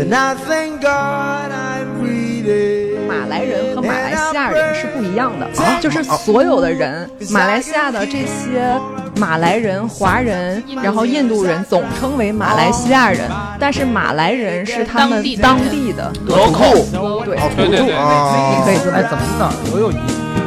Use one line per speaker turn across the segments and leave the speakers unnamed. And I thank God I'm breathing.
马来人和马来西亚人是不一样的，
啊
啊就是
哦
所有的人，马来西亚的这些马来人、华人，然后印度人总称为马来西亚人，但是马来人是他们
当地的
当地的土
罗
著，
扣
对，
对对对
啊，
可以这么
哦哎，怎么哪儿都有一，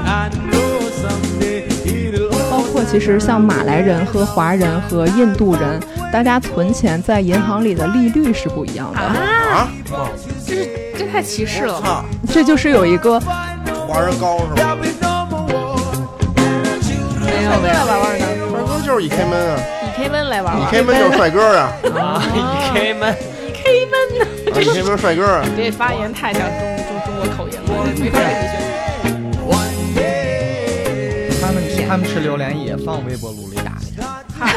I know someday it'll all
包括其实像马来人和华人和印度人，大家存钱在银行里的利率是不一样的，
啊
啊，
这是这太歧视了。
操，
这就是有一个
华人高是吧？
be no more.
没有没有，玩玩呢，
帅哥就是一开门啊，
以 K 温来玩
一
玩。
开门就是帅哥啊，
啊，一开门，
K 温呢？
啊一开门帅哥啊，
你这发言太像中中中国口音了，没法跟你学。
One day.
他们他们吃榴莲也放微波炉里打，
嗨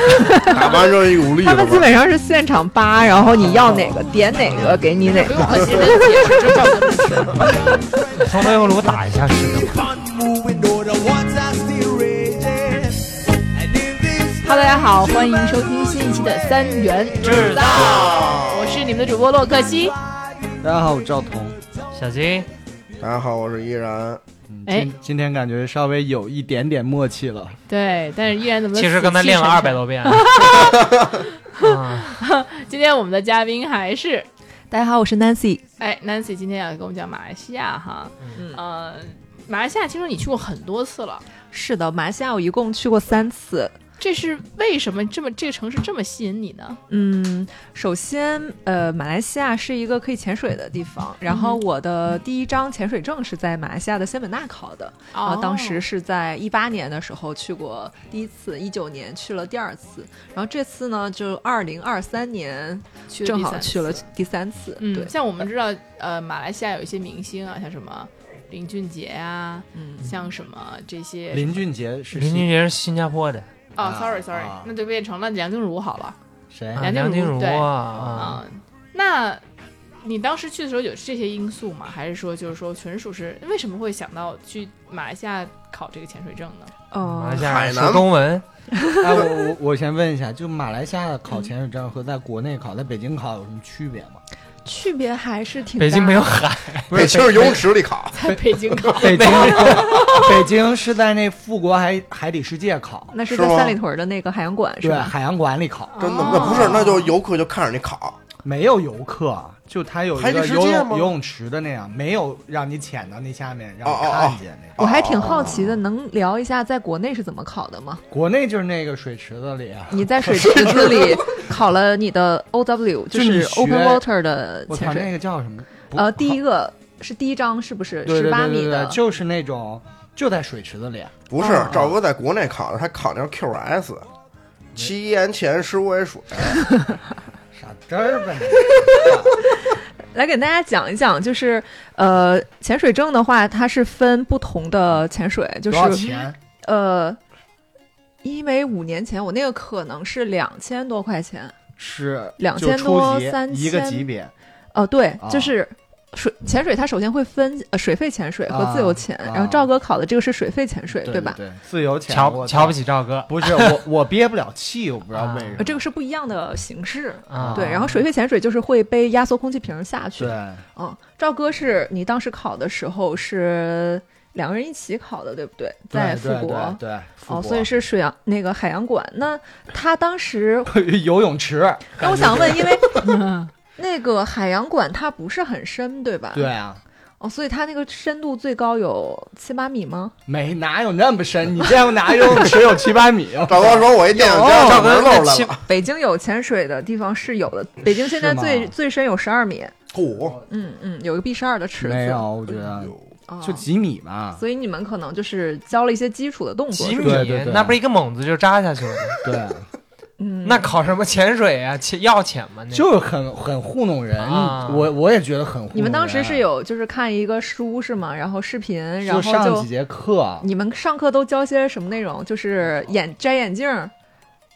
打完之后一股力
他
了
们基
吧？
本上是现场扒，然后你要哪个点哪个，给你哪
不
个
用。可惜，这个解释就照这么吃。
从微波炉打一下试试。
Unmoving though the ones are still raging. And in this
Hello，大家好，欢迎收听新一期的三元制造，我是你们的主播洛克西。
大家好，我赵彤。
小金，
大家哎好，我是依然，
嗯
哎
今今天感觉稍微有一点点默契了，
对，但是依然怎么？
其实刚才练了二百。多遍。 啊，
今天我们的嘉宾还是
大家好，我是 Nancy。
哎，Nancy 今天要跟我们讲马来西亚哈，嗯、呃，马来西亚听说你去过很多次了，
是的，马来西亚我一共去过三次。
这是为什么这么这个城市这么吸引你呢？
嗯，首先，呃，马来西亚是一个可以潜水的地方。然后
嗯
我的第一张潜水证是在马来西亚的仙本那考的，啊、
哦
当时是在一八年的时候去过第一次，一九年去了第二次，然后这次呢就二零二三年
去
正好去了
第三次
第三次。对
嗯，，像我们知道，呃，马来西亚有一些明星啊，像什么林俊杰啊，
嗯，
像什么这些
林俊杰是
林俊
谁？
杰是新加坡的，
哦
啊
，sorry sorry，、
啊
那就变成了梁静茹好了
哎
谁？
啊
梁静
梁静
茹
茹
对
啊，啊
嗯那你当时去的时候有这些因素吗？还是说就是说纯属是为什么会想到去马来西亚考这个潜水证 呢？
马
呃
来西，亚
海
人
南
说中文，
哎，我我我先问一下，就马来西亚考潜水证和在国内考，在北京考有什么区别吗？
区别还是挺大
北京没有 海，
不
北
是
京是泳池里考，
在北京 考，
北京，北京是在那富国海海底世界考，
那是
是
在
吗
三里屯的那个海洋馆是
对，
吧？
海洋馆里考，
哦
真的那
啊
不是，那就游客就看着你考，
没有游客，就它有一
海底
个
世
游
界
泳
吗
游泳池的那样，没有让你潜到那下面，让
哦哦
你
哦
看见那个。
我还挺好奇
哦
的，能聊一下在国内是怎么考的吗？
国内就是那个水池子里啊，
你在 水池子里考了你的 O W，就
就你
是
学
Open Water 的
我
潜
操，那
水。
个叫什么？不
呃，第一个是第一张，是不是
对
十
对
八
对
米
对
的
对，？就是那种就在水池子里，啊
不是
哦
赵哥在国内考的，他考那叫 QS，七言前十五尾水，
傻嘚儿呗。
来给大家讲一讲，就是呃，潜水证的话，它是分不同的潜水，就
多少
是
钱？
呃，因为五年前我那个可能是两千多块钱，
是
两
就
千
初
多
级
三
一个
千
级别，
哦，对，就
啊
是水潜水，它首先会分呃水费潜水和自由潜。
啊
然后赵哥考的这个是水费潜水，
对
吧？
对，自由潜，
瞧
我
瞧不
起。
起赵哥
不是我，我憋不了气，我不知道为什
呃
么。
这个是不一样的形式。
啊。
对，然后水肺潜水就是会背压缩空气瓶下去。
对，
嗯，赵哥是你当时考的时候是两个人一起考的，对不对？在富
对
国。
对对，富
哦，
国
所 以是水洋那个海洋馆。那他当时，
游泳池。
那我想问，因为那个海洋馆它不是很深，对吧？
对。啊，
哦，所以它那个深度最高有七八米吗？
没哪有那么深，你见过哪游泳池有七八米？
赵哥说我一电影家上门漏来了，
北京有潜水的地方是有的，北京现在
是吗
最最深有十二米，
嚯，
嗯嗯，有一个 B 十二的池子，
没有，我觉得
哦
就几米吧。
所以你们可能就是教了一些基础的动作，
几
是
米
吧
对对对
那不是一个猛子就扎下去了吗？
对，
嗯，
那考什么潜水啊？潜要潜吗？那
就是很很糊弄人。
啊
我我也觉得很糊弄人。
你们当时是有就是看一个书是吗？然后视频，然
就
后
上几
就
节课，
你们上课都教些什么内容？就是眼摘眼镜儿，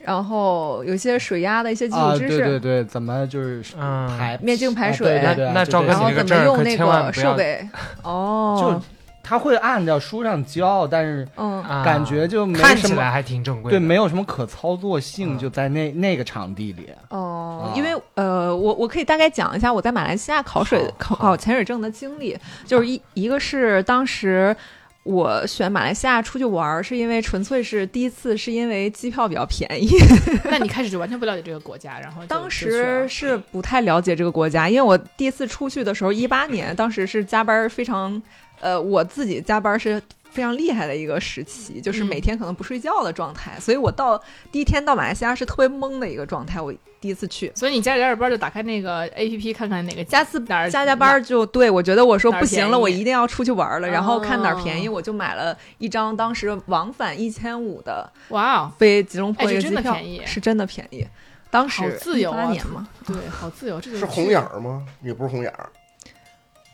然后有一些水压的一些基
啊，
础知
对
识，
对对，怎么就是
嗯
排
面镜排
啊
水
对对对
那
对，
那
就
赵哥
这
然
你
后
这个
怎
证
么
儿可
用那
千万
个
不
设
要
备，
就
哦，
他会按照书上教，但是
嗯。
啊
感觉就没
看
什
起
么
来还挺正规的。
对，没有什么可操作性，
嗯
就在那那个场地里。
哦，
啊
因为呃，我我可以大概讲一下我在马来西亚考水考考潜水证的经历，就是一一个是当时。我选马来西亚出去玩儿，是因为纯粹是第一次，是因为机票比较便宜。
那你开始就完全不了解这个国家，然后就
当
就去啊了
时
嗯
是不太了解这个国家，因为我第一次出去的时候，一八年，当时是加班儿非常，呃，我自己加班儿是非常厉害的一个时期，就是
嗯
每天可能不睡觉的状态，所以我到第一天到马来西亚是特别懵的一个状态，我第一次去。
所以你加着加着班儿就打开那个 A P P 看看哪个
加次
哪儿
加加班儿就对我觉得我说
哪儿
不行
便
了，
宜
我一定要出去玩儿了。然后看哪儿
哦
便宜，我就买了一张当时往返一千五的
哇哦，
飞吉隆坡
哎
一
是
个
真
机
的
票
便宜
是真的便宜。当
好
时
自由啊
八年嘛，
对，好自由，这就是
是红眼儿吗？也不是红眼儿，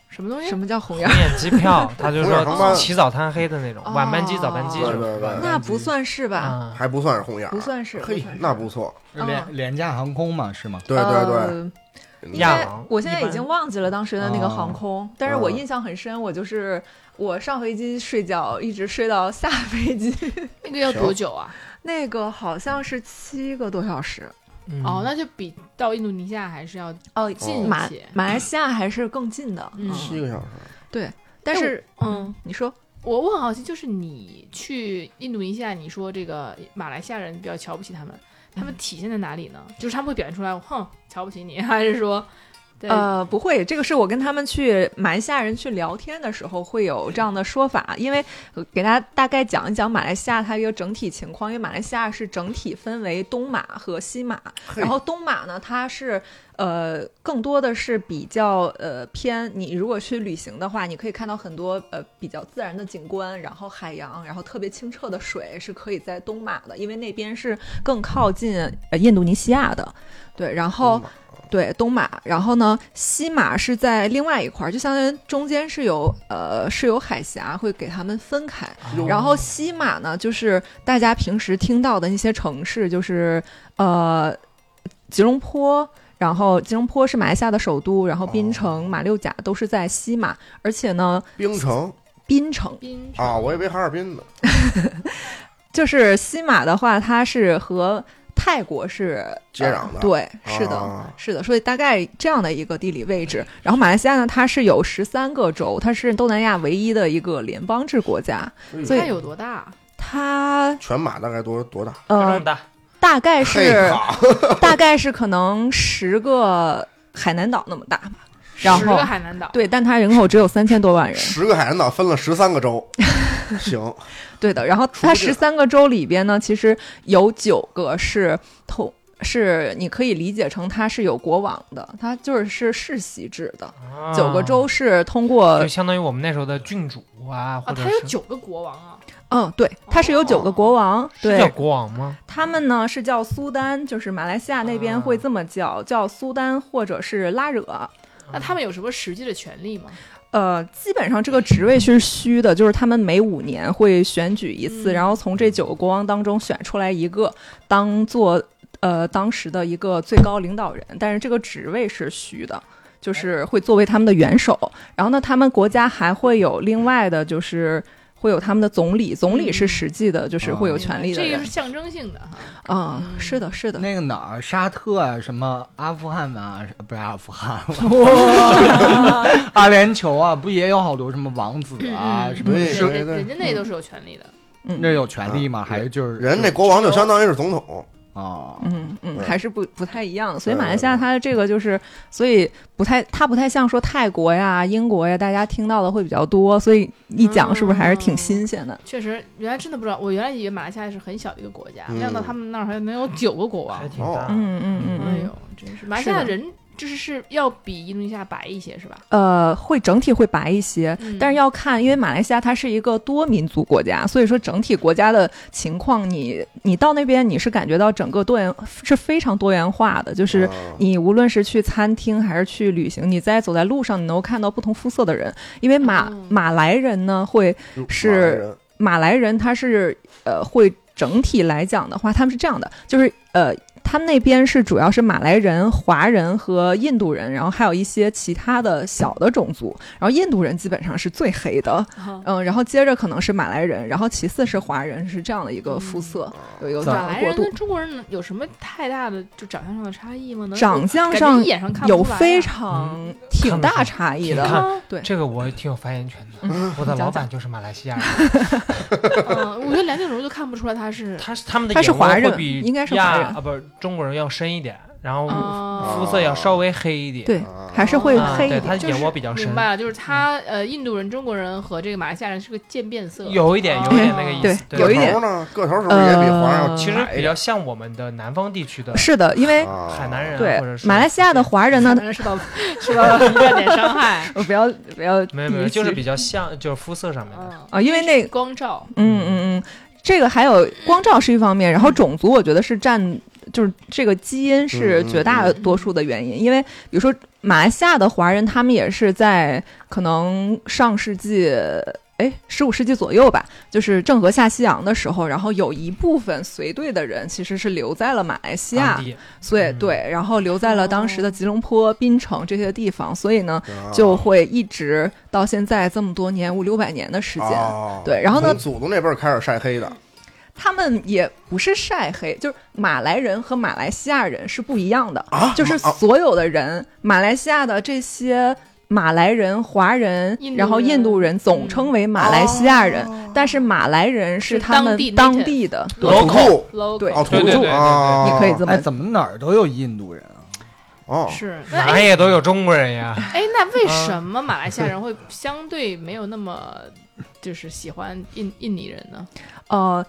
什么东西
什？么叫红眼
红？眼机票，他就
红眼航班
说起早贪黑的那种
哦，
晚班机、早班机
对
这种。
对对，
那不算是
嗯
吧？
啊，
还不算是红眼儿，
不算是，
嘿
算，是
那不错，
啊
廉廉价航空嘛，是吗？
对对对，
呃
嗯
应
亚
该
航
我现在
一般
已经忘记了当时的那个
哦
嗯
航空，但是我印象很深，我就是我上飞机睡觉，一直睡到下飞机，
那个要多久啊？
那个好像是七个多小时。
嗯
哦，那就比到印度尼西亚还是要
哦，
近一
马
些。
马来西亚还是更近的，
嗯
七个小时，
但是
嗯，
你说
我我很好奇，就是你去印度尼西亚，你说这个马来西亚人比较瞧不起他们，他们体现在哪里呢？就是他们会表现出来，哼，瞧不起你，还是说，对，
呃，不会，这个是我跟他们去马来西亚人去聊天的时候会有这样的说法，因为呃给大家大概讲一讲马来西亚它一个整体情况，因为马来西亚是整体分为东马和西马，然后东马呢，它是呃更多的是比较呃偏，你如果去旅行的话，你可以看到很多呃比较自然的景观，然后海洋，然后特别清澈的水是可以在东马的，因为那边是更靠近呃印度尼西亚的，对，然后。对东马，然后呢，西马是在另外一块儿，就相当于中间是有呃是有海峡会给他们分开。然后西马呢，就是大家平时听到的那些城市，就是呃吉隆坡。然后吉隆坡是马来西亚的首都，然后槟
哦
城、马六甲都是在西马，而且呢，
冰城
槟城
槟城
啊，我以为哈尔滨呢，
就是西马的话，它是和泰国是
接壤的
对，是的，
啊
是的，所以大概这样的一个地理位置。然后马来西亚呢，它是有十三个州，它是东南亚唯一的一个联邦制国家。所以
它有多大？
它
全马大概多多大？
就这
呃
么，大，
大概哎是
嘿好
大概是可能十个海南岛那么大吧。然
十
后
个海南岛，
对，但它人口只有三千多万人。
十个海南岛分了十三 个州，行，
对的，然后
除
它
这
十三个州里边呢，其实有九个是统，是你可以理解成它是有国王的，它就是是世袭制的。
啊
九个州是通过
就相当于我们那时候的郡主啊，
啊，
或者
它有
是
九个国王啊，
嗯，对，它是有九个国王，
哦
是叫
对，
国王吗？
他们呢是叫苏丹，就是马来西亚那
啊
边会这么叫，叫苏丹或者是拉惹。
那他们有什么实际的权利吗？
呃，基本上这个职位是虚的，就是他们每五年会选举一次，
嗯
然后从这九个国王当中选出来一个，当做呃当时的一个最高领导人，但是这个职位是虚的。就是会作为他们的元首，然后呢，他们国家还会有另外的，就是会有他们的总理，总理是实际的，就是会有权力的
嗯哦这
人
个是。象征性的哈。
啊、是的，是的，
那个哪儿，沙特啊，什么阿富汗啊，不是阿富汗， 阿联酋啊，不也有好多什么王子啊，
嗯
什么
对
人
对
家人
对，
家那都是有权利的，
嗯
那有权利吗？还是就是
人那国王就相当于是总统，
啊，
嗯嗯，
嗯
还是不不太一样的。所以
对
马来西亚它的这个就是，所以不太它不太像说泰国呀、英国呀，大家听到的会比较多。所以一讲是不是还是挺新鲜的？
确实，原来真的不知道，我原来以为马来西亚是很小的一个国家，
嗯
没想到他们那儿还能有九个国王
还。挺大
哦。
嗯嗯嗯
哎
嗯
呦，真是马来西亚
是的
人就是是要比印度尼西亚白一些是吧？
呃，会整体会白一些，
嗯
但是要看，因为马来西亚它是一个多民族国家，所以说整体国家的情况你，你到那边你是感觉到整个多元是非常多元化的，就是
啊
你无论是去餐厅还是去旅行，你在走在路上，你能够看到不同肤色的人，因为马、
哦
马来人呢会
马来
是
人
马来人他是呃会整体来讲的话，他们是这样的，就是呃他们那边是主要是马来人、华人和印度人，然后还有一些其他的小的种族。然后印度人基本上是最黑的，
啊
嗯，然后接着可能是马来人，然后其次是华人，是这样的一个肤色，有一个这
马
样的
来
过
人
渡
跟。中国人有什么太大的就长相上的差异吗？能
长相
感觉
上
一眼上看不
有
出来啊
非常挺大差异
嗯看不出来
的，
啊
这个我挺有发言权的，
嗯
我的老板就是马来西亚人，
嗯，我觉得梁静茹就看不出来她是
他他们的
他是
眼光
华人
会比
应该是
亚
华人嗯
啊，不是中国人要深一点，然后
啊，
嗯肤色要稍微黑一点，
对，还是会
啊
黑一
对
点。
他
就是
眼窝比较深
明，白了，就是他呃，印度人、中国人和这个马来西亚人是个渐变色，嗯
有一点有一点那个意思，
嗯对有一点
个头呢，个头是不是也比皇上要
呃哎
其实
矮一
比
点
较像我们的南方地区的
是的，因为
啊
海南啊人啊，
对
或者是
马来西亚的华人呢
可，能受到受到了一点点 伤害。
我不要不要
没有没有，
低
就是
级
比较像，就是肤色上面的。
嗯，
啊，因为那
光照，
嗯嗯嗯，这个还有光照是一方面，然后种族我觉得是占，就是这个基因是
嗯
绝大多数的原因，因为比如说马来西亚的华人，他们也是在可能上世纪。哎，十五世纪左右吧，就是郑和下西洋的时候，然后有一部分随队的人其实是留在了马来西亚
当，地
所以
嗯
对，然后留在了当时的吉隆坡、槟城这些地方，所以呢，
啊
就会一直到现在这么多年五六百年的时间，
哦
对然后呢
从祖宗那辈儿开始晒黑的，
他们也不是晒黑，就是马来人和马来西亚人是不一样的，
啊
就是所有的人，马来西亚的这些马来人、华人
印，度
然后印度人总称为马来西亚
哦
人，但是马来人是他们
是当地 native
当地的，
啊土
local
著
logo
对
哦，土
对对对对
著
对
啊，
你可以这
哎，
么
怎么哪儿都有印度人啊？
哦，
是。那
哪
哎
也都有中国人呀，
哎，那为
嗯
什么马来西亚人会相对没有那么就是喜欢印印尼人呢？
呃，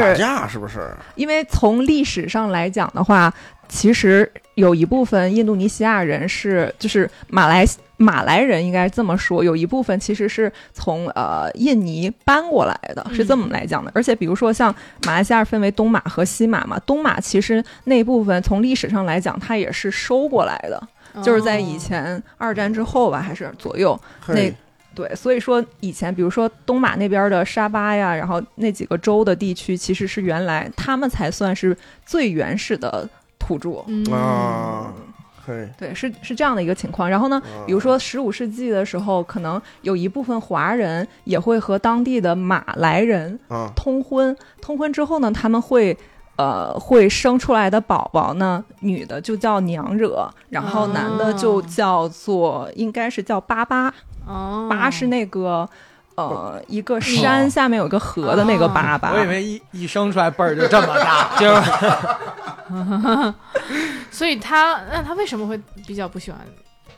打
是
架是不是？
因为从历史上来讲的话，其实有一部分印度尼西亚人是，就是马来马来人应该这么说，有一部分其实是从呃印尼搬过来的，是这么来讲的。而且比如说像马来西亚分为东马和西马嘛，东马其实那部分从历史上来讲，它也是收过来的， 就是在
哦
以前二战之后吧，还是左右那
嘿，
对，所以说以前比如说东马那边的沙巴呀，然后那几个州的地区，其实是原来他们才算是最原始的土著。
嗯
啊，嘿，啊
对，是是这样的一个情况。然后呢，比如说十五世纪的时候，可能有一部分华人也会和当地的马来人
啊，
通婚。通婚之后呢，他们会呃会生出来的宝宝呢，女的就叫娘惹，然后男的就
哦
叫做应该是叫巴巴。
哦，
巴是那个。呃，一
嗯
个山下面有个河的那个
啊
巴巴，
我以为一一生出来辈儿就这么大，
嗯
就 是
所以他那他为什么会比较不喜欢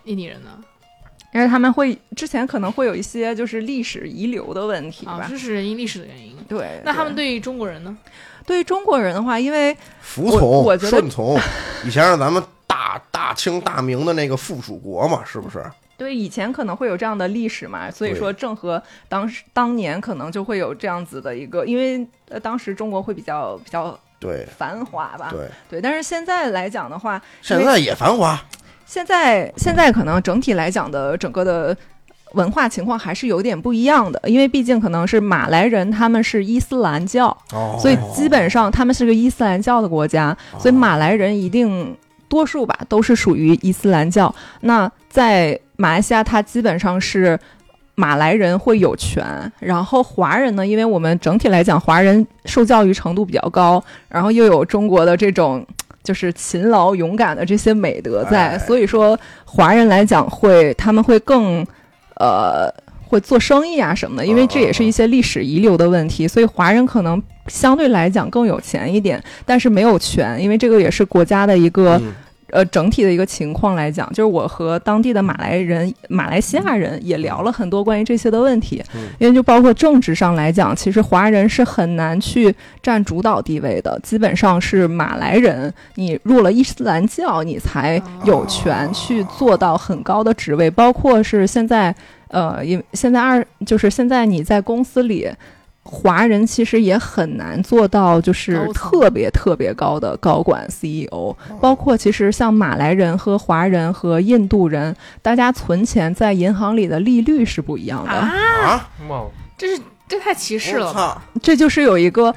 印尼人呢？
因为他们会之前可能会有一些就是历史遗留的问题吧
啊，。这是人因历史的原因。
对，
那他们
对
对中国人呢？
对于中国人的话，因为
服
我我
从、
觉得
顺从，以前是咱们大大清大明的那个附属国嘛，是不是？
对以前可能会有这样的历史嘛，所以说郑和当时当年可能就会有这样子的一个，因为呃当时中国会比较比较
对
繁华吧，
对，
对。但是现在来讲的话，
现在也繁华，
现在现在可能整体来讲的整个的文化情况还是有点不一样的，因为毕竟可能是马来人，他们是伊斯兰教，
哦
所以基本上他们是个伊斯兰教的国家，所以
啊
马来人一定多数吧都是属于伊斯兰教。那在马来西亚，它基本上是。马来人会有权，然后华人呢？因为我们整体来讲，华人受教育程度比较高，然后又有中国的这种就是勤劳勇敢的这些美德在，
哎
所以说华人来讲会他们会更呃会做生意啊什么的，因为这也是一些历史遗留的问题，所以华人可能相对来讲更有钱一点，但是没有权，因为这个也是国家的一个、
嗯
呃整体的一个情况来讲，就是我和当地的马来人、马来西亚人也聊了很多关于这些的问题，
嗯
因为就包括政治上来讲，其实华人是很难去占主导地位的，基本上是马来人，你入了伊斯兰教，你才
哦
有权去做到很高的职位，包括是现在呃，因为现在二就是现在你在公司里。华人其实也很难做到，就是
高层
特别特别高的高管 E CEO，包括其实像马来人和华人和印度人，大家存钱在银行里的利率是不一样的，
啊，
啊，
哇哦，
这是这太歧视
我
了吧。
操，
这就是有一个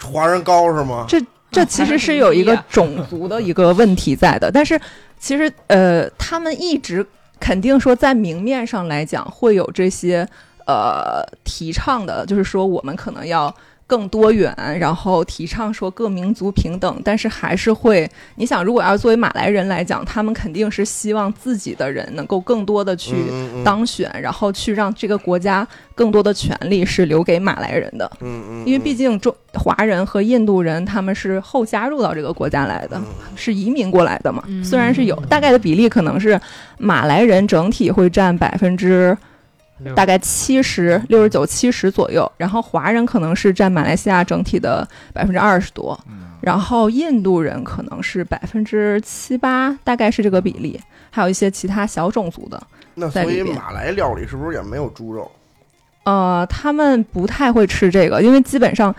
华人高是吗？
这这其实啊是有一个啊种族的一个问题在的。但是其实呃，他们一直肯定说在明面上来讲会有这些呃提倡的，就是说我们可能要。更多元，然后提倡说各民族平等，但是还是会，你想，如果要是作为马来人来讲，他们肯定是希望自己的人能够更多的去
嗯嗯嗯
当选，然后去让这个国家更多的权利是留给马来人的，
嗯嗯，
因为毕竟中华人和印度人他们是后加入到这个国家来
嗯
的，是移民过来的嘛，
嗯
虽然是有大概的比例，可能是马来人整体会占百分之。
六
大概七十六十九七十左右，然后华人可能是占马来西亚整体的百分之二十多，然后印度人可能是百分之七八，大概是这个比例，还有一些其他小种族的，
那
在
所
里
以
边
马来料理是不是也没有猪肉？
呃，他们不太会吃这个，因为基本上，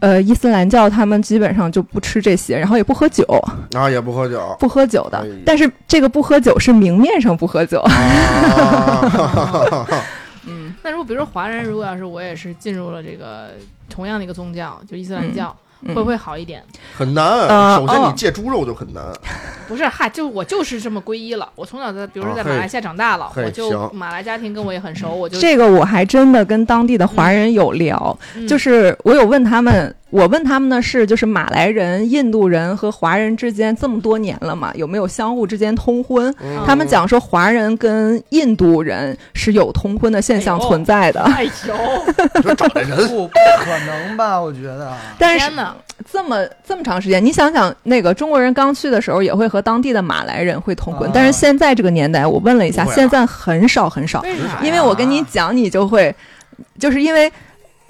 呃，伊斯兰教他们基本上就不吃这些，然后也不喝酒，。
然啊后也不喝酒
不喝酒的，
哎呀
但是这个不喝酒是明面上不喝酒，
啊
嗯
那如果比如说华人，如果要是我也是进入了这个同样的一个宗教，就伊斯兰
嗯
教，
嗯
会不会好一点？
很
呃
难，首先
哦
你戒猪肉就很难。
不是，嗨，就我就是这么皈依了。我从小在，比如说
啊
在马来
嘿
西亚长大了，
嘿
我就
行
马来家庭跟我也很熟，我就
这个我还真的跟当地的华人有聊，
嗯
就是我有问他们，我问他们的是，就是马来人、印度人和华人之间这么多年了嘛，有没有相互之间通婚？
嗯
他
哦
们讲说，华人跟印度人是有通婚的现象
哎呦
存在的，
哎 呦，
说找这人，
不不可能吧？我觉得啊
但是
天哪！
这么这么长时间，你想想，那个中国人刚去的时候也会和当地的马来人会通婚，
啊
但是现在这个年代，我问了一下，
不会啊
现在很少很少，
为啥呀？
因为我跟你讲，你就会，就是因为，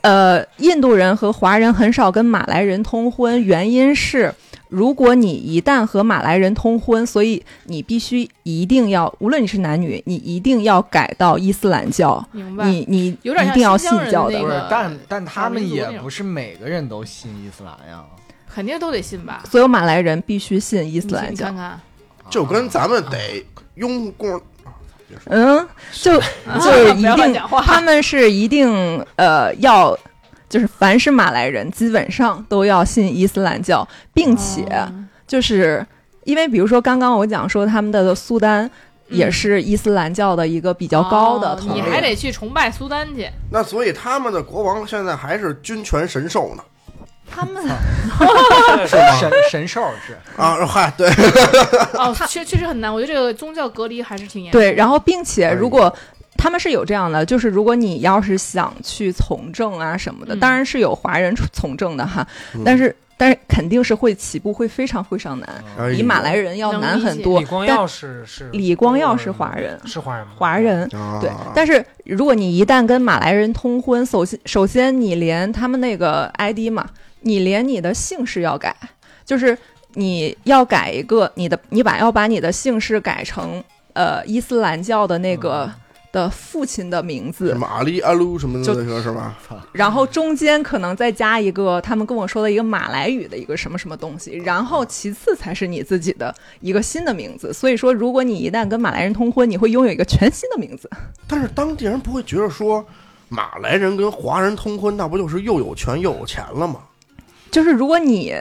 呃，印度人和华人很少跟马来人通婚，原因是，如果你一旦和马来人通婚，所以你必须一定要，无论你是男女，你一定要改到伊斯兰教，
明白，
你你
有点
一
像
定要信
新疆人
教
的
的
那
不
个
是，但但
少
他
民
们
族那
也
种
不是每个人都信伊斯兰呀，
肯定都得信吧？
所有马来人必须信伊
你
斯兰
你
教
看。看，
就
啊
跟咱们得拥共，
嗯，就 就是一
啊 不要乱
定
讲话，
他们是一定呃要，就是凡是马来人基本上都要信伊斯兰教，并且
哦
就是因为比如说刚刚我讲说他们的苏丹也是伊斯兰教的一个比较高的
嗯哦
统
你
领，
还得去崇拜苏丹 去。
那所以他们的国王现在还是军权神授呢。
他们
是吗？神神兽 是
嗯
啊，嗨，对，
哦，确确实很难，我觉得这个宗教隔离还是挺严。，
对，然后并且
哎
如果。他们是有这样的，就是如果你要是想去从政啊什么的，
嗯
当然是有华人从政的哈，
嗯
但是但是肯定是会起步会非常非常难，
哎
比
呦
马来人要
能
难
理
很
解
多。
李光
但
耀是是
李光耀是华人
是华人吗？
华人。
啊
对，但是如果你一旦跟马来人通婚，首先首先你连他们那个 ID 嘛，你连你的姓氏要改，就是你要改一个你的，你把要把你的姓氏改成呃伊斯兰教的那个的父亲的名字
什，么阿里阿鲁什么
就
的，那个是吧？
然后中间可能再加一个他们跟我说的一个马来语的一个什么什么东西，然后其次才是你自己的一个新的名字。所以说，如果你一旦跟马来人通婚，你会拥有一个全新的名字。
但是当地人不会觉得说马来人跟华人通婚，那不就是又有权又有钱了吗？
就是如果你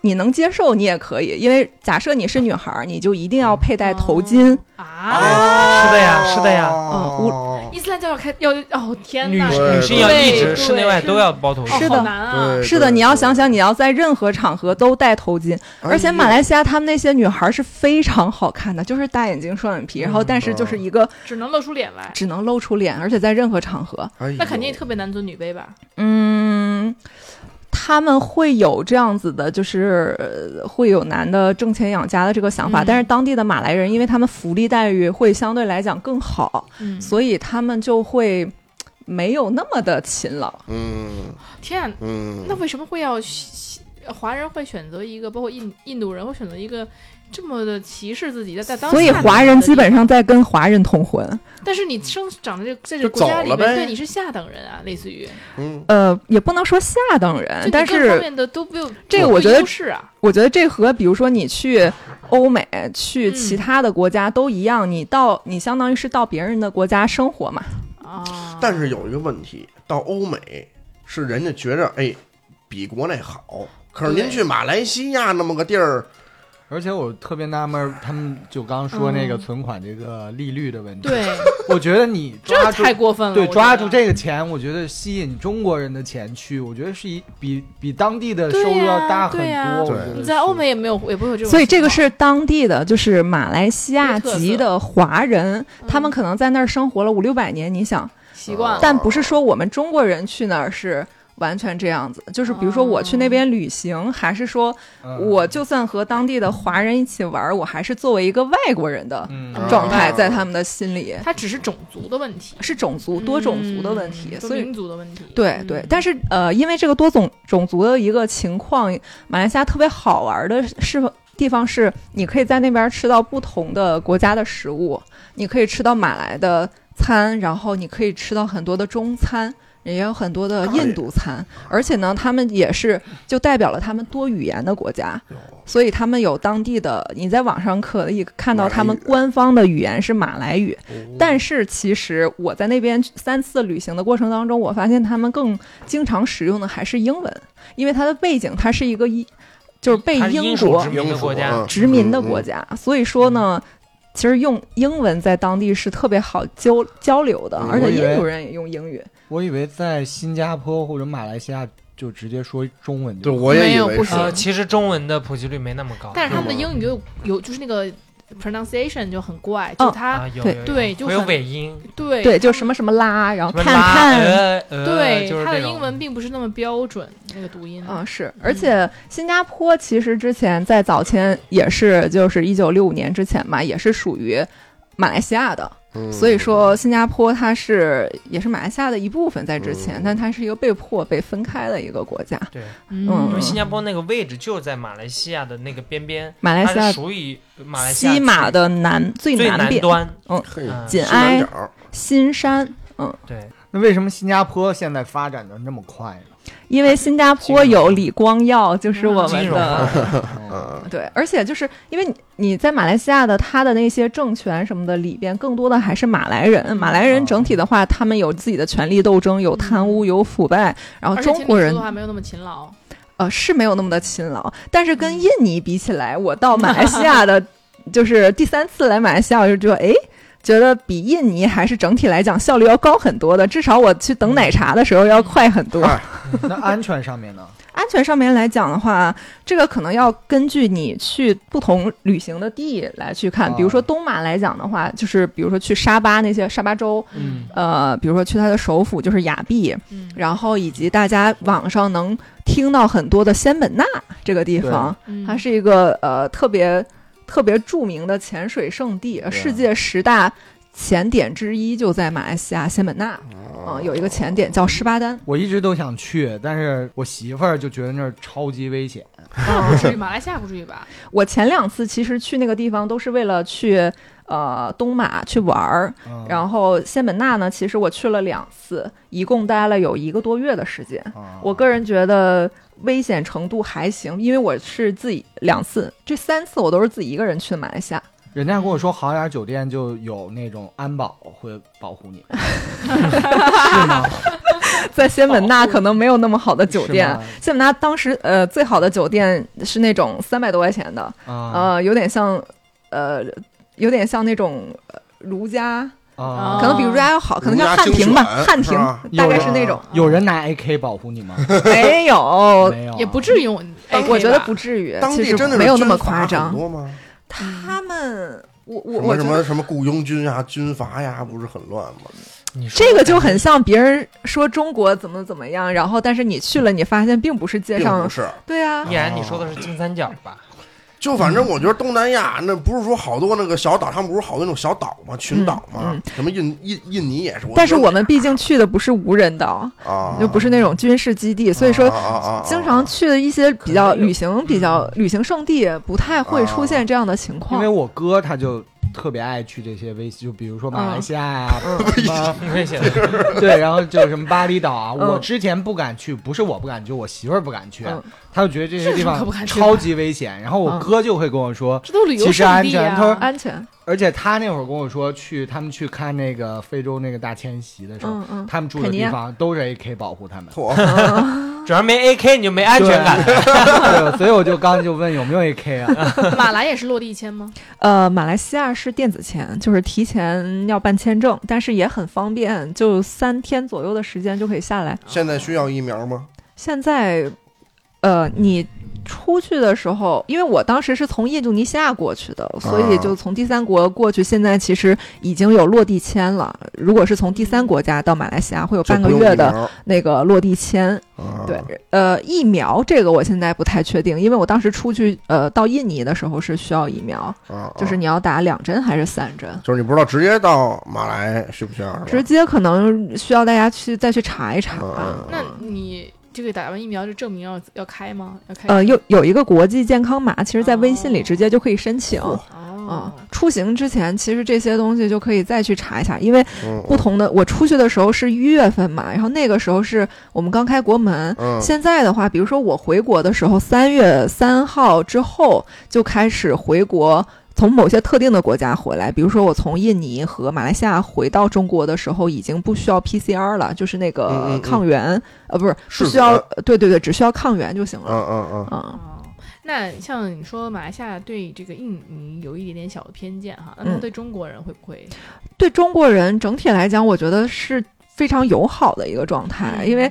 你能接受，你也可以，因为假设你是女孩儿，你就一定要佩戴头巾。
嗯哦
啊，
哦是的呀是的呀
嗯
伊斯兰教要开要哦天
女
哪，
对
女性要
哦对
一直
对
室内外都要包头
哦
是
巾。
的
好难啊
对，
是的，你要
对
想想，你要在任何场合都戴头巾，而且马来西亚他们那些女孩儿是非常好看的，就是大眼睛、双眼皮，然后但是就是
啊
一个
只能露出脸来，
只能露出脸，而且在任何场合，
哎呦
那肯定特别男尊女卑吧？
嗯，他们会有这样子的，就是呃会有男的挣钱养家的这个想法，
嗯
但是当地的马来人，因为他们福利待遇会相对来讲更好，
嗯，
所以他们就会没有那么的勤劳。
嗯
天啊，
嗯，
那为什么会要西华人会选择一个，包括印印度人会选择一个这么的歧视自己的？在当
所以
下
华
等
人
的地
基本
方，
上在跟华人通婚，
但是你生长在这在这
就
国家
走
里
了
面，
呗
对你是下等人啊，类似于，
嗯
呃，也不能说下等人
就，
但
你各方
是
面的都没有
这个
都
我
不
觉得
优势啊，
我觉得这和比如说你去欧美、去
嗯
其他的国家都一样，你到你相当于是到别人的国家生活嘛，
啊，
但是有一个问题，到欧美是人家觉着哎比国内好，可是您
对
去马来西亚那么个地儿，
而且我特别纳闷儿，他们就刚说那个
嗯
存款这个利率的问题，
对，
我觉得你抓
这
住
太过分了。
对
我觉得
抓住，这个钱，我觉得吸引中国人的钱去，我觉得是一比比当地的
对
收入要
呀
大很
对呀
多。我
对
觉得
你
是
在欧美也没有，也不会有这种情况。
所以这个是当地的，就是马来西亚
有特色
籍的华人，
嗯
他们可能在那儿生活了五六百年。你想，
习惯了，
但不是说我们中国人去那儿是完全这样子，
嗯
就是比如说我去那边旅行，还是说
嗯
我就算和当地的华人一起玩儿，我还是作为一个外国人的
嗯
嗯
状态，
哦
在他们的心里
它只是种族的问题，
是种族多种族的问题，
嗯
所
多
以
民族的问题。嗯
对
嗯
对，但
是
是呃，因为这个多种种族的一个情况，马来西亚特别好玩的是地方是，你可以在那边吃到不同的国家的食物，你可以吃到马来的餐，然后你可以吃到很多的中餐。也有很多的印度餐，而且呢，他们也是就代表了他们多语言的国家，所以他们有当地的。你在网上可以看到他们
马来语
官方的语言是马来语，
哦
但是其实我在那边三次旅行的过程当中，我发现他们更经常使用的还是英文，因为它的背景它是一个一，就是被
它是
英
英属
国
殖民的国家
英属嗯
殖民的国家，所以说呢。其实用英文在当地是特别好交交流的，
嗯
而且
我以为
印度人也用英语。
我以为在新加坡或者马来西亚就直接说中文
嗯对，
就好。
我也
没
以
有
为
不
是
行
呃，其实中文的普及率没那么高，
但是他们的
是吗
英语有有就是那个 pronunciation 就很怪，就
嗯
它
啊有
对
有有
对就
会有
很
尾音，
对，
对对
就什么什么拉，然后
什么
看
拉
看，啊
呃呃，
对
就是
它的
这种
英文并不是那么标准，那个读音
啊，是，而且新加坡其实之前在早前也是，就是一九六五年之前嘛，也是属于马来西亚的，
嗯
所以说新加坡它是也是马来西亚的一部分在之前，
嗯
但它是一个被迫被分开的一个国家。
对，
嗯
因为新加坡那个位置就在马来西亚的那个边边，
马来
它
西
是
亚
属于马来西亚
西马
区
的南最
最
南边
端，
嘿
嗯
呃紧
西南
挨
角
新山，嗯，
对，
那为什么新加坡现在发展的那么快呢？
因为新加坡有李光耀，就是我
金
们
融
的。
哦
嗯
对，而且就是因为你你在马来西亚的他的那些政权什么的里边，更多的还是马来人。马来人整体的话，他们有自己的权力斗争，有贪
嗯
污，有腐败。然后
而且
哦中国人
的话没有那么勤劳，
呃是没有那么的勤劳，但是跟印尼比起来，我到马来西亚的，就是第三次来马来西亚，我就觉得哎。觉得比印尼还是整体来讲效率要高很多的，至少我去等奶茶的时候要快很多。
哎
那安全上面呢？
安全上面来讲的话，这个可能要根据你去不同旅行的地来去看。
哦
比如说东马来讲的话，就是比如说去沙巴那些沙巴州，
嗯，
呃，比如说去它的首府就是雅碧，
嗯，
然后以及大家网上能听到很多的仙本那这个地方，
嗯
它是一个呃特别特别著名的潜水圣地，世界十大潜点之一就在马来西亚仙本那，
哦
嗯、有一个潜点叫十八丹，
我一直都想去，但是我媳妇儿就觉得那儿超级危险。
不至于，
哦
马来西亚不至于吧？
我前两次其实去那个地方都是为了去呃东马去玩儿，
嗯、
然后仙本那呢，其实我去了两次，一共待了有一个多月的时间。
啊
我个人觉得危险程度还行，因为我是自己两次，这三次我都是自己一个人去的马来西亚。
人家跟我说，好点儿酒店就有那种安保会保护你，是吗？
在仙本那可能没有那么好的酒店
是吗，
仙本那当时呃最好的酒店是那种三百多块钱的，
啊
呃有点像呃有点像那种呃如家。
啊！
可能比如说还要好，可能像
儒家
汉庭吧，
精选
汉庭
是吧啊
大概
有
是那种，
有人拿 AK 保护你吗？
没有，呃
没有啊，
嗯也不至于用 AK 吧，
哎我觉得不至于，
当
其
地
实
真的是
没有那
军
么
阀
夸
很
张。
多吗？
他们，我我
什
我
么
觉
什
得
么什么雇佣军呀、军阀呀，不是很乱吗？
你说
这个就很像别人说中国怎么怎么样，然后但是你去了，你发现并不是街
并
上
不，是，
对啊
依，然你说的是金三角 吧？
就反正我觉得东南亚那不是说好多那个小岛，他们不是好多那种小岛吗？群岛吗？
嗯
什么印印印尼也是，
但是我们毕竟去的不是无人岛，
啊，
就不是那种军事基地，所以说
啊啊啊啊
经常去的一些比较旅行比较旅行胜地，不太会出现这样的
嗯
情
啊因
况
为。我哥他就特别爱去这些危险，就比如说马来西亚呀、什么
挺危险的，
对，然后就是什么巴厘岛啊，
嗯
我之前不敢去，不是我不敢去，我媳妇儿不敢去
嗯，
她就觉得这些地
这有什么可不敢
方
去的
超级危险。然后我
嗯
哥就会跟我说，
这都旅游
其实
胜
安
地
全头
啊，
安全，
而且他那会儿跟我说去他们去看那个非洲那个大迁徙的时候
嗯嗯，
他们住的
肯尼亚嗯
地方都是 AK 保护他们，
嚯，
只要没 AK 你就没安全感。
对，所以我就刚才就问有没有 AK 啊？
哎
马来也是落地签 吗？
呃，马来西亚是电子签，就是提前要办签证，但是也很方便，就三天左右的时间就可以下来。
现在需要疫苗吗？
现在，呃，你出去的时候，因为我当时是从印度尼西亚过去的，所以
啊
就从第三国过去。现在其实已经有落地签了。如果是从第三国家到马来西亚，会有半个月的那个落地签。
就不用疫苗，啊
嗯
对，呃，疫苗这个我现在不太确定，因为我当时出去，呃，到印尼的时候是需要疫苗，
啊，
哦
就是
啊
你要打两针还是三针。
就是你不知道直接到马来需不需要是吧？嗯
直接啊可能需要大家去再去查一查吧。
那你这个打完疫苗这证明要要开吗？要开？
呃，有有一个国际健康码，其实在微信里
嗯哦
直接就可以申请。
哦
啊，，出行之前其实这些东西就可以再去查一下，因为
嗯
哦
不同的我出去的时候是一月份嘛，然后那个时候是我们刚开国门。
嗯，
现在的话，比如说我回国的时候，三月三号之后就开始回国，从某些特定的国家回来，比如说我从印尼和马来西亚回到中国的时候，已经不需要 PCR 了，就是那
嗯嗯
个
嗯
抗原，呃，不是
是
不需要，对对对，只需要抗原就行
嗯
了。
嗯嗯，
啊、
哦，那像你说马来西亚对这个印尼有一点点小的偏见哈，那他
嗯
对中国人会不会？
对中国人整体来讲，我觉得是非常友好的一个状态，
嗯
因为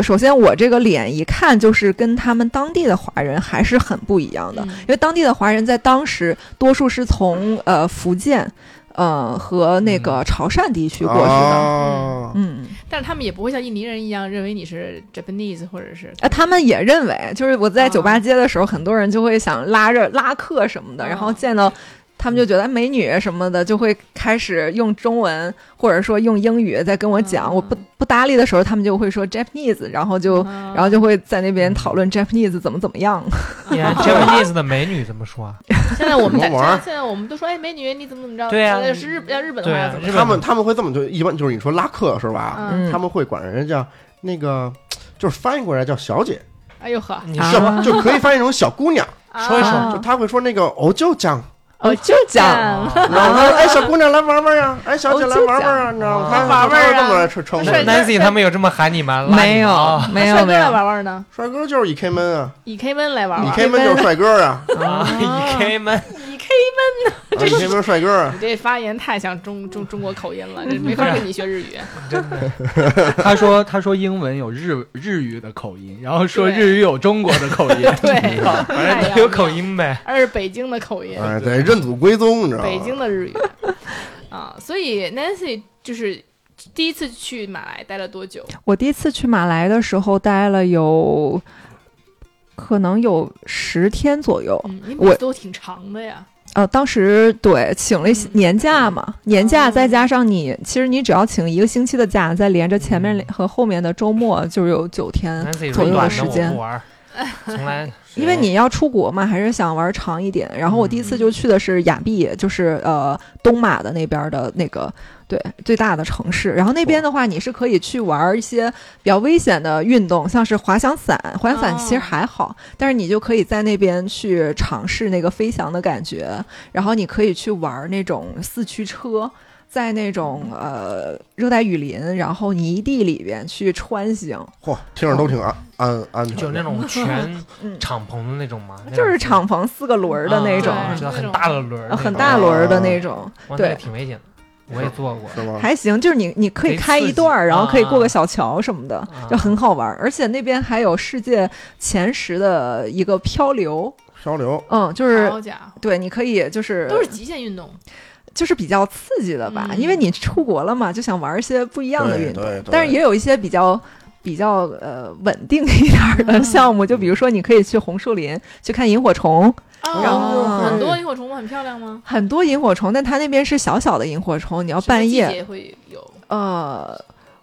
首先我这个脸一看就是跟他们当地的华人还是很不一样的，
嗯
因为当地的华人在当时多数是从呃福建，呃和那个潮汕地区过去的，
啊
嗯，
但是他们也不会像印尼人一样认为你是 Japanese 或者是
啊，他们也认为，就是我在酒吧
啊
街的时候，很多人就会想拉着拉客什么的，
啊
然后见到他们就觉得哎美女什么的，就会开始用中文或者说用英语在跟我讲。
啊
我不不搭理的时候，他们就会说 Japanese，然后就、哦
啊
然后就会在那边讨论 Japanese 怎么怎么样。
你看 Japanese 的美女怎么说啊？
现在我们在
什么玩意儿
现在我们都说哎美女你怎么怎么着？
对啊呀
呃是日要日本的话
对
要
啊
怎么
日
说？
他们他们会这么就一般就是你说拉客是吧？
嗯，
他们会管人家叫那个，就是翻译过来叫小姐，
哎呦呵，
你
啊
说
就就可以翻译成小姑 娘。
说一说
啊
就他会说那个哦就 讲，
哦，就 讲
啊
然后他说哎小姑娘来玩 玩呀，哎小姐来玩玩
哦
啊，你知道吗？他
玩玩啊
他会这么来称称呼
那帅哥
人。
Nancy 他们有这么喊你吗？拉
没
你
有
吗
没
帅
有
哥
没
来
有，
玩玩呢，
帅哥就是 E K 闷啊
以 K 温来玩
，E
玩。
K 闷就是帅哥啊
嗯
啊，EK 们
，E K 闷帅哥啊。
你这发言太像中中中国口音了，这没 法跟你学日语。
真的
他说他说英文有日日语的口音，然后说
对
日语有中国的口音。嗯
对，
反
哎
太
正
阳
都有口音呗。
而是北京的口音，
哎，得认祖归宗，你知道吗？
北京的日语 啊。所以 Nancy 就是第一次去马来待了多久？
我第一次去马来的时候待了有可能有十天左右。
嗯，你
我
每次都挺长的呀。
呃，当时对请了一些
嗯
年假嘛，年假
哦
再加上你，其实你只要请一个星期的假，再连着前面
嗯
和后面的周末，就是有九天
Nancy
左
说
右的
短的
时
我
间
不。玩儿，从来
因为你要出国嘛，还是想玩长一点。然后我第一次就去的是雅碧，就是呃东马的那边的那个对最大的城市。然后那边的话，你是可以去玩一些比较危险的运动，像是滑翔伞。滑翔伞其实
哦
还好，但是你就可以在那边去尝试那个飞翔的感觉。然后你可以去玩那种四驱车。在那种呃热带雨林，然后泥地里边去穿行，
嚯，听着都挺安安安
就
全
那
的。
种全
嗯
敞篷的那种嘛，那
就
种
是敞篷四个轮儿的那种，
啊知道很大的轮儿那
啊，
种，
很大轮
哦
儿的那种，
哇，那
对
个挺危险的，我也坐过。
是吗？
还行，就是你你可以
贼刺
开一段儿，
激
然后可以过个
啊
小桥什么的，
啊
就很好玩儿。而且那边还有世界前十的一个漂流，
漂流，
嗯，就是。
好家伙，
对，你可以就是
哦都是极限运动。
就是比较刺激的吧，
嗯
因为你出国了嘛，就想玩一些不一样的
对
运动，
对对
但是也有一些比较比较呃稳定一点儿的项目，就比如说你可以去红树林去看萤火虫，
然
哦，
后
很多萤火虫很漂亮吗？
很多萤火虫，但它那边是小小的萤火虫，你要半夜
什么季节会有。
呃，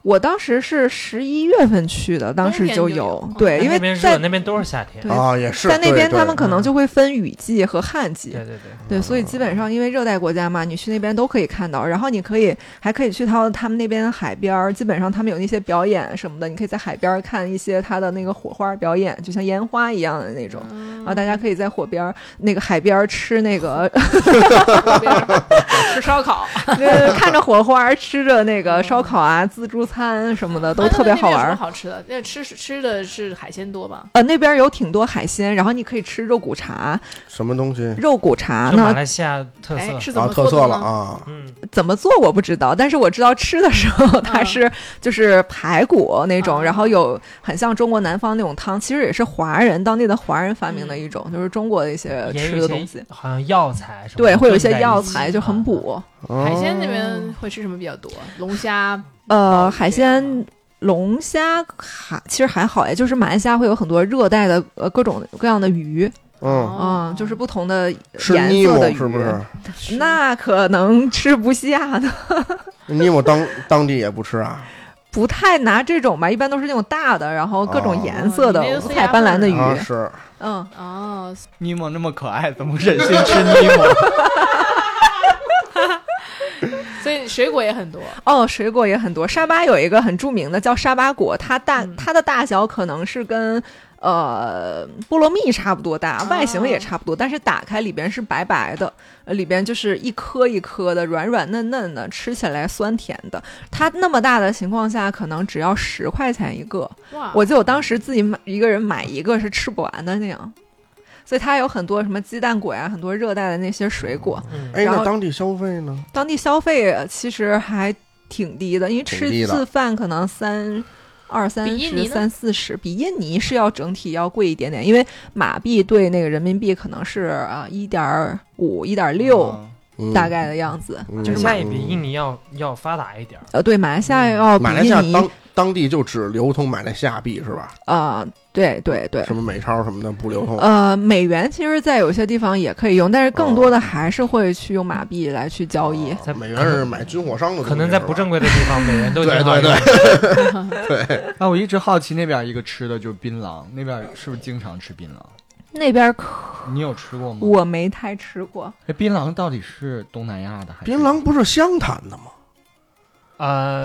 我当时是十一月份去的，当时就
冬天就有
有
哦
对，
但
因为
那边热，
在
那边都是夏天
对。
啊，也是
在那边
对
他们可能
嗯
就会分雨季和旱季
对。对对，
对，所以基本上因为热带国家嘛，你去那边都可以看到，然后你可以还可以去到他们那边的海边儿，基本上他们有那些表演什么的，你可以在海边儿看一些他的那个火花表演，就像烟花一样的那种。
嗯
然后大家可以在火边儿那个海边儿吃那 个，
旁边吃烧烤，
呃看着火花，吃着那个烧烤啊、自助餐什么的都
啊那
特别
那
好
边有
玩
什么
儿。
好吃的，那吃是吃的是海鲜多吧？
呃，那边有挺多海鲜，然后你可以吃肉骨茶，
什么东西
肉骨茶
是马
呢
来西亚嗯特
哎，
色。
是怎
啊？
么
特
做的
色了
呢？
啊！
嗯，
怎么做我不知道，但是我知道吃的时候它
嗯
是就是排骨那种，
啊
然后有很像中国南方那种汤，其实也是华人当地的华人发明的一种，就是中国的一些
也有
呃吃
一
的
些
东西。
好像药材什么的
对，会有一
炖在
些
起
药材就很。
嗯
补。
海
哦
鲜那边会吃什么比较多？龙虾、
呃，海鲜龙虾还其实还好哎，就是马来西亚会有很多热带的呃各种各样的鱼，
嗯，
嗯，就是不同的
吃
颜
尼
色
莫
的鱼，
是不 是？
那可能吃不下的，
尼莫当当地也不吃啊？
不太拿这种吧，一般都是那种大的，然后各种颜色的、
哦你那个
五
是
彩斑斓的鱼，
啊是，
嗯，
哦，
尼莫那么可爱，怎么忍心吃尼莫？
所以水果也很多。
哦，水果也很多。沙巴有一个很著名的叫沙巴果，它大、它的大小可能是跟呃菠萝蜜差不多大，外形也差不多，但是打开里边是白白的，呃里边就是一颗一颗的，软软嫩嫩的，吃起来酸甜的。它那么大的情况下，可能只要十块钱一个。
哇，
我记得我当时自己买一个人买一个是吃不完的那样。所以它有很多什么鸡蛋果呀，很多热带的那些水果，
嗯，
哎，
然后
那当地消费呢？
当地消费呃其实还挺低的，因为吃
挺低
一
的
次饭可能三二三
比印尼
十、
呢
三四十，比印尼是要整体要贵一点点，因为马币对那个人民币可能是啊一点五、一点六
嗯
嗯
大概的样子，
嗯
就是
现
马
在也比印尼要要发达一点儿。
呃对马来西
嗯
亚要比
马来西亚
印尼
当当地就只流通马来西亚币是吧？
啊、对对对。
什么美钞什么的不流通。
呃，美元其实，在有些地方也可以用，但是更多的还是会去用马币来去交易。
啊美元是买军火商的东西，
可能在不正
规。
规的地方，美元 都
对
挺好
对
用的
对，
啊，我一直好奇那边一个吃的就是槟榔，那边是不是经常吃槟榔？
那边可
你有吃过吗？
我没太吃过，
哎，槟榔到底是东南亚的还是？
槟榔不是湘潭的吗？
呃，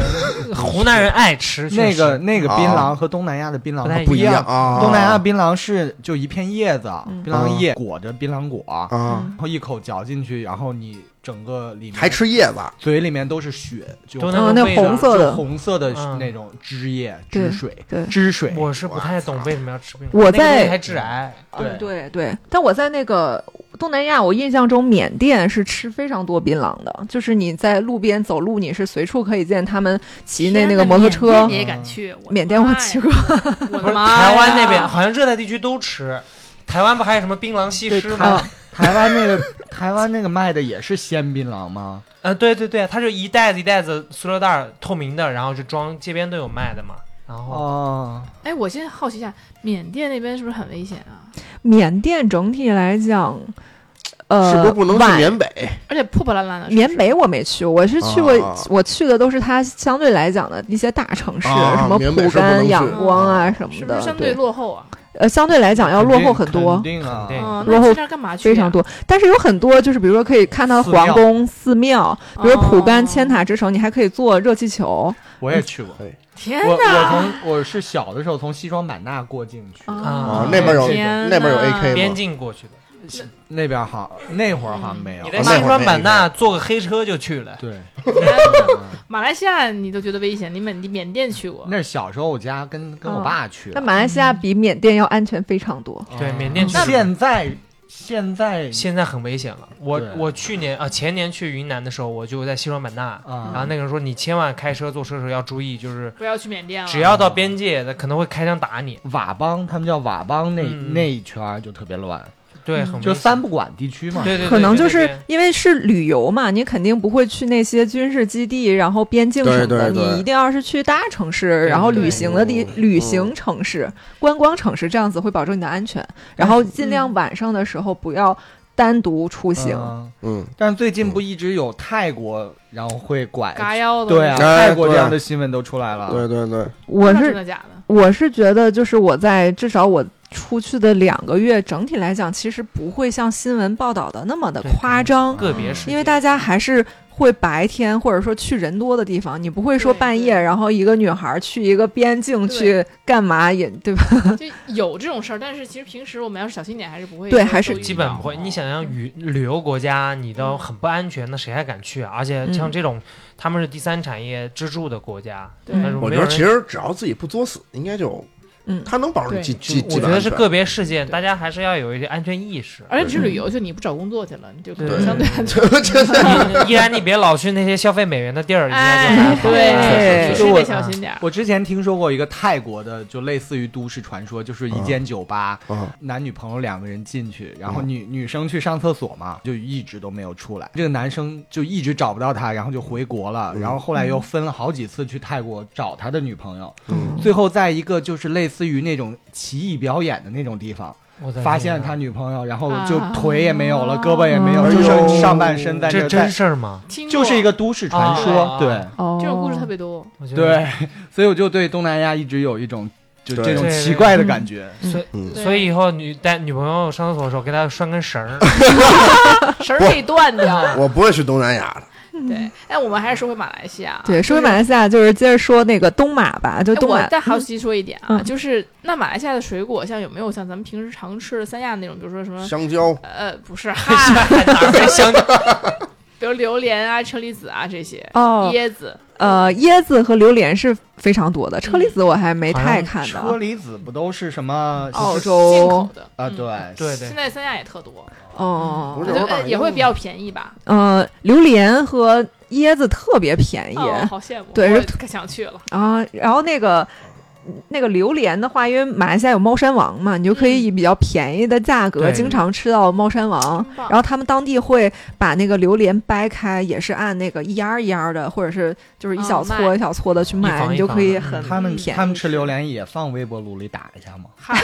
湖南人 爱吃，确
那
实
个那个槟
啊
榔和东南亚的槟榔
不太
它不
一
样。
啊！
东南亚槟榔是就一片叶子，
嗯
槟榔
哦
叶裹着槟榔果，
啊，
嗯
然后一口嚼进去，然后你整个里面
还吃叶子啊，
嘴里面都是血，就
都
嗯
个
那
味道
红色
就
的
红色的
嗯
那种汁液、
对
汁水、
对。
汁水。
我是不太懂为什么要吃槟榔，
我
那个东西
在
还致癌，
嗯，对对，但我在那个东南亚，我印象中缅甸是吃非常多槟榔的，就是你在路边走路，你是随处可以见他们骑那
天
那
哪
个摩托
缅
车嗯
甸。你也敢去？我的
缅甸我
妈
去
呀，
过，
我
不
的
是
嗯妈呀！
台湾那边好像热带地区都吃，台湾不还有什么槟榔西
对
施
台
哦
吗？
台湾那个台湾那个卖的也是鲜槟榔吗？
呃，对对对，它就一袋子一袋子塑料袋儿透明的，然后就装街边都有卖的嘛。然后
哦，
哎，我现在好奇一下，缅甸那边是不是很危险啊？
缅甸整体来讲，呃，
是不是不能去
晚
缅北？
而且破破烂烂的，是啊不
缅
是
北我没去，我是去过，
啊
我去的都是它相对来讲的一些大城市，
啊
什么
缅北
蒲
是不能
甘、
去
仰光啊什
是
么
不
的，
是相对
对，
落后啊？
呃，相对来讲要落后很多。
肯定啊
肯，定
嗯，
落
那
后
去那儿干嘛去？
非常。多，但是有很多就是，比如说可以看到
寺
皇
庙
宫、寺庙，比如蒲甘
哦
千塔之城，你还可以坐热气球。
我也去过。
天
我
啊
哪！
我从我是小的时候从西双版纳过境去，
嗯
啊
啊，
那边有
天
那边有
哪
AK
边
吗？
境过去的，
那边好那会儿好像没有
嗯
你。在
那会儿
西双
没
版
有
纳坐个黑车就去了。
对，嗯
天哪马来西亚你都觉得危险，你缅你缅甸去过？
那是小时候我家跟跟
嗯
我爸去
那
的。嗯
马来西亚比缅甸要安全非常多。
对缅甸去的
现在现在
现在很危险了。我
对
我去年啊、前年去云南的时候，我就在西双版纳，
啊
然后那个人说你千万开车坐车的时候要注意，就是
不要去缅甸了。
只要到边界，他可能会开枪打你。
佤邦，他们叫佤邦那、
嗯
那一圈儿就特别乱，
对，很危
就
险
三不管地区嘛。
对对对，
可能
对
就
对
是
对
因为是旅游嘛，你肯定不会去那些军事基地，然后边境什么的，
对对对
你一定要是去大城市，然后旅行的地、
对
旅行城市、观光城市，这样子会保证你的安全。然后尽
嗯
量晚上的时候不要单独出行。
嗯
嗯，
但是最近不一直有泰国，然后会拐
嘎腰的，
对啊，
哎
泰国这
对
样的新闻都出来
啊
了。
对对对，
我
真
是
的假的？
我是觉得，就是我在至少我出去的两个月，整体来讲，其实不会像新闻报道的那么的
对
夸张，
个别事件，
因为大家还是会白天或者说去人多的地方，你不会说
对
半夜，
对
然后一个女孩去一个边境
对
去干嘛也对吧？
就有这种事儿，但是其实平时我们要是小心点，还是不会
对
说
还是
都遇
基本
到
不会。
的
你想想，旅旅游国家，你都很不安全，那谁还敢去啊？而且像这种他们是第三产业支柱的国家，
对
但是
我
没
觉得
有人
其实只要自己不作死，应该就，
嗯
他能保证
对
基基基
我觉
本
得
安
是
全。
个别事件，大家还是要有一些安全意识。
而且去旅游去，你不找工作去了，你就可能
对
相对
依然，你别老去那些消费美元的地儿，应该就还
哎，
好。
对，
对
你
就是我
得小心点儿。
我之前听说过一个泰国的，就类似于都市传说，就是一间酒吧，
嗯
男女朋友两个人进去，然后女、女生去上厕所嘛，就一直都没有出来。这个男生就一直找不到她，然后就回国了，然后后来又分了好几次去泰国找他的女朋友，
嗯
嗯
最后在一个就是类似于那种奇异表演的那种地方，
我的
发现了
天
他
哪
女朋友，然后就腿也没有了，胳膊也没有，
哎
就
呦
剩上半身在
这
在
真事儿吗？
听
就是
过
一个都市传说，
啊
对。
哦
这种故事特别多，
我觉得
对， 所以我就对东南亚一直有一种就
对
这种
对
奇怪的感觉。
所以
嗯
所以以后女带女朋友上厕所的时候，给她拴根绳儿。
绳儿可以断掉。
嗯我不会去东南亚的，
对，哎，我们还是说回马来西亚啊。
嗯对，说回马
来
来西亚就是接着说那个东马吧，就东
哎我
马。
再好奇说一点啊，
嗯
就是那马来西亚的水果，像有没有像咱们平时常吃的三亚那种，比如说什么
香蕉
呃，不 是，哈，
哪儿没香蕉？
比如榴莲啊、车厘子啊这些，
哦，
椰子，
呃，椰子和榴莲是非常多的，车
嗯
厘子我还没
好像
太看
车
到。
厘子不都是什么
澳
哦进
洲
口，的
啊？
嗯
对，
对
现
对，
在三亚也特多，
哦
不是
就
我感
呃
觉
也会比较便宜吧？
呃，榴莲和椰子特别便宜
哦，好羡慕，
哎对
我
是
可想去了。
啊。然后那个那个榴莲的话，因为马来西亚有猫山王嘛，你就可以以比较便宜的价格
对
经常吃到猫山王。
真棒
啊然后他们当地会把那个榴莲掰开，也是按那个一丫儿一丫儿的，或者是就是一
哦
小撮
卖
一小撮的去卖，
一房
你
一
就
房
可以
的
很
嗯他们
便宜
他们吃榴莲也放微波炉里打一下吗？
嗨，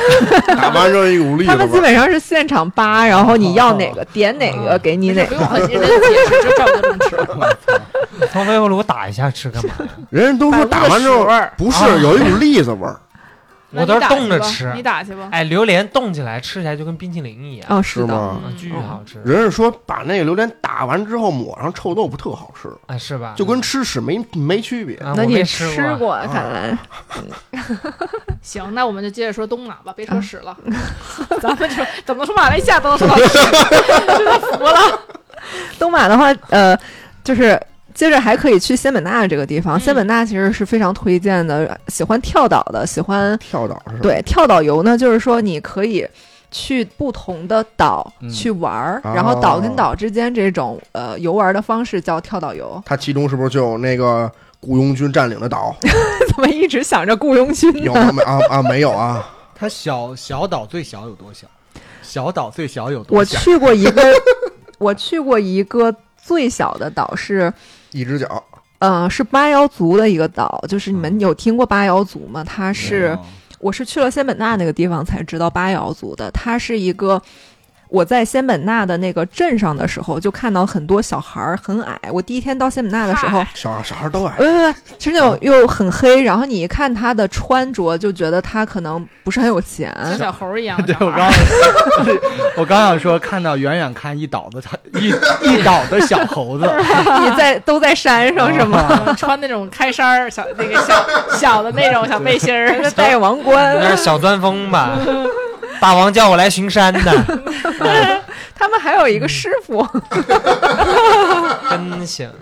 打完扔一股栗
他
子
们基
吧。
本上是现场扒，然后你要哪个点哪个，
哦
给你
没事
哪
不
个。
用很认真地解释，就照着这么吃。
从微波炉打一下吃干嘛？
人家都说打完之后不
啊
是有一股栗子味儿，
那
我都
你
是
打
冻
去
着
吧
吃
你打去吧。
哎，榴莲冻起来吃起来就跟冰淇淋一样，
哦，是
是
的，
吗？
啊巨好吃。
人家说把那个榴莲打完之后抹上臭豆腐特好吃，
啊，是吧？
就跟吃屎没没区别。
啊
那
我
你
没
吃
过啊。
过？看来
行，那我们就接着说东马吧，别
啊
说屎了。 咱们就怎么说马来西亚都能说到屎，真的服了。
东马的话，呃，就是。接着还可以去仙本那这个地方，
嗯
仙本那其实是非常推荐的，喜欢跳岛的，喜欢
跳岛是吧？
对跳岛游呢，就是说你可以去不同的岛
嗯
去玩儿，
哦
然后岛跟岛之间这种呃游玩的方式叫跳岛游。
它其中是不是就有那个雇佣军占领的岛？
怎么一直想着雇佣军
有
呢？
吗？没啊啊没有啊？
它小小岛最小有多小？小岛最小有多
我
小？
去过一个， 我去过一个最小的岛是，
一只脚
呃，是八瑶族的一个岛，就是你
嗯
们有听过八瑶族吗？它是。
哦
我是去了仙本那那个地方才知道八瑶族的，它是一个。我在仙本那的那个镇上的时候，就看到很多小孩儿很矮。我第一天到仙本那的时候，呃
小孩小孩都爱
不不不，是那种
哦
又很黑，然后你一看他的穿着，就觉得他可能不是很有钱。
跟小猴一样
啊 。对
小
我
孩
刚
儿，
我刚想说，看到远远看一岛的它一一岛的小猴子，
你在都在山上是吗？
啊
嗯 穿那种开衫儿，小那个小小的那种小背心儿，
戴王冠，
嗯
那是小钻风吧？大王叫我来巡山的，
他们还有一个师傅。
真行。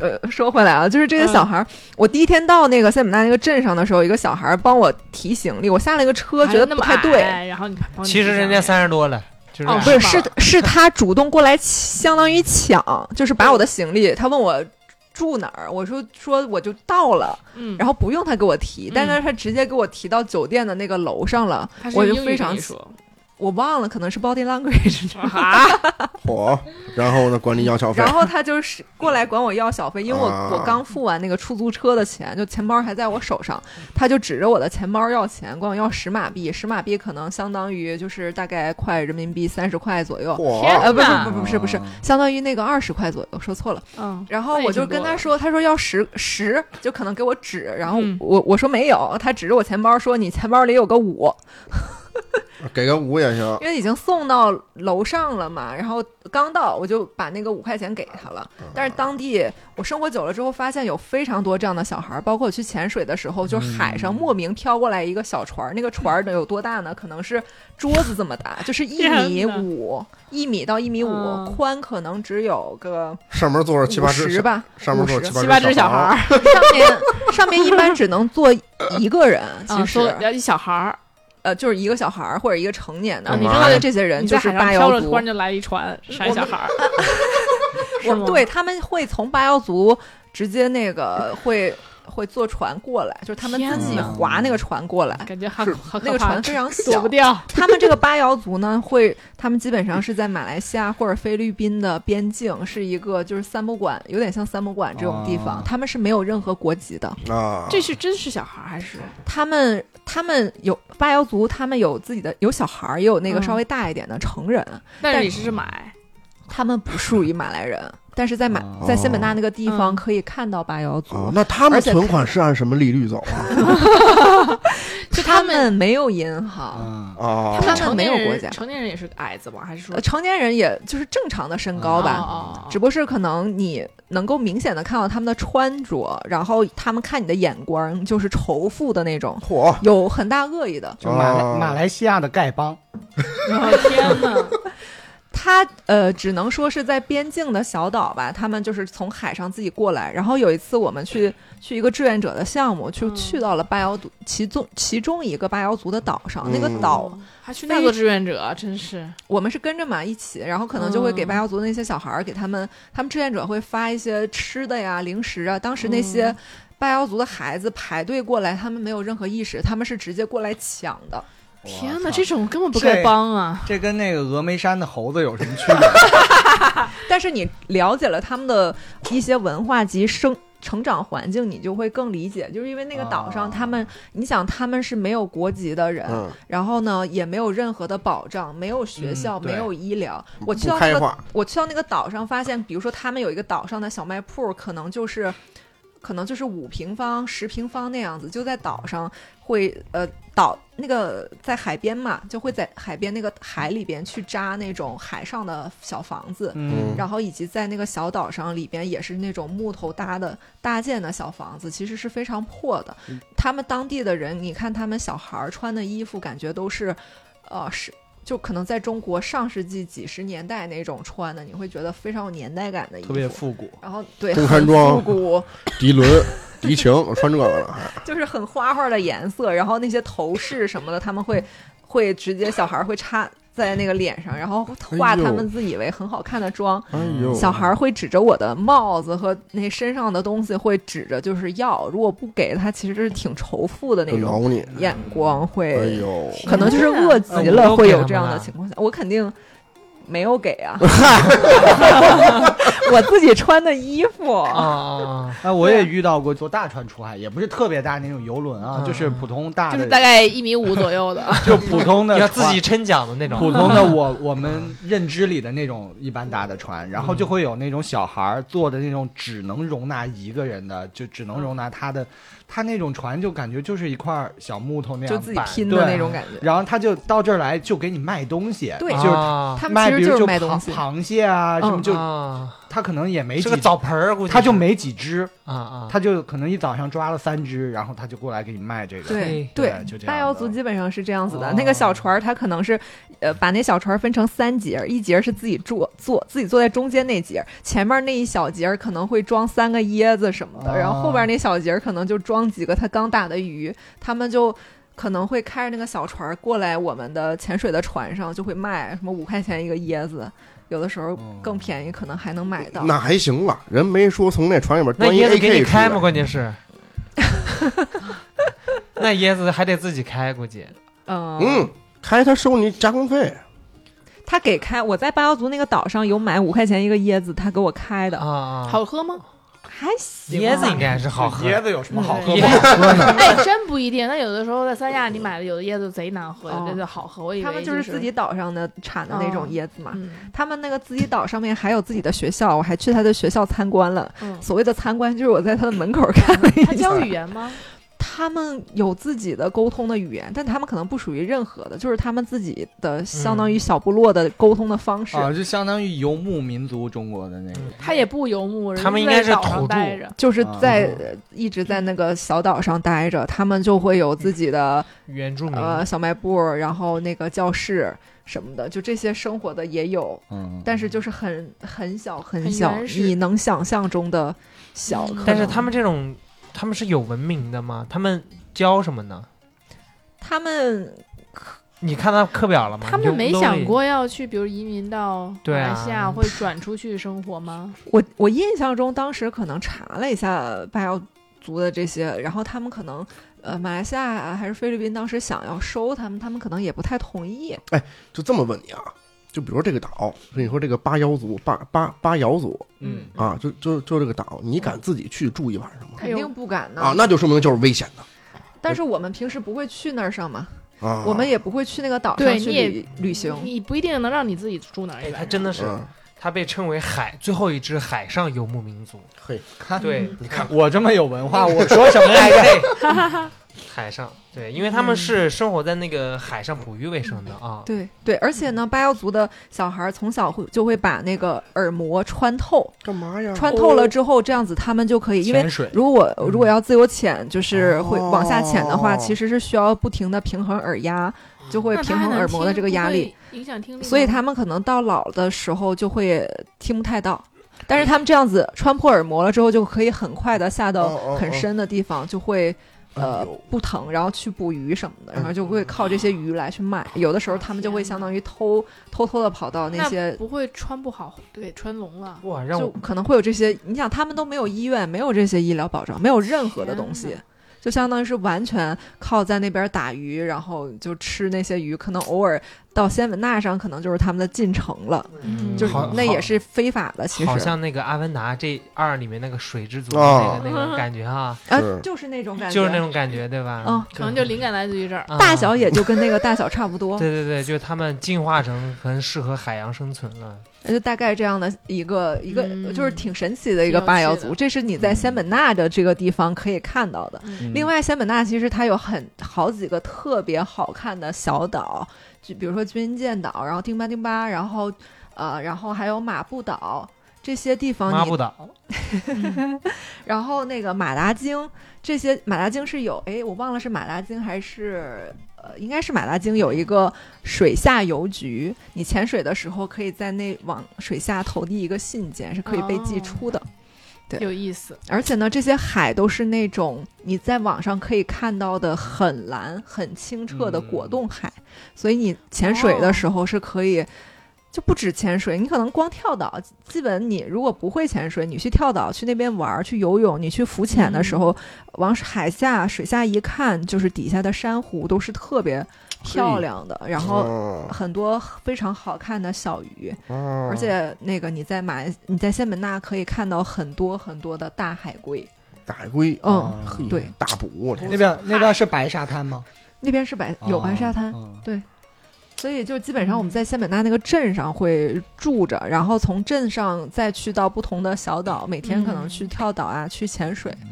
呃，说回来啊，就是这些小孩儿，我第一天到那个塞姆纳那个镇上的时候，一个小孩儿帮我提行李，我下了一个车，觉得
那
不
么
太对。
矮然后你帮你
其实人家
提上
三十多了，就是啊
哦
不是，
是
是
吗
是他主动过来，相当于抢，就是把我的行李，他问我住哪儿，我说说我就到了，
来，嗯，
然后不用他给我提
嗯，
但是他直接给我提到酒店的那个楼上了，
他是
我就
英
非
语跟
常
你说
我忘了，可能是 body language，
啊，
火，然后呢管你要小费
然，后他就是过来管我要小费，因为我、
啊
我刚付完那个出租车的钱，就钱包还在我手上，他就指着我的钱包要钱，管我要十马币，十马币可能相当于就是大概快人民币三十块左右。
火
天
呃，不
哪
是不是不是不是
啊，
相当于那个二十块左右，说错了。
嗯，
然后
那也
我就
挺
跟
多
他
的
说，他说要十十，就可能给我指，然后
嗯
我我说没有，他指着我钱包说你钱包里有个五，
给个五也行。
因为已经送到楼上了嘛，然后刚到我就把那个五块钱给他了。但是当地我生活久了之后，发现有非常多这样的小孩儿，包括我去潜水的时候，就
嗯
海上莫名飘过来一个小船儿，那个船儿能有多大呢？可能是桌子这么大，就是一米
天哪
五，一米到一米五
嗯，
宽可能只有个
上面坐着七八
五十
只，
吧，
上面
五
坐
十
着
七
八
八只小
小
孩
儿，
儿，
上 面上面一般只能坐一个人，其
啊，
实、
说了一小孩儿，
呃就是一个小孩儿或者一个成年的。
啊
你
然
知道
后这些人
你
就
在
是
海上
八
漂
瑶
着，
族嗯
突，然就来一船闪小孩儿，
我
是吗
对他们会从八瑶族直接那个会会坐船过来，就是他们
天
自己
哪
划那个船过来，
感觉好
是
好
那
可
个
怕
船，非常
躲
小啊
不。掉。
他们这个八瑶族呢，会他们基本上是在马来西亚或者菲律宾的边境，是一个就是三不管，有点像三不管这种地方，
哦
他们是没有任何国籍的。
啊，
这是真是小孩儿还是
他们他们有八瑶族，他们有自己的有小孩儿，也有那个
嗯
稍微大一点的成人，
但是你是是买，
他们不属于马来人，但是在马、
哦
在仙本那那个地方
嗯
可以看到八瑶族。
哦，那他们
而且
存款是按什么利率走啊？
就
他
他
们没有银行，
嗯，
啊，
他们
成年
没有国
人
家
成年人也是矮子吗？还是说
呃成年人也就是正常的身高吧，
哦哦哦
只不过是可能你能够明显的看到他们的穿着，然后他们看你的眼光就是仇富的那种，
嚯，
有很大恶意的。
就马
哦
来马来西亚的丐帮，
哦天哪！
他呃，只能说是在边境的小岛吧，他们就是从海上自己过来。然后有一次我们去去一个志愿者的项目，就
嗯
去到了巴瑶族其中其中一个巴瑶族的岛上，那个
嗯
岛
哦还去那做志愿者，真是
我们是跟着马一起，然后可能就会给
嗯
巴瑶族的那些小孩儿，给他们，他们志愿者会发一些吃的呀、零食啊。当时那些
嗯
巴瑶族的孩子排队过来，他们没有任何意识，他们是直接过来抢的。
天
我
哪！
操
这种根本不该帮啊！
这跟那个峨眉山的猴子有什么区别？
但是你了解了他们的一些文化及生。成长环境，你就会更理解，就是因为那个岛上，
哦
他们，你想，他们是没有国籍的人，
嗯，
然后呢，也没有任何的保障，没有学校，
嗯对
没有医疗。我去
不
到那
开
个
化，
我去到那个岛上，发现，比如说他们有一个岛上的小卖铺，可能就是，可能就是五平方、十平方那样子，就在岛上会呃岛那个在海边嘛，就会在海边那个海里边去扎那种海上的小房子。
嗯
然后以及在那个小岛上里边也是那种木头搭的搭建的小房子，其实是非常破的
嗯。
他们当地的人，你看他们小孩儿穿的衣服，感觉都是，呃，是就可能在中国上世纪几十年代那种穿的，你会觉得非常有年代感的衣
特别
服。
复古。
然后对，
中
很
山装
复 古，
迪伦、迪情，我穿这个了还。
就是很花花的颜色，然后那些头饰什么的，他们会会直接小孩儿会插在那个脸上，然后画
哎呦
他们自以为很好看的妆。
哎呦，
小孩儿会指着我的帽子和那身上的东西，会指着就是要，如果不给他，其实是挺仇富的那
挠
种
你，
眼光，会、
哎呦，
可能就是饿极
天啊
了，
我都
会
给
有
他
这样
们
的
了
情况下，我肯定没有给 啊，我自己穿的衣服。
啊啊
哎，我也遇到过坐大船出海，也不是特别大那种游轮啊，
嗯
就是普通大
就
的，
是大概一米五左右的，
就普通的
啊！要自
船
己撑桨的那种，啊
普通的我我们认知里的那种一般大的船，然
嗯
后就会有那种小孩儿坐的那种只能容纳一个人的，就只能容纳他的，他那种船就感觉就是一块小木头那
就
样
自己
板
拼的
对
那种感觉，
然后他就到这儿来就给你卖东西，
对
就是他
啊
他们
卖
其
比如
实就是
就
卖
螃
东西，
螃蟹啊什么
嗯
就
啊，
他可能也没
是
几
个澡盆儿，估计
他就是没几只，
啊啊，
他就可能一早上抓了三只，然后他就过来给你卖这个。
对
嘿
对
对就这样的
大瑶族基本上是这样子的，
哦
那个小船儿它可能是，呃，把那小船儿分成三节儿，一节儿是自己坐坐自己坐在中间那节儿，前面那一小节儿可能会装三个椰子什么的，
哦
然后后边那小节儿可能就装几个他刚打的鱼，他们就。可能会开着那个小船儿过来我们的潜水的船上，就会卖什么五块钱一个椰子，有的时候
嗯
更便宜，可能还能买到。
那还行吧，人没说从那船里边
那
端一
椰子给
AK
你开吗？
出来。
关键是，那椰子还得自己开，估计
嗯
嗯，开他收你加工费，
他给开，我在巴瑶族那个岛上有买五块钱一个椰子，他给我开的，
啊啊。
好喝吗？
还行啊吧。
椰子应该是好喝，
椰子有什么好喝
嗯
不好喝呢？
哎，真不一定。那有的时候在三亚，你买的有的椰子贼难喝，
哦
有的就好喝。我以为
他们
就
就是自己，岛上的产的那种
哦
椰子嘛。
嗯
他们那个自己岛上面还有自己的学校，我还去他的学校参观了。
嗯，
所谓的参观，就是我在他的门口看了一
他
下
教。语言吗？
他们有自己的沟通的语言，但他们可能不属于任何的，就是他们自己的相当于小部落的沟通的方式。
嗯啊，就相当于游牧民族中国的那个。
他也不游牧，人
他们
就
应该
在
是
岛
土
上
著
待着。
就是
啊
在、呃一直在那个小岛上待着，他们就会有自己的、
原
嗯
住民，
呃小卖部，然后那个教室什么的，就这些生活的也有，
嗯，
但是就是很很小很
很
小，
原始
你能想象中的小。
嗯
可
但是
能
他们这种他们是有文明的吗？他们教什么呢？
他们
你看他课表了吗？
他
你就
们没
搂着
想
一
过要去，比如移民到马
对
来
啊
西亚，或者转出去生活吗？
我我印象中当时可能查了一下拜奥族的这些，然后他们可能呃马来西亚还是菲律宾当时想要收他们，他们可能也不太同意。
就这么问你啊，就比如这个岛，跟你说这个巴瑶族、巴巴巴瑶族
嗯，
啊，就就就这个岛，你敢自己去住一晚上吗？
肯定
不敢
啊，那就说明就是危险的
但是我们平时不会去那儿上嘛，
啊。
我们也不会去那个岛上
对
去
你也
旅旅行。
你不一定能让你自己住哪儿啊
哎，
一晚
他
上。
真的是，
嗯
他被称为海最后一支海上游牧民族。
嘿，
看
对，你看，
我这么有文化，我说什么来着？
海上，对，因为他们是生活在那个海上捕鱼为生的啊。
对对，而且呢，巴瑶族的小孩儿从小会就会把那个耳膜穿透，
干嘛
嗯
呀？
穿透
哦
了之后，这样子他们就可以，因为
潜水，
如果我如果要自由潜，就是会
嗯哦
往下潜的话，其实是需要不停的平衡耳压，
嗯
就会
那他
平
还
衡
能
耳膜的
听
这个
不
压
会嗯
力，
影响听力吗。
所以他们可能到老的时候就会听不太到。但是他们这样子穿破耳膜了之后，就可以很快的下到
哦哦哦
很深的地方，就会
哎
呃
呦嗯
不疼，然后去捕鱼什么的，然后就会靠这些鱼来去卖。有的时候他们就会相当于偷偷偷的跑到那
那
些。
不会穿不好，对，穿聋了。
哇，让
就
我
可能会有这些，你想他们都没有医院，没有这些医疗保障，没有任何的
天
东西
哪，
就相当于是完全靠在那边打鱼，然后就吃那些鱼，可能偶尔到仙本那上，可能就是他们的进城了。
嗯
就是
好
那
好
也是非法的，其实
好像那个《阿凡达》这二里面那个水之族的
哦
那个那个感觉哈，
啊
是，
就是那种感觉，
就是那种感觉，对吧？
嗯
可能就灵感来自于这儿。
啊
大小也就跟那个大小差不多，
对对对，就是他们进化成很适合海洋生存了。
就大概这样的一个一个，
嗯
就是挺神奇的一个巴瑶
挺有趣
族，
的
这是你
嗯
在仙本那的这个地方可以看到的。
嗯
另外，仙本那其实它有很好几个特别好看的小岛，就比如说军舰岛，然后丁巴丁巴，然后呃，然后还有马布岛这些地方
妈
哦你
不倒，
然后那个马达京这些马达京是有，哎，我忘了是马达京还是呃，应该是马达京有一个水下邮局，你潜水的时候可以在那往水下投递一个信件，是可以被寄出的。对
有意思，
而且呢，这些海都是那种你在网上可以看到的很蓝、很清澈的果冻海，所以你潜水的时候是可以。就不止潜水，你可能光跳岛，基本你如果不会潜水，你去跳岛、去那边玩儿、去游泳、你去浮潜的时候，往海下、水下一看，就是底下的珊瑚都是特别漂亮的，然后
哦
很多非常好看的小鱼。
哦
而且那个你在马来你在仙本那可以看到很多很多的大海龟，
大海龟，
嗯，
啊
嘿
对，
大补，我天
那边那边是白沙滩吗？
那边是白有白沙滩，
啊
所以就基本上我们在仙本那那个镇上会住着，然后从镇上再去到不同的小岛，每天可能去跳岛啊，去潜水。
嗯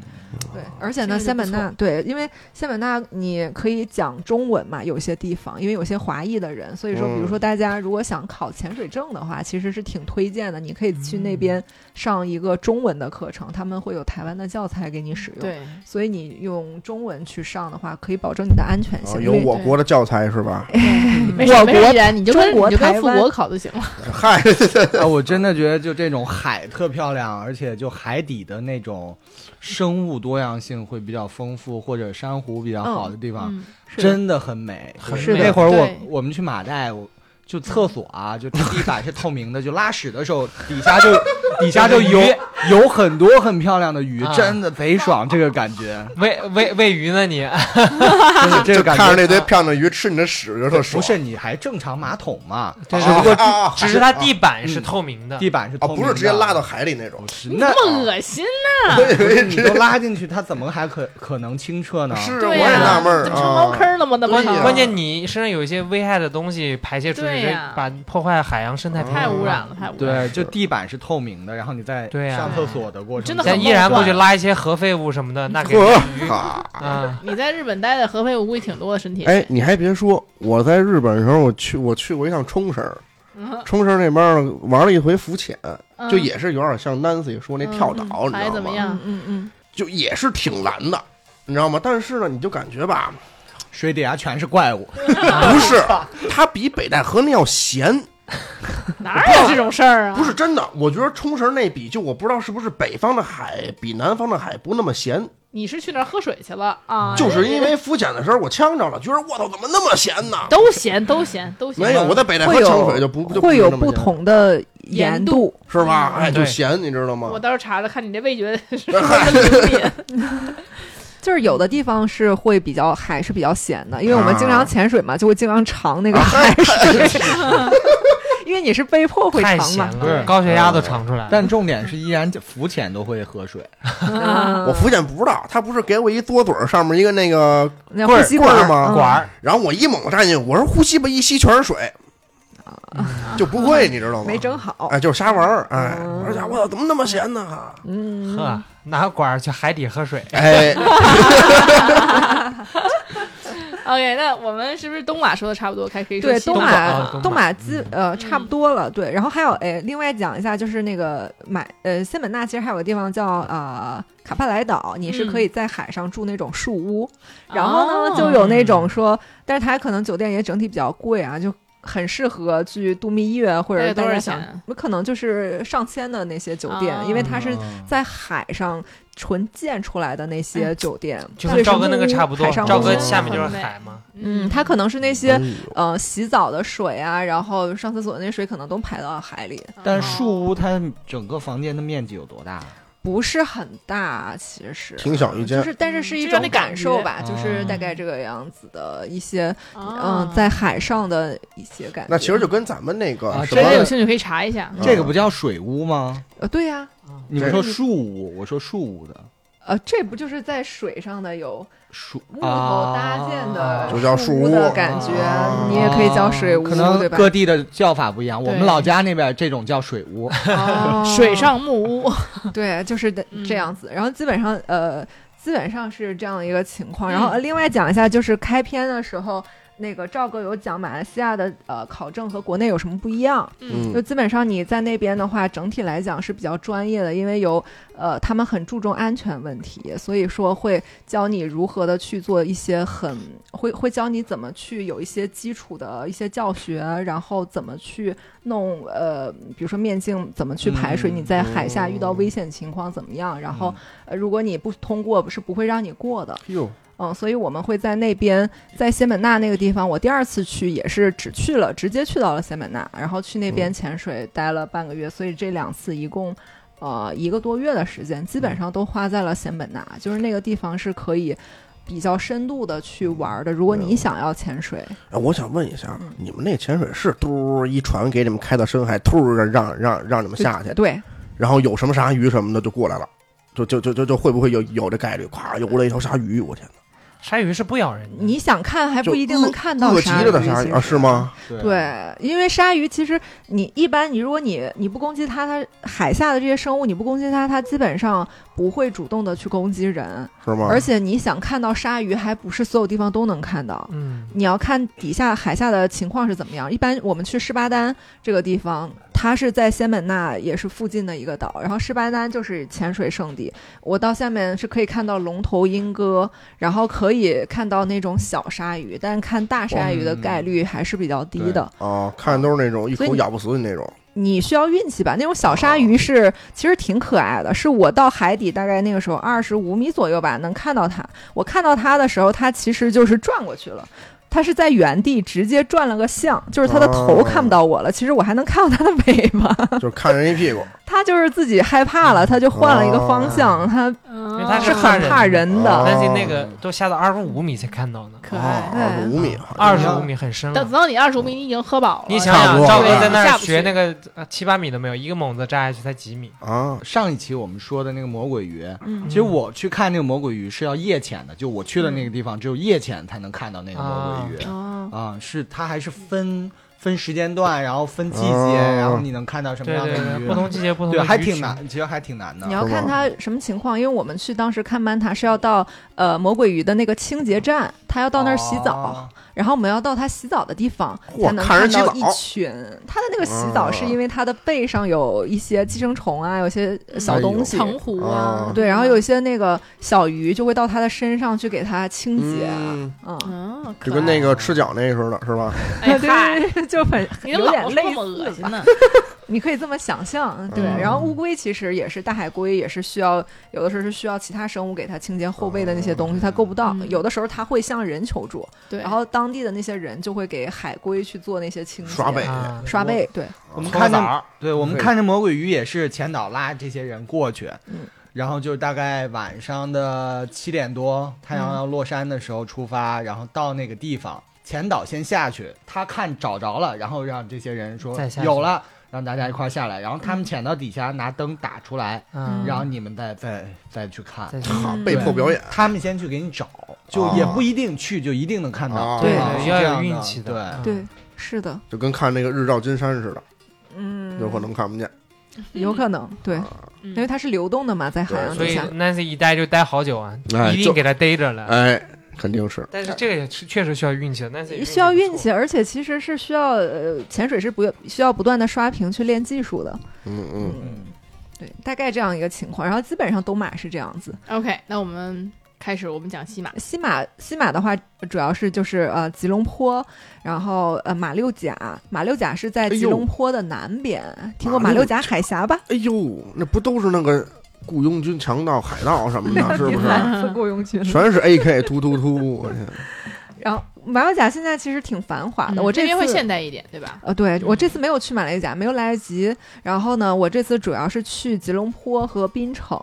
对，而且呢，
嗯这
仙
个
本
就不错
那对，因为仙本那你可以讲中文嘛，有些地方，因为有些华裔的人，所以说，
嗯
比如说大家如果想考潜水证的话，其实是挺推荐的，你可以去那
嗯
边上一个中文的课程，他们会有台湾的教材给你使用。，
对，
所以你用中文去上的话，可以保证你的安全
啊
性。
有
因为
我国的教材是吧？
没事
我
没事，依然你就
中
跟
国
你就
台
跟富
湾
国考就行了。
嗨，
啊，我真的觉得就这种海特漂亮，而且就海底的那种生物多样性会比较丰富，或者珊瑚比较好的地方，
嗯，
是的
真的很美。
很
是的
美
那会儿我
对
我们去马代，我就厕所啊，就地板是透明的，就拉屎的时候底下 就底下就有有很多很漂亮的鱼，
啊
真的贼爽，这个感 觉，
喂喂喂鱼呢你？
真的这个
就
感
看
觉。啊
着那堆漂亮的鱼吃你的屎，就特
不
爽。
是，你还正常马桶嘛？
对
只不过
啊啊啊
只是它地板是透明的，
地板是
啊，
透明的，
不是直接拉到海里那种，
是那
这么恶心呐！
我以为
你
直
都
接
拉进去，它怎么还可可能清澈呢？
是，我
对
也
呀、
纳闷儿
怎么成茅
啊。
坑了吗？那么
关
对呀
长
关键你身上有一些危害的东西排泄出去，
嗯对
这
呀
把破坏海洋生态平衡
太
嗯
了
污染了，太污染了。
对，就地板是透明的，然后你在
对啊
上上厕所的过程，
真的很嗯
现在依然过去拉一些核废物什么的，
嗯
那给
呵
鱼
哈。
啊，
你在日本待的合肥无龟挺多的，身体。
哎，你还别说，我在日本的时候，我去我去过一趟冲绳儿，
嗯，
冲绳那边儿玩了一回浮潜，
嗯
就也是有点像 Nancy 说那跳岛，
嗯嗯
你
还
知道
怎么
吗？
样
嗯嗯嗯，
就也是挺难的，你知道吗？但是呢，你就感觉 吧，
水底下全是怪物，
不是，它比北戴河那要咸，
嗯哪有这种事儿啊？
不是真的。我觉得冲绳那比，就我不知道是不是北方的海比南方的海不那么咸，
你是去那儿喝水去了啊？
就是因为浮潜的时候我呛着了，觉得我操怎么那么咸呢？
都啊咸，都咸，都咸。
没有，我在北戴河
会
呛水就
有
不就
会
是
有
那么
不
咸
同的盐度，
是吧？
嗯
哎，就
对
咸，你知道吗
我？到时候查查看你这味觉 是不是跟灵敏。
就是有的地方是会比较海是比较咸的，因为我们经
啊
常潜水嘛，就会经常尝那个海水，因为你是被迫会
太
尝
咸
嘛。
了，
对
高血压都尝出来了。
但重点是依然浮潜都会喝水。
嗯
我福建不知道，他不是给我一嘬嘴儿上面一个那个
那
棍
呼
儿
吸
棍
管
嗯
儿
嗯
吗
管儿，
然后我一猛站进去，我说呼吸吧，一吸全是水，就不会，你知道吗？
嗯没整好。
哎，就是瞎玩儿，哎，
嗯
而且我操，怎么那么咸呢？
嗯，
呵，啊拿管儿去海底喝水，
哎，
OK，那我们是不是东马说的差不多？还可以说
对，
西
东马
马啊东马
东马基呃差不多了。对，然后还有哎，另外讲一下，就是那个买呃仙本那其实还有个地方叫呃卡帕莱岛，你
嗯
是可以在海上住那种树屋，然后
哦
呢，就有那种说，但是它可能酒店也整体比较贵啊，就很适合去度蜜月或
大
者
概多
大
少
家
钱
想
啊，
可能就是上千的那些酒店，因为它是
哦
嗯
在海上纯建出来的那些酒店，
哎就
所以
跟
是
赵哥那
木
个
屋
差不多。
海上
赵
木
哥
屋
下面就是
很美
海嘛，
嗯，它可能是那些
哎呦
呃洗澡的水啊，然后上厕所的那水可能都排到海里，
但树屋它整个房间的面积有多大？
不是很大，其实
挺小一
就
间，
是但
嗯
是是一
就让
种
你感
感受
觉
吧，就是大
哦
概这个样子的一些
啊
嗯在海上的一些感觉。
那其实就跟咱们那个
啊
什
大
么
家有兴趣可以查一下。
嗯
这个不叫水屋吗？
呃对呀、
你们说树屋，我说树屋的
呃这不就是在水上的有
树
木头搭建的
啊
就叫
树
树屋
的感觉，
啊
你也可以叫水屋，
可能
对吧？
各地的叫法不一样，我们
对
老家那边这种叫水屋，
哦
水上木 屋，
对，就是的
嗯
这样子。然后基本上呃，基本上是这样的一个情况。
嗯
然后呃另外讲一下，就是开篇的时候，那个赵哥有讲马来西亚的呃考证和国内有什么不一样。
嗯
就基本上你在那边的话，整体来讲是比较专业的，因为有呃他们很注重安全问题，所以说会教你如何的去做一些很会会教你怎么去有一些基础的一些教学，然后怎么去弄呃，比如说面镜怎么去排水，
嗯
你在海下遇到危险情况怎么样，然后、呃如果你不通过是不会让你过的。
哟，
嗯，所以我们会在那边，在仙本那那个地方，我第二次去也是只去了，直接去到了仙本那，然后去那
嗯
边潜水待了半个月，所以这两次一共。呃，一个多月的时间，基
嗯
本上都花在了仙本那，就是那个地方是可以比较深度的去玩的。如果
嗯
你想要潜水，
哎，我想问一下，
嗯
你们那潜水是嘟一船给你们开到深海，突然让让让你们下去，
对，
然后有什么鲨鱼什么的就过来了，就就就就就会不会有有这概率？咵，游过来一条鲨鱼，我天哪，
鲨鱼是不咬人的。
你想看还
嗯就
不一定能
饿
看到
饿极
鲨鱼。
了的鲨
其
鱼
实
啊？是吗？
对，因为鲨鱼其实你一般你如果你你不攻击它，它海下的这些生物你不攻击它，它基本上不会主动的去攻击人。
是吗？
而且你想看到鲨鱼，还不是所有地方都能看到。
嗯，
你要看底下海下的情况是怎么样。一般我们去士巴丹这个地方，它是在仙本那也是附近的一个岛，然后士巴丹就是潜水圣地。我到下面是可以看到龙头鹰哥，然后可以看到那种小鲨鱼，但看大鲨鱼的概率还是比较低的。
啊，看都是那种一
所以
口
你
咬不死你那种。
你需要运气吧。那种小
哦
鲨鱼是、其实挺可爱的，是我到海底大概那个时候二十五米左右吧，能看到它。我看到它的时候，它其实就是转过去了。它是在原地直接转了个向，就是它的头
哦
看不到我了，其实我还能看到它的尾巴。
就是看人一屁股，
它就是自己害怕
嗯
了，它就换了一个方向，它
因
因为它
是
怕
很
人
怕人
哦
的。
但是那个都下到二十五米才看到呢，
可爱。
二啊
嗯
十五米，好像
二十五米很深
等
了。
到你二十五米，你已经喝饱了。
你
哦
想
差不
想，
多
赵哥在那
下
儿
不去
学那个呃七八米都没有，一个猛子扎下去才几米。
啊，
上一期我们说的那个魔鬼鱼，
嗯
其实我去看那个魔鬼鱼是要夜潜的，就我
嗯
去的那个地方只有夜潜才能看到那个魔鬼鱼
哦，
啊、是它还是分分时间段，然后分季节，
哦
然后你能看到什么
对
样
对
的鱼，
对，
啊
不同季节不同的
对，还
鱼
挺
群。
难，其实还挺难的
你。要
是吗
看它什么情况，因为我们去当时看曼塔是要到呃魔鬼鱼的那个清洁站，他要到那儿洗澡，
哦
然后我们要到他洗澡的地方
嚯
才能
看
看
人洗
到
澡啊
一群。他的那个洗澡是因为他的背上有一些寄生虫啊，有些小东
哎
西。
藤壶啊
哦，
对，然后有一些那个小鱼就会到他的身上去给他清洁，
嗯，
嗯，
嗯，
就跟那个吃脚那个似的，是吧？
哎嗨，
对对， 就很
你
有
老
点
说
类
那么恶
似
心呢，
你可以这么想象，对。
嗯
然后乌龟其实也是大海龟，也是需要有的时候是需要其他生物给它清洁后背的那些东西，它够不到。
嗯
有的时候它会向人求助，
对，
然后当地的那些人就会给海龟去做那些清洁。
刷背
啊
刷背，对，
我们
搓
看
澡
着，
儿
对我们
对
看着魔鬼鱼也是前导拉这些人过去，
嗯
然后就大概晚上的七点多，太
嗯
阳要落山的时候出发，然后到那个地方，前导先下去，他看找着了，然后让这些人说
再下去
有了，让大家一块儿下来，然后他们潜到底下拿灯打出来，
嗯，
然后你们再再再去看。
再去
好，
嗯
被迫表演，
他们先去给你找，就
哦
也不一定去就一定能看到
哦，
对
啊
对
是
要
这
有
样的
运气
对，
啊
的，嗯
对，是的，
就跟看那个日照金山似的，
嗯，
有可能看不见。啊
有可能，对，
嗯
因为它是流动的嘛，在海洋
所
底
以
下。
Nancy 一待就待好久啊，
哎
一定
就
给他逮着了。
哎，肯定是
但是这个也是确实需要运气的，Nancy
需要运
不错
气，。而且其实是需要呃，潜水是不需要不断的刷屏去练技术的，
嗯嗯，
嗯，
对，大概这样一个情况。然后基本上东马是这样子，
OK，那我们开始我们讲西马，
西马西马的话，主要是就是呃吉隆坡，然后呃马六甲，马六甲是在
哎呦
吉隆坡的南边，听过马
马六
六甲海峡吧？
哎呦，那不都是那个雇佣军、强盗、海盗什么 的，是不是？
蓝色雇佣军。
全是 AK 突突突，我天！
然后马六甲现在其实挺繁华的，
嗯
我
这
这
边会
次
现代一点，对吧？
呃，对我这次没有去马来西亚，没有来得及。然后呢，我这次主要是去吉隆坡和槟城，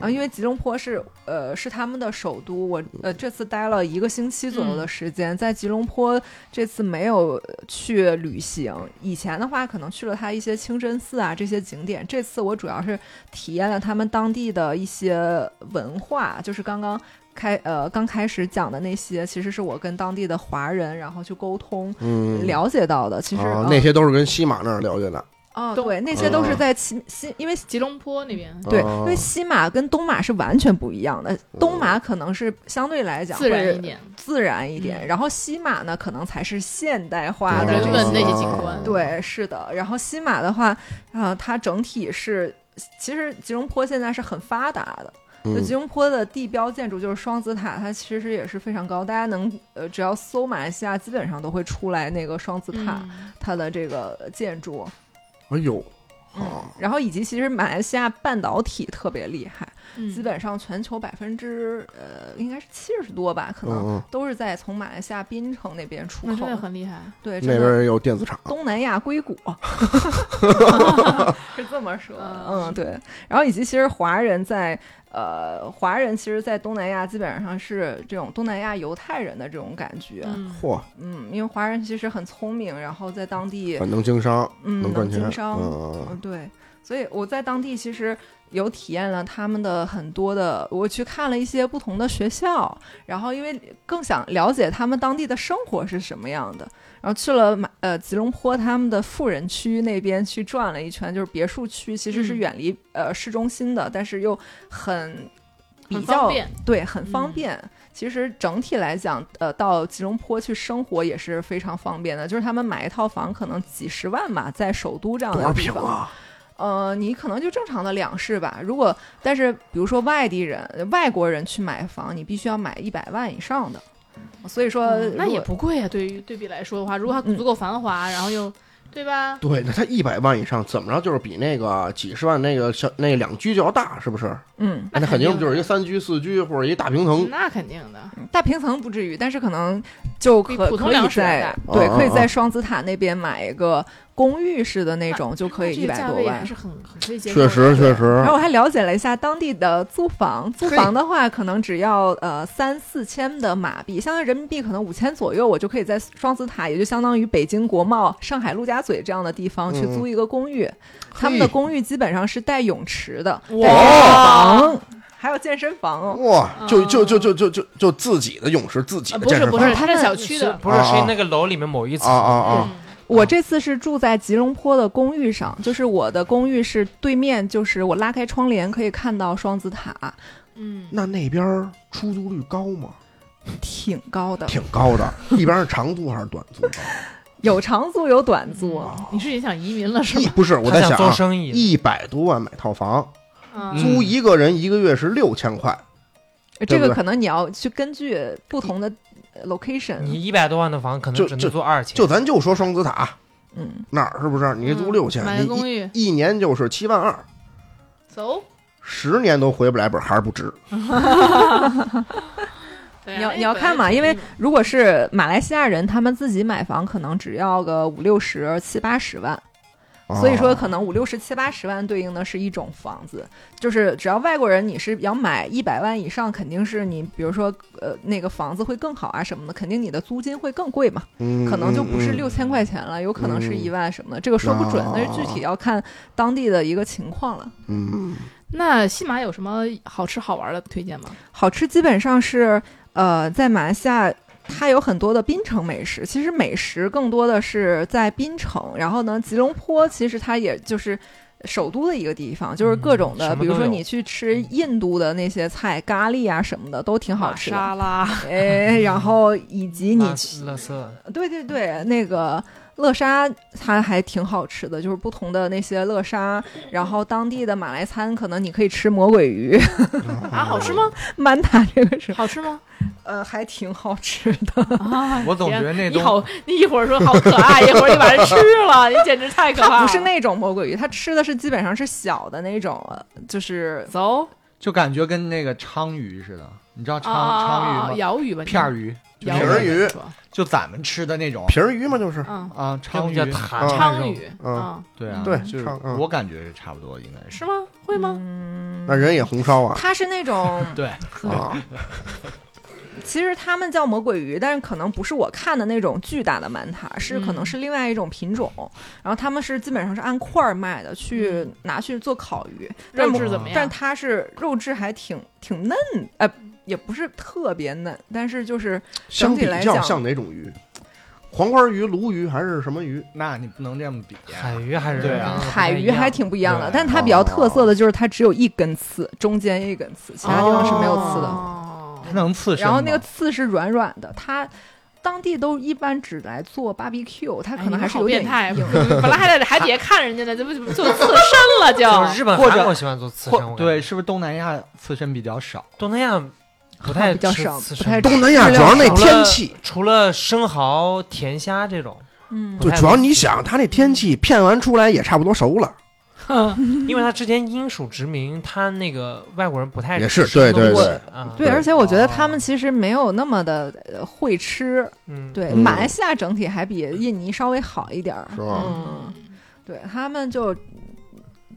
啊，因为吉隆坡是呃是他们的首都，我呃这次待了一个星期左右的时间，在吉隆坡这次没有呃去旅行，以前的话可能去了它一些清真寺啊这些景点，这次我主要是体验了他们当地的一些文化，就是刚刚。开呃，刚开始讲的那些，其实是我跟当地的华人，然后去沟通，
嗯，
了解到的，其实、
啊
嗯，
那些都是跟西马那儿了解的。
哦，
东
对，那些都是
嗯
在西西，因为
吉隆坡那边
对，
哦哦
因为西马跟东马是完全不一样的，东马可能是相对来讲
自然
会
一点，
自然一点，
嗯
然后西马呢可能才是现代
哦
化的
人
这
文
些
那些景观
对，是的。然后西马的话，啊、它整体是，其实吉隆坡现在是很发达的。就
嗯
吉隆坡的地标建筑就是双子塔，它其实也是非常高，大家能呃只要搜马来西亚，基本上都会出来那个双子塔、
嗯
它的这个建筑。
哎呦，
嗯
啊，
然后以及其实马来西亚半导体特别厉害，
嗯
基本上全球百分之呃应该是七十多吧，可能
嗯，
都是在从马来西亚槟城那边出
那
口
真的。很厉害，
对，
那
真的
边有电子厂，
东南亚硅 谷是这么说的，
嗯
嗯，对。然后以及其实华人在呃华人其实，在东南亚基本上是这种东南亚犹太人的这种感觉，
嗯
嚯，
嗯，因为华人其实很聪明，然后在当地
很啊能经商，
嗯
能赚钱，
经商，
嗯
嗯，对，所以我在当地其实有体验了他们的很多的，我去看了一些不同的学校，然后因为更想了解他们当地的生活是什么样的，然后去了马呃吉隆坡他们的富人区那边去转了一圈，就是别墅区其实是
嗯
远离、呃市中心的，但是又很比
很方
较
便
对，很方
嗯
便。其实整体来讲，呃，到吉隆坡去生活也是非常方便的。就是他们买一套房可能几十万嘛，在首都这样
多
的
少
地
平
方，
啊？
呃，你可能就正常的两室吧。如果但是比如说外地人、外国人去买房，你必须要买一百万以上的。所以说，
嗯那
呃如
也
果
不贵啊，对于对比来说的话，如果它
嗯
足够繁华，然后又对吧？
对，那他一百万以上，怎么着就是比那个几十万那个小那两居就要大，是不是？
嗯，
那肯
肯定嗯
定就是一个三居、四居或者一大平层。
那肯定的，
大平层不至于，但是可能就
比
可
普通
可以
两室
在
大
对，
哦
可以
哦
在
哦
双子塔那边买一个公寓式的那种，就可以一
这个
百
价
多
位
万
还。是很很可以接受
确
的。
实，确实
然，后我还了解了一下当地的租房，租
嘿
房的话可能只要呃三四千的马币，相当于人民币可能五千左右，我就可以在双子塔，也就相当于北京国贸、上海陆家嘴这样的地方去
嗯
租一个公寓。他们的
嘿
公寓基本上是带泳池的，带健身
哇
房，还有健身房哦。
哇，就就就就就就就自己的泳池，自己
啊
的
不
健
是
身
不
房
是，它是小区的，
不是
啊
是
啊
那个楼里面某一层
啊啊啊！
嗯
我这次是住在吉隆坡的公寓上，就是我的公寓是对面，就是我拉开窗帘可以看到双子塔，
嗯，
那那边儿出租率高吗？
挺高的，
挺高的，一般是长租还是短租高？啊
有长租有短租。
嗯你是也想移民了是
一
吗？
不是我
他
在
想
想
做
啊，
生意，
一百多万买套房，
啊
嗯
租一个人一个月是六千块，
这
对
个
不对
可能你要去根据不同的呃 location，
你一百多万的房可能
就
只
就
能做二千，
就咱就说双子塔
嗯，
那儿是不是？你这租六千、
买个公
你
寓
一一年就是七万二，
走。
十年都回不来本儿，还是不值。
对啊
你要
那
你要
本来
看嘛，
就
因为
是
如果是马来西亚人，他们自己买房可能只要个五六十、七八十万，
哦
所以
啊
说可能五六十、七八十万对应的是一种房子，就是只要外国人你是要买一百万以上，肯定是你比如说呃那个房子会更好啊什么的，肯定你的租金会更贵嘛，
能
可能就不是
嗯
六千块钱了，有可能是
嗯哦
一万什么的，这个说不准，那是具体要看当地的一个情况了。
嗯，
那西马有什么好吃好玩的推荐吗？
好吃基本上是呃，在马来西亚。它有很多的槟城美食，其实美食更多的是在槟城。然后呢，吉隆坡其实它也就是首都的一个地方，就是各种
嗯
的，
什么
比如
都
说
有嗯
你去吃印度的那些菜，咖喱啊什么的都挺好吃的。
玛莎 拉，
哎，然后以及你
垃
去
圾垃圾，
对对对，那个乐沙它还挺好吃的，就是不同的那些乐沙，然后当地的马来餐，可能你可以吃魔鬼鱼、
啊，好吃吗？
曼塔这个是，
好吃吗？
呃，还挺好吃的。
啊，
我总
天
觉得那
你
东
好，你一会儿说好可爱，一会儿就把人吃了，你简直太 可怕啊了。
它不是那种魔鬼鱼，它吃的是基本上是小的那种，呃就是
走
就感觉跟那个鲳鱼似的，你知道鲳
啊，
鲳鱼吗？
鳐鱼吧，
片儿鱼，
鳐
皮儿
鱼
鱼
吧，
就咱们吃的那种
皮儿鱼嘛，就是
嗯，
啊，鲳
叫
鱼，
塔
嗯
鲳鱼，
嗯
嗯，
对啊，
对
就是
鲳嗯
我感觉是差不多，应该是
是吗？会吗？
嗯，
那人也红烧啊
它是那 种
对，
啊，
其实他们叫魔鬼鱼，但是可能不是我看的那种巨大的鳗塔，是可
嗯
能是另外一种品种。然后他们是基本上是按块儿卖的，去
嗯
拿去做烤鱼，但
肉
是
质怎么
但
样？
它是肉质还挺挺嫩，呃，也不是特别嫩，但是就是
相
整
比
体来
较
讲
像哪种鱼？黄花鱼、鲈鱼还是什么鱼？
那你不能这么比啊，
海鱼还是
对啊
海鱼还挺不一样的。
对
但它比较特色的就是它只有一根刺，中间一根刺，其他地方是没有刺的。
哦
它能刺身
然
吗
后那个刺是软软的，它。当地都一般只来做 barbecue，它
哎
可能还是
你好
有点
变态，
硬
本来还在海底下看人家呢，怎么怎么就刺身了就？
就 是日本、
或者
韩国喜欢做刺身，
或
我感觉
对，是不是东南亚刺身比较少？
东南亚不太
比较
吃
少
刺
不
身
太
吧
东南亚
质
主
量
要那
少
天气，
除了生蚝、甜虾这种，
嗯
不
就
太
主要
能
你
吃
想，它那天气片完出来也差不多熟了，
嗯
因为他之前英属殖民，他那个外国人不太
也是
吃
对对
东西
对
啊，哦
对，而且我觉得他们其实没有那么的呃会吃，
嗯，
对，
嗯
马来西亚整体还比印尼稍微好一点儿，
是吧
嗯，对他们就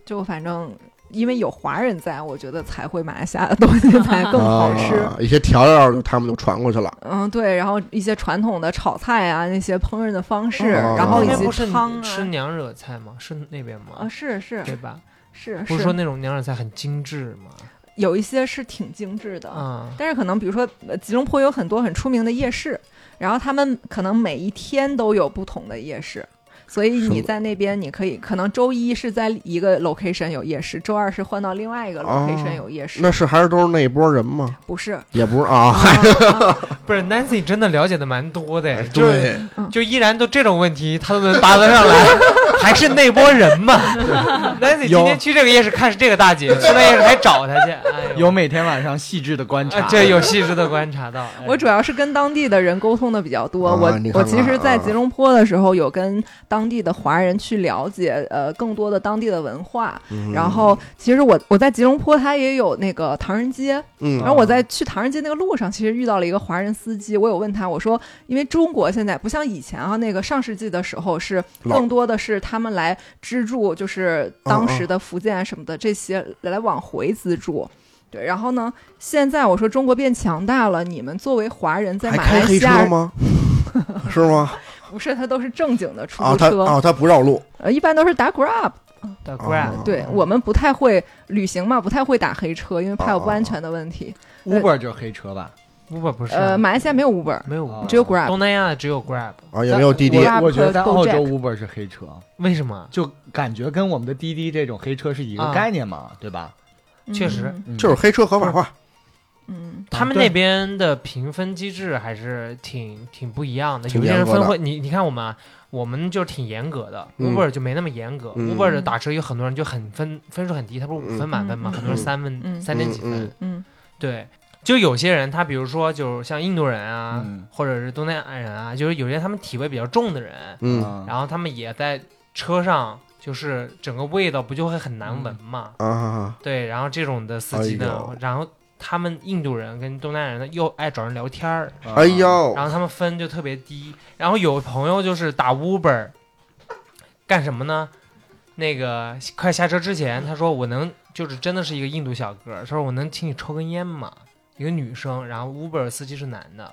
就反正因为有华人在，我觉得才会马来西亚的东西 才更好吃。
啊一些调料就他们就传过去了。
嗯，对，然后一些传统的炒菜啊，那些烹饪的方式，
哦
然后以
那不
及
是
汤
吃
啊，
娘惹菜吗？是那边
啊
吗？
是是
对吧？
是
不是说那种娘惹菜很精致吗？
有一些是挺精致的，
啊，
但是可能比如说呃吉隆坡有很多很出名的夜市，然后他们可能每一天都有不同的夜市。所以
是
你
吗
在那边，你可以可能周一是在一个 location 有夜市，周二是换到另外一个
哦
location 有夜市，
那是还是都是那一波人吗？
不是？
也不是啊，
不是 Nancy 真的了解的蛮多的，就是
哎对，
就依然都这种问题，他都能答得上来，还是那波人 嘛。Nancy 今天去这个夜市看是这个大姐，去那夜市还找她去，哎呦
有每天晚上细致的观察
啊，，这有细致的观察到。哎
我主要是跟当地的人沟通的比较多。
啊
我
你看
我
看
其实，在
啊
吉隆坡的时候，有跟当地的华人去了解呃更多的当地的文化。
嗯
然后，其实我我在吉隆坡，它也有那个唐人街，
嗯
然后我在去唐人街那个路上，其实遇到了一个华人司机，我有问他，我说，因为中国现在不像以前啊，那个上世纪的时候是
老
更多的是他们来资助，就是当时
嗯
的福建啊什么的这些来往回资助。对，然后呢？现在我说中国变强大了，你们作为华人在
还
马
开
来
黑
西
车
亚
吗？是吗？
不是，他都是正经的出
啊，
租
他
车，
啊，他不绕路，
呃，一般都是打 Grab。
的 Grab，
啊
对我们不太
哦
会旅行嘛，不太会打黑车，因为怕有不安全的问题。
Uber 就是黑车吧？
Uber 不是啊，
呃，马来西亚没有 Uber，
没有
啊
哦
Uber，
只有 Grab。
东南亚只有 Grab，
啊，也没有滴滴，
Grab
我觉得在
和
澳洲
Gojek
Uber 是黑车，
为什
啊
么？
就感觉跟我们的滴滴这种黑车是一个
啊
概念嘛，对吧？
确实
嗯
就是黑车合法化，
嗯，
他们
对
那边的评分机制还是挺挺不一样的，
挺
有些
严
人
格的
分会，你你看我们啊，我们就挺严格的、
嗯
u b e r 就没那么严格、
嗯
u b e r 的打车有很多人就很分分数很低，他不是五分满分嘛，
嗯
很多人三分、
嗯
三点几分、
嗯
嗯
对，就有些人他比如说就是像印度人啊，
嗯
或者是东南亚人啊，就是有些他们体味比较重的人，
嗯
啊
然后他们也在车上。就是整个味道不就会很难闻嘛？
啊，
对，然后这种的司机
哎
呢，
呦
然后他们印度人跟东南亚人呢又爱找人聊天儿，
啊
哎呦
然，后他们分就特别低。然后有朋友就是打 Uber，干什么呢？那个快下车之前，他说我能就是真的是一个印度小哥，他说我能请你抽根烟吗？一个女生，然后 Uber 司机是男的，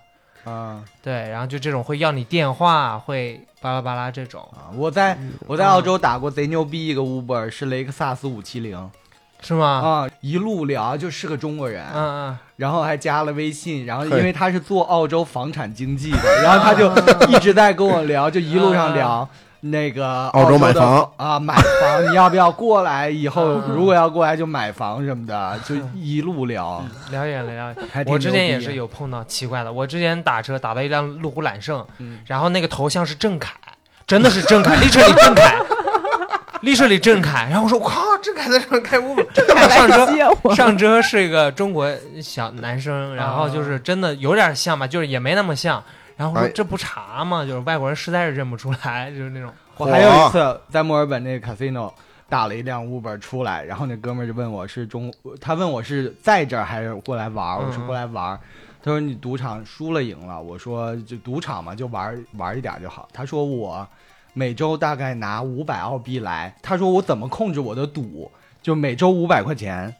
啊
对，然后就这种会要你电话，会巴拉巴拉这种，
啊！我在
嗯
我在澳
啊
洲打过贼牛逼一个 Uber，是雷克萨斯五七零
是
哦
吗？
啊，一路聊就是个中国人，
嗯嗯，
然后还加了微信，然后因
啊嘿
为他是做澳洲房产经纪 的，然后他就一直在跟我聊，就一路上聊。那个
啊澳洲
洲
买
的
房啊
啊，买房，你要不要过来？以后
嗯
如果要过来就买房什么的，就一路聊。
嗯了解了
嗯
了解。
还挺
我之前
牛
也
逼
是有碰到奇怪的，我之前打车打到一辆路虎揽胜，
嗯
然后那个头像是郑恺，真的是郑恺，立彻里郑恺，立彻里郑恿。然后我说我靠，郑恺在这儿开 Uber，然后上车。
接我
上车是一个中国小男生，然后
哦
就是真的有点像吧，就是也没那么像。然后我说
哎
这不查吗？就是外国人实在是认不出来，就是那种
我还有一次在墨尔本那个 casino 打了一辆 Uber 出来，然后那哥们儿就问我是中，他问我是在这儿还是过来玩儿，
嗯
我说过来玩儿。他说你赌场输了赢了，我说就赌场嘛，就玩儿玩儿一点儿就好。他说我每周大概拿五百澳币来，他说我怎么控制我的赌，就每周五百块钱，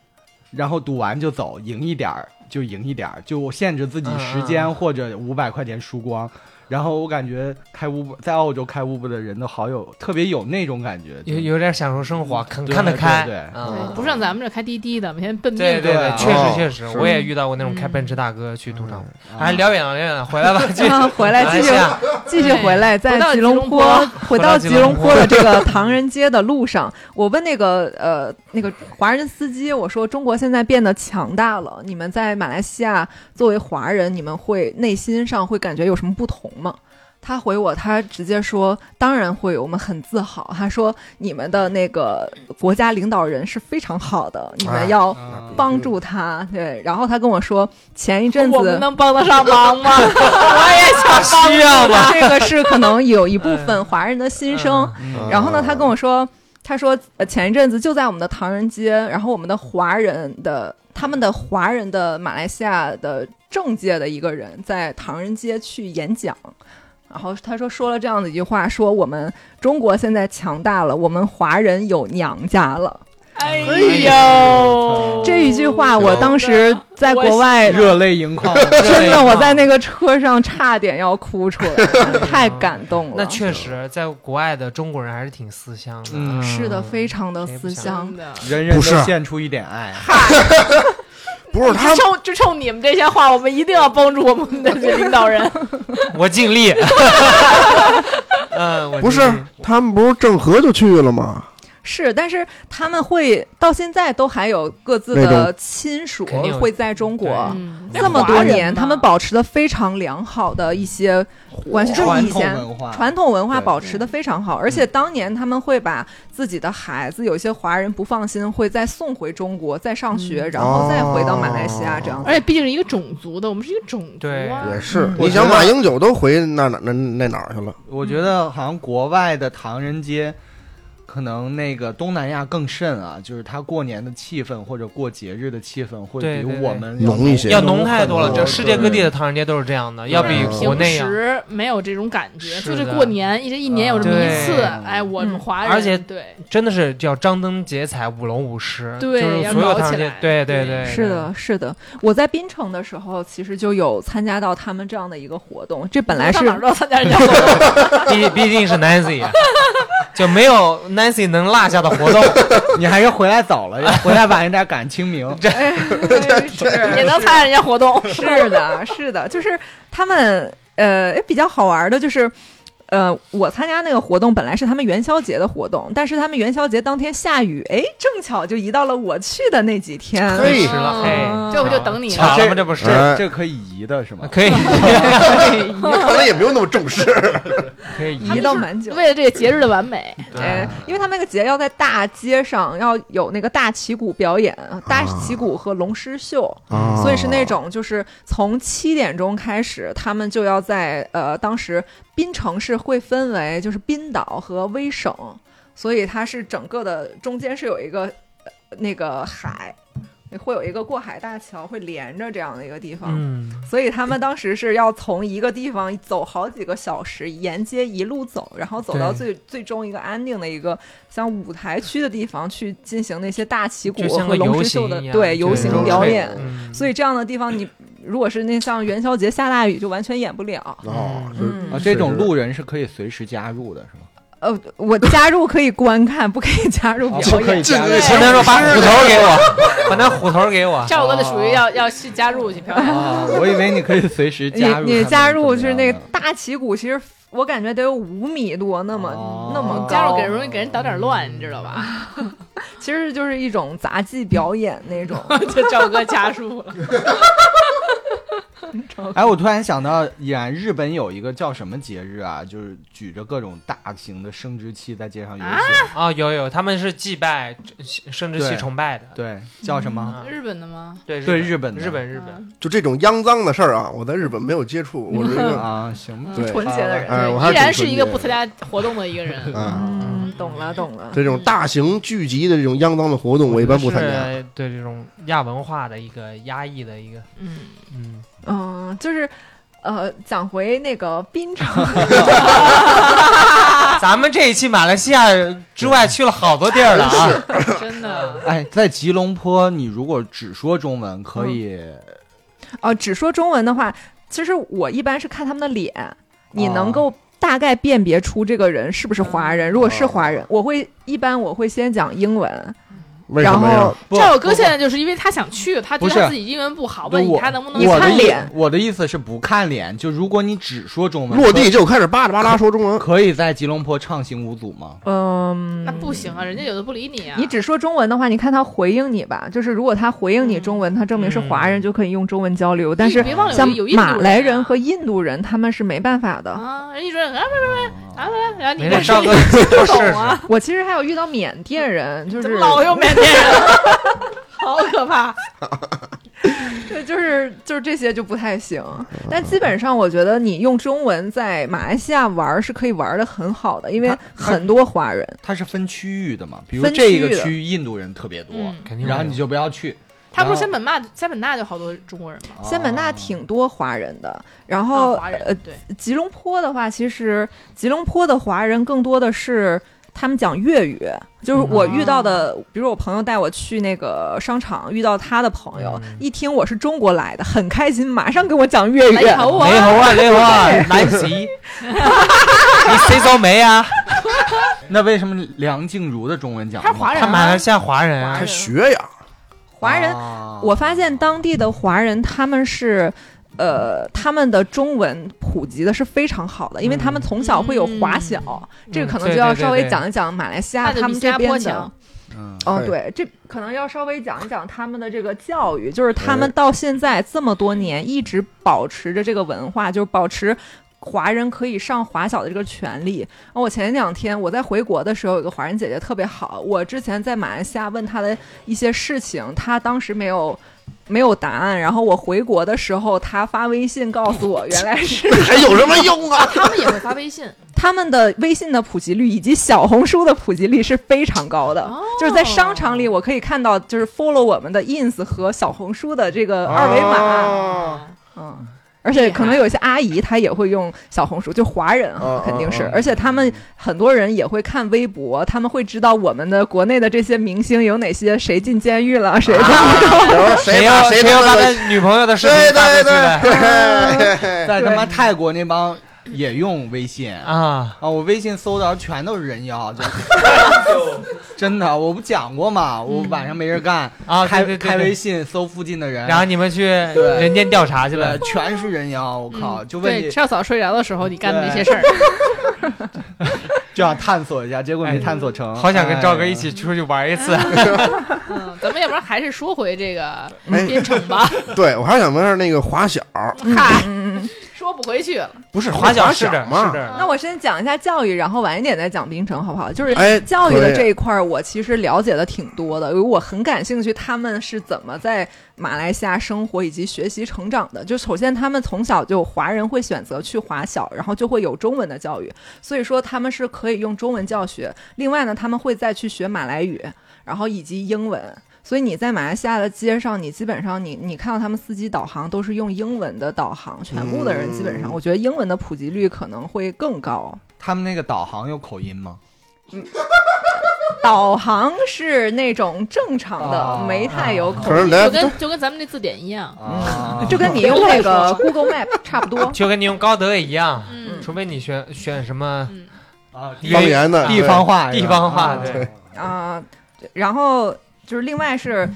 然后赌完就走，赢一点儿就赢一点儿，就我限制自己时
嗯
间或者五百块钱输光。然后我感觉开 Uber 在澳洲开 Uber 的人都好有特别有那种感觉，
有
就
有点享受生活，
嗯
看
对
看得
对
开
对，
嗯
不是像咱们这开滴滴的，每天奔
对
命
对
对
对，
啊
确
哦
实确实，
是
我也遇到过那种开
嗯
奔驰大哥去赌场
啊
哎，聊远了，聊远了，回来吧，继续
啊回
嗯
来
哎
继续
马来西亚
继续回来，在吉隆坡，回
到
到
吉
吉隆
隆坡
坡的这个唐人街的路上，我问那个呃那个华人司机，我说中国现在变得强大了，你们在马来西亚作为华人，你们会内心上会感觉有什么不同吗？他回我，他直接说：“当然会，我们很自豪。”他说：“你们的那个国家领导人是非常好的，你
哎
们要
啊
帮助他。”对，然后他跟我说，前一阵子
我们能帮得上忙吗？
需要吧？ 嗯
这个是可能有一 部分华人的心声。
嗯
然后呢，他跟我说，他说呃前一阵子就在我们的唐人街，然后我们的华人的他们的华人的马来西亚的政界的一个人在唐人街去演讲。然后他说说了这样的一句话，说我们中国现在强大了，我们华人有娘家了。
哎
呦
呦，
这一句
哦
话，我当时在国外
热泪盈眶，
真的我在那个车上差点要哭出来，太感动了。
那确实，在国外的中国人还是挺思乡的。啊
嗯
是的，非常的
谁不
思
想
乡
真。的。
人人都
不是
献出一点爱。
不是他
就冲就冲你们这些话，我们一定要帮助我们的领导人。
我尽力。 嗯，我
不是
尽力
他们不是郑和就去了吗？
是，但是他们会到现在都还有各自
那
的亲属
肯定有
会在中国
对。嗯
嗯
这么多年，他们保持的非常良好的一些关系，就是
传
以
统
前
文化，
传统文化
对
保持的非常
嗯
好，而且当年他们会把自己的孩子，有一些华人不放心，会再送回中国，再上
嗯
学，然后再回到马来西亚这样子。
而
哎
且毕竟是一个种族的，我们是一个种族
对
啊
也。是，
我
你
觉得
想马英九都回那哪那那哪儿去了？
我觉得好像国外的唐人街，可能那个东南亚更甚啊，就是他过年的气氛或者过节日的气氛会
对
比
对对
我们
浓一些
要
浓
浓太多了，
很
这世界各地
对
的唐人街都是这样的，要
嗯
比国内
平
要。
时没有这种感觉，
是
就
的
是过年，一这一年有这么一次，
啊对
哎，我们华人，
而且
对
真的是叫张灯结彩、舞龙舞狮，
对
就是
要
所有
搞
唐人
起
街
来，
对对
对
对，
是的，是的，我在槟城的时候，其实就有参加到他们这样的一个活动。这本来是
上哪儿都要参加人家活动，
对，毕毕竟是啊 Nancy，就没有 Nancy 能落下的活动。
你还是回来早 了，要回来晚一点赶清明。
也能参加人家活动，
是的，是的，就是他们呃比较好玩的，就是呃我参加那个活动本来是他们元宵节的活动，但是他们元宵节当天下雨，哎，正巧就移到了我去的那几天。
嘿
是了，嘿，
这我就等你了。
嗯巧了吗？这不是
这嗯这可以移的是吗？
可以
看来也 没有那么重视。
可以移
哎
移到蛮久，
为了这个节日的完美，
哎，因为他们那个节要在大街上要有那个大旗鼓表演，大旗鼓和龙狮秀，
啊
所以是那种就是从七点钟开始，他们就要在呃当时滨城市会分为就是滨岛和威省，所以它是整个的中间是有一个、呃那个海，会有一个过海大桥会连着这样的一个地方。
嗯，
所以他们当时是要从一个地方走好几个小时，沿街一路走，然后走到最最终一个安定的一个像舞台区的地方去进行那些大旗鼓
就像
和
个
龙
游
之秀
行
的
一样，
对游行表演。
嗯
所以这样的地方你，如果是那像元宵节下大雨，就完全演不了。
哦，就是
嗯
啊，，这种路人是可以随时加入的，是吗？
呃，我加入可以观看，不可啊以加入表
啊可
演。
以加入
这
不能说把虎头给我，把那虎头给我。
赵哥的属于要要去加入去表演。
啊！我以为你可以随时
你
加入。
你加入就是那个大旗鼓，其实我感觉得有五米多那么、
哦
那么高，
加入给容易给人捣点乱，你知道吧？
其实就是一种杂技表演那种。
就赵哥加入了，
哎，我突然想到，然日本有一个叫什么节日啊？就是举着各种大型的生殖器在街上游行，
啊，有有，他们是祭拜生殖器
对
崇拜的，
对，叫什么？
啊
日本的吗？
对
对
日
日本的
日本日本，
嗯
就这种肮脏的事儿啊，我在日本没有接触，我是一个
啊，行吧，
对
嗯纯洁的人
哎我还
依
是
然是
挺
一个
纯
不
洁
参加活动的一个 人。
嗯，
嗯，懂了懂了。
这种大型聚集的这种肮脏的活动，我一般不参加。
是对这种亚文化的一个压抑的一个，
嗯，
嗯，
嗯，就是呃，讲回那个滨城，
咱们这一期马来西亚之外去了好多地儿了啊，
真的，
哎，在吉隆坡，你如果只说中文，可以
嗯哦，只说中文的话，其实我一般是看他们的脸，你
哦
能够大概辨别出这个人是不是华人。如果
哦
是华人，我会一般我会先讲英文，
为什
然
么呀
后？
不
赵哥现在就是因为他想去，他
不
觉得
是
他自己英文不好，
不
问你
我
他能不能
你
我的
看
意
脸
我的意思是不看脸，就如果你只说中文，
落地就开始巴拉巴拉说中文
可，可以在吉隆坡畅行无阻吗？
嗯，
那不行啊，人家有的不理你啊。
你只说中文的话，你看他回应你吧，就是如果他回应你中文，他证明是华人，
嗯
就可以用中文交流。
你
但是
别忘了
像
嗯有有印度
马来人
啊
和印度人，他们是没办法的。
啊，人一说啊不不不啊不，然后你
没
跟
事，
说
赵
你
哥你多试
懂
试。
啊，
我其实还有遇到缅甸 人，就
怎
是
么老有缅甸人，好可怕。
对，就是就是这些就不太行。但基本上，我觉得你用中文在马来西亚玩儿是可以玩儿的很好的，因为
它它
很多华人。
它是分区域的嘛，比如
分
这一
区域
个
的
区域印度人特别多，
嗯
肯定
然后
会
你
有
就不要去。
他不
然
是仙
后
本那，仙本那就好多中国人嘛，
仙本那
哦
挺多华人的，然后、
啊华人
呃，
对，
吉隆坡的话，其实吉隆坡的华人更多的是他们讲粤语。就是我遇到的，比如我朋友带我去那个商场，遇到他的朋友，
嗯
一听我是中国来的，很开心，马上跟我讲粤语。
雷猴
雷
啊，
猴啊，雷猴啊，南极，你谁着没啊？
那为什么梁静茹的中文讲
他是华人啊
他马来西亚华人
华
啊
还
人，
学呀？
华人
啊
我发现当地的华人他们是。呃，他们的中文普及的是非常好的，因为他们从小会有华小，这个可能就要稍微讲一讲马来西亚
那就
他
比
们
新
这
加坡
边的
强。。
嗯
哦，
对
对，这可能要稍微讲一讲他们的这个教育，就是他们到现在这么多年一直保持着这个文化，就是保持。华人可以上华小的这个权利。哦我前两天我在回国的时候，有个华人姐姐特别好。我之前在马来西亚问她的一些事情，她当时没有没有答案。然后我回国的时候，她发微信告诉我，原来是
还有什么用啊？
他们也会发微信，
他们的微信的普及率以及小红书的普及率是非常高的，
哦
就是在商场里我可以看到，就是 follow 我们的 ins 和小红书的这个二维码，
啊
嗯。而且可能有一些阿姨她也会用小红书，就华人啊
哦，
肯定是
哦哦。
而且他们很多人也会看微博，他们会知道我们的国内的这些明星有哪些，谁进监狱了， 谁
啊然后
谁
谁
要
把谁
要
他妈
把 他
的？
女朋友的视频
对
发出
对
去呗？
对，
在他妈泰国那帮也用微信啊
啊，
我微信搜到全都是人妖， 就真的，我不讲过嘛，我晚上没事干
啊
开
对对对对
开微信搜附近的人，
然后你们去
对
人间调查去了
对，，全是人妖，我靠，就问
嗯对，
你
少嫂睡着的时候你干的那些
对
事儿，
就想探索一下，结果没探索成，
好想跟赵哥一
哎
起出去玩一次。
嗯，咱们要不然还是说回这个
哎
编程吧，
对我还想问一下那个华小，
嗨，
嗯，
说不回去了，
不是
华
小
小是的，
嘛
是？的，
那我先讲一下教育，然后晚一点再讲冰城，好不好？就是
哎
教育
可
的
以
这一块儿，我其实了解的挺多的，因为我很感兴趣他们是怎么在马来西亚生活以及学习成长的。就首先，他们从小就华人会选择去华小，然后就会有中文的教育，所以说他们是可以用中文教学。另外呢，他们会再去学马来语，然后以及英文。所以你在马来西亚的街上，你基本上你你看到他们司机导航都是用英文的导航，全部的人基本上，
嗯
我觉得英文的普及率可能会更高。
他们那个导航有口音吗？
导航是那种正常的，
哦
没太有口
可是
音，
大
就
家
跟就跟咱们那字典一样，
啊，
就跟你用那个 Google Map 差不多。
就跟你用高德也一样，
嗯
除非你选选什么
嗯，
啊
地
方言的哎
地方话，
地方话，
是吧
对，
啊、然后就是另外是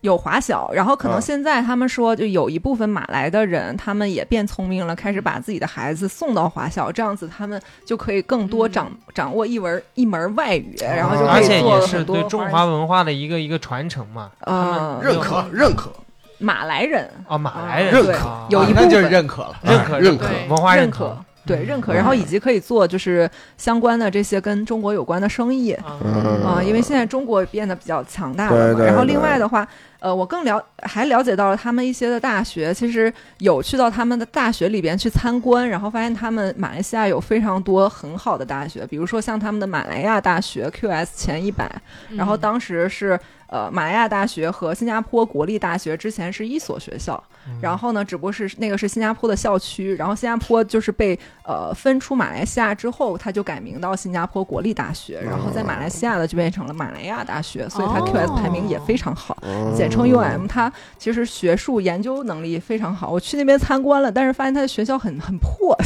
有华小，然后可能
啊
现在他们说，就有一部分马来的人，他们也变聪明了，开始把自己的孩子送到华小，这样子他们就可以更多掌、掌握一门一门外语，
哦
然后就可
而且
以
也
做
是
很多
对中华文化的一个一个传承嘛。
呃
认可认可，
马来人
啊，马来人
认可
啊
有一
啊
部
那就是
分
认可了。
认可
哎认可
对
文化
认
可。
对认可，然后以及可以做就是相关的这些跟中国有关的生意，
啊
嗯
啊、因为现在中国变得比较强大了嘛。
对对
然后另
对
外的话，呃，我更了还了解到了他们一些的大学，其实有去到他们的大学里边去参观，然后发现他们马来西亚有非常多很好的大学，比如说像他们的马来亚大学 QS 前一百，然
嗯
后当时是呃马来亚大学和新加坡国立大学之前是一所学校，
嗯
然后呢，只不过是那个是新加坡的校区，然后新加坡就是被呃分出马来西亚之后，它就改名到新加坡国立大学，然后在马来西亚的就变成了马来亚大学，所以它
哦
QS 排名也非常好，
嗯
简称 UM。它其实学术研究能力非常好，我去那边参观了，但是发现它的学校很很破，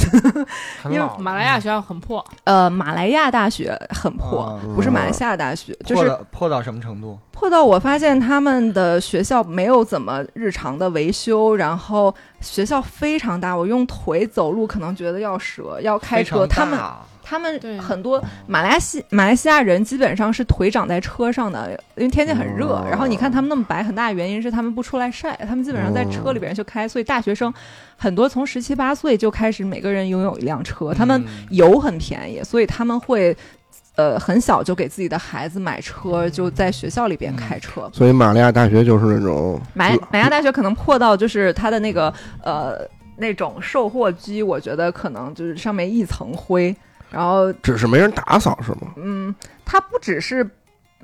因
很
为
老
马来亚学校很破，
呃，马来亚大学很破，
啊
不是马来西亚大学，就是
破到破到什么程度？
破到我发现他们的学校没有怎么日常的维修，然后学校非常大，我用腿走路可能觉得要折，要开
非
车。
常大
他们嗯他
对
们很多马来西马来西亚人基本上是腿长在车上的，因为天气很热。
哦
然后你看他们那么白，很大原因是他们不出来晒，他们基本上在车
哦
里边就开。所以大学生很多从十七八岁就开始每个人拥有一辆车，他们
嗯
油很便宜，所以他们会。呃，很小就给自己的孩子买车，就在学校里边开车。
嗯所以马来亚大学就是那种
马马嗯亚大学可能破到就是它的那个呃那种售货机，我觉得可能就是上面一层灰，然后
只是没人打扫是吗？
嗯，它不只是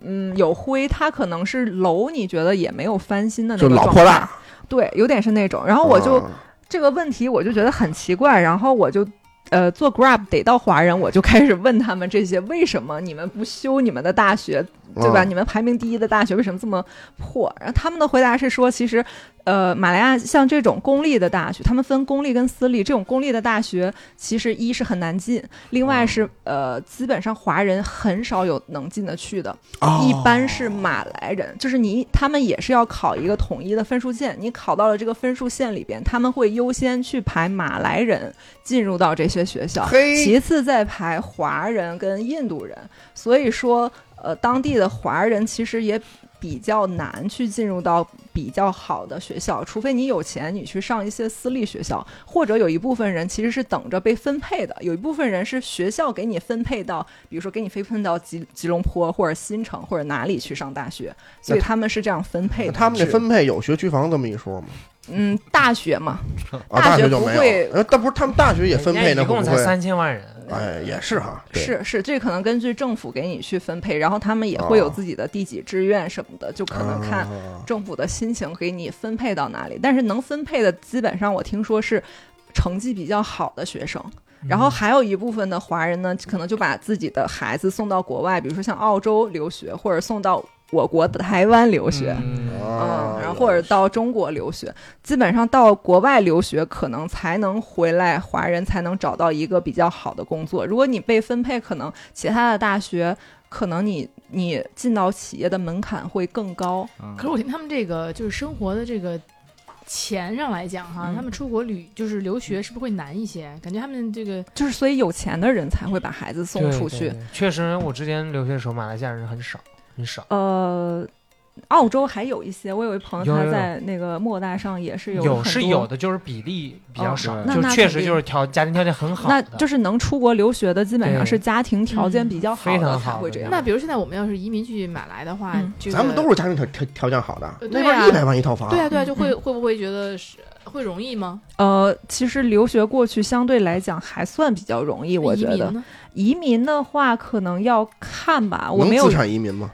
嗯有灰，它可能是楼，你觉得也没有翻新的那
就
个
老
状
破
态
烂，啊
对，有点是那种。然后我就、这个问题我就觉得很奇怪，然后我就呃做 Grab 逮到华人，我就开始问他们这些为什么你们不修你们的大学，对吧？
嗯
你们排名第一的大学为什么这么破？然后他们的回答是说，其实呃马来亚像这种公立的大学，他们分公立跟私立，这种公立的大学其实一是很难进，另外是呃基本上华人很少有能进得去的。一般是马来人，就是你他们也是要考一个统一的分数线，你考到了这个分数线里边，他们会优先去排马来人进入到这些学校，
嘿
其次再排华人跟印度人。所以说，呃，当地的华人其实也比较难去进入到比较好的学校，除非你有钱，你去上一些私立学校，或者有一部分人其实是等着被分配的，有一部分人是学校给你分配到，比如说给你分配到吉吉隆坡或者新城或者哪里去上大学，所以他们是这样分配
那
的。
他们这分配有学区房这么一说吗？
嗯，大学嘛，
啊，
大
大
学
就
不
没
会
有，呃但不是他们大学也分配
人家
呢，
一共
会不
才
会
三千万人，
哎，也是哈，对，
是是，这可能根据政府给你去分配，然后他们也会有
哦
自己的第几志愿什么的，就可能看
啊
政府的心情给你分配到哪里。但是能分配的，基本上我听说是成绩比较好的学生。
嗯
然后还有一部分的华人呢，可能就把自己的孩子送到国外，比如说像澳洲留学，或者送到我国的台湾留学。
嗯
哦
嗯，然
啊
或者到中国留学，基本上到国外留学可能才能回来，华人才能找到一个比较好的工作。如果你被分配，可能其他的大学，可能你你进到企业的门槛会更高。
嗯
可是我听他们这个就是生活的这个钱上来讲哈，
嗯
他们出国旅就是留学是不是会难一些？感觉他们这个
就是所以有钱的人才会把孩子送
对
出
对
去。
对确实，我之前留学的时候，马来西亚人很少，很少。
呃，澳洲还有一些，我有一朋友
有
他
有
在那个莫大上也是
有
有很
是
多
有的，就是比例比较
哦
少，
对
那
就
那
确
肯
实
定
就是条家庭条件很好
那
的，
就是能出国留学的，基本上
对
是家庭条件
嗯
比较好
非
的
常
才
好
会
的
这样。
那比如现在我们要是移民去马来的话
嗯，
这个
咱们都是家庭条条条件好的，
呃
那
对
边
啊
一百万一套房，
对啊对啊，就会会不会觉得是会容易吗？
呃，其实留学过去相对来讲还算比较容易，我
移
觉
民
得
呢？
移民的话可能要看吧，我
能
没有
资产移民吗？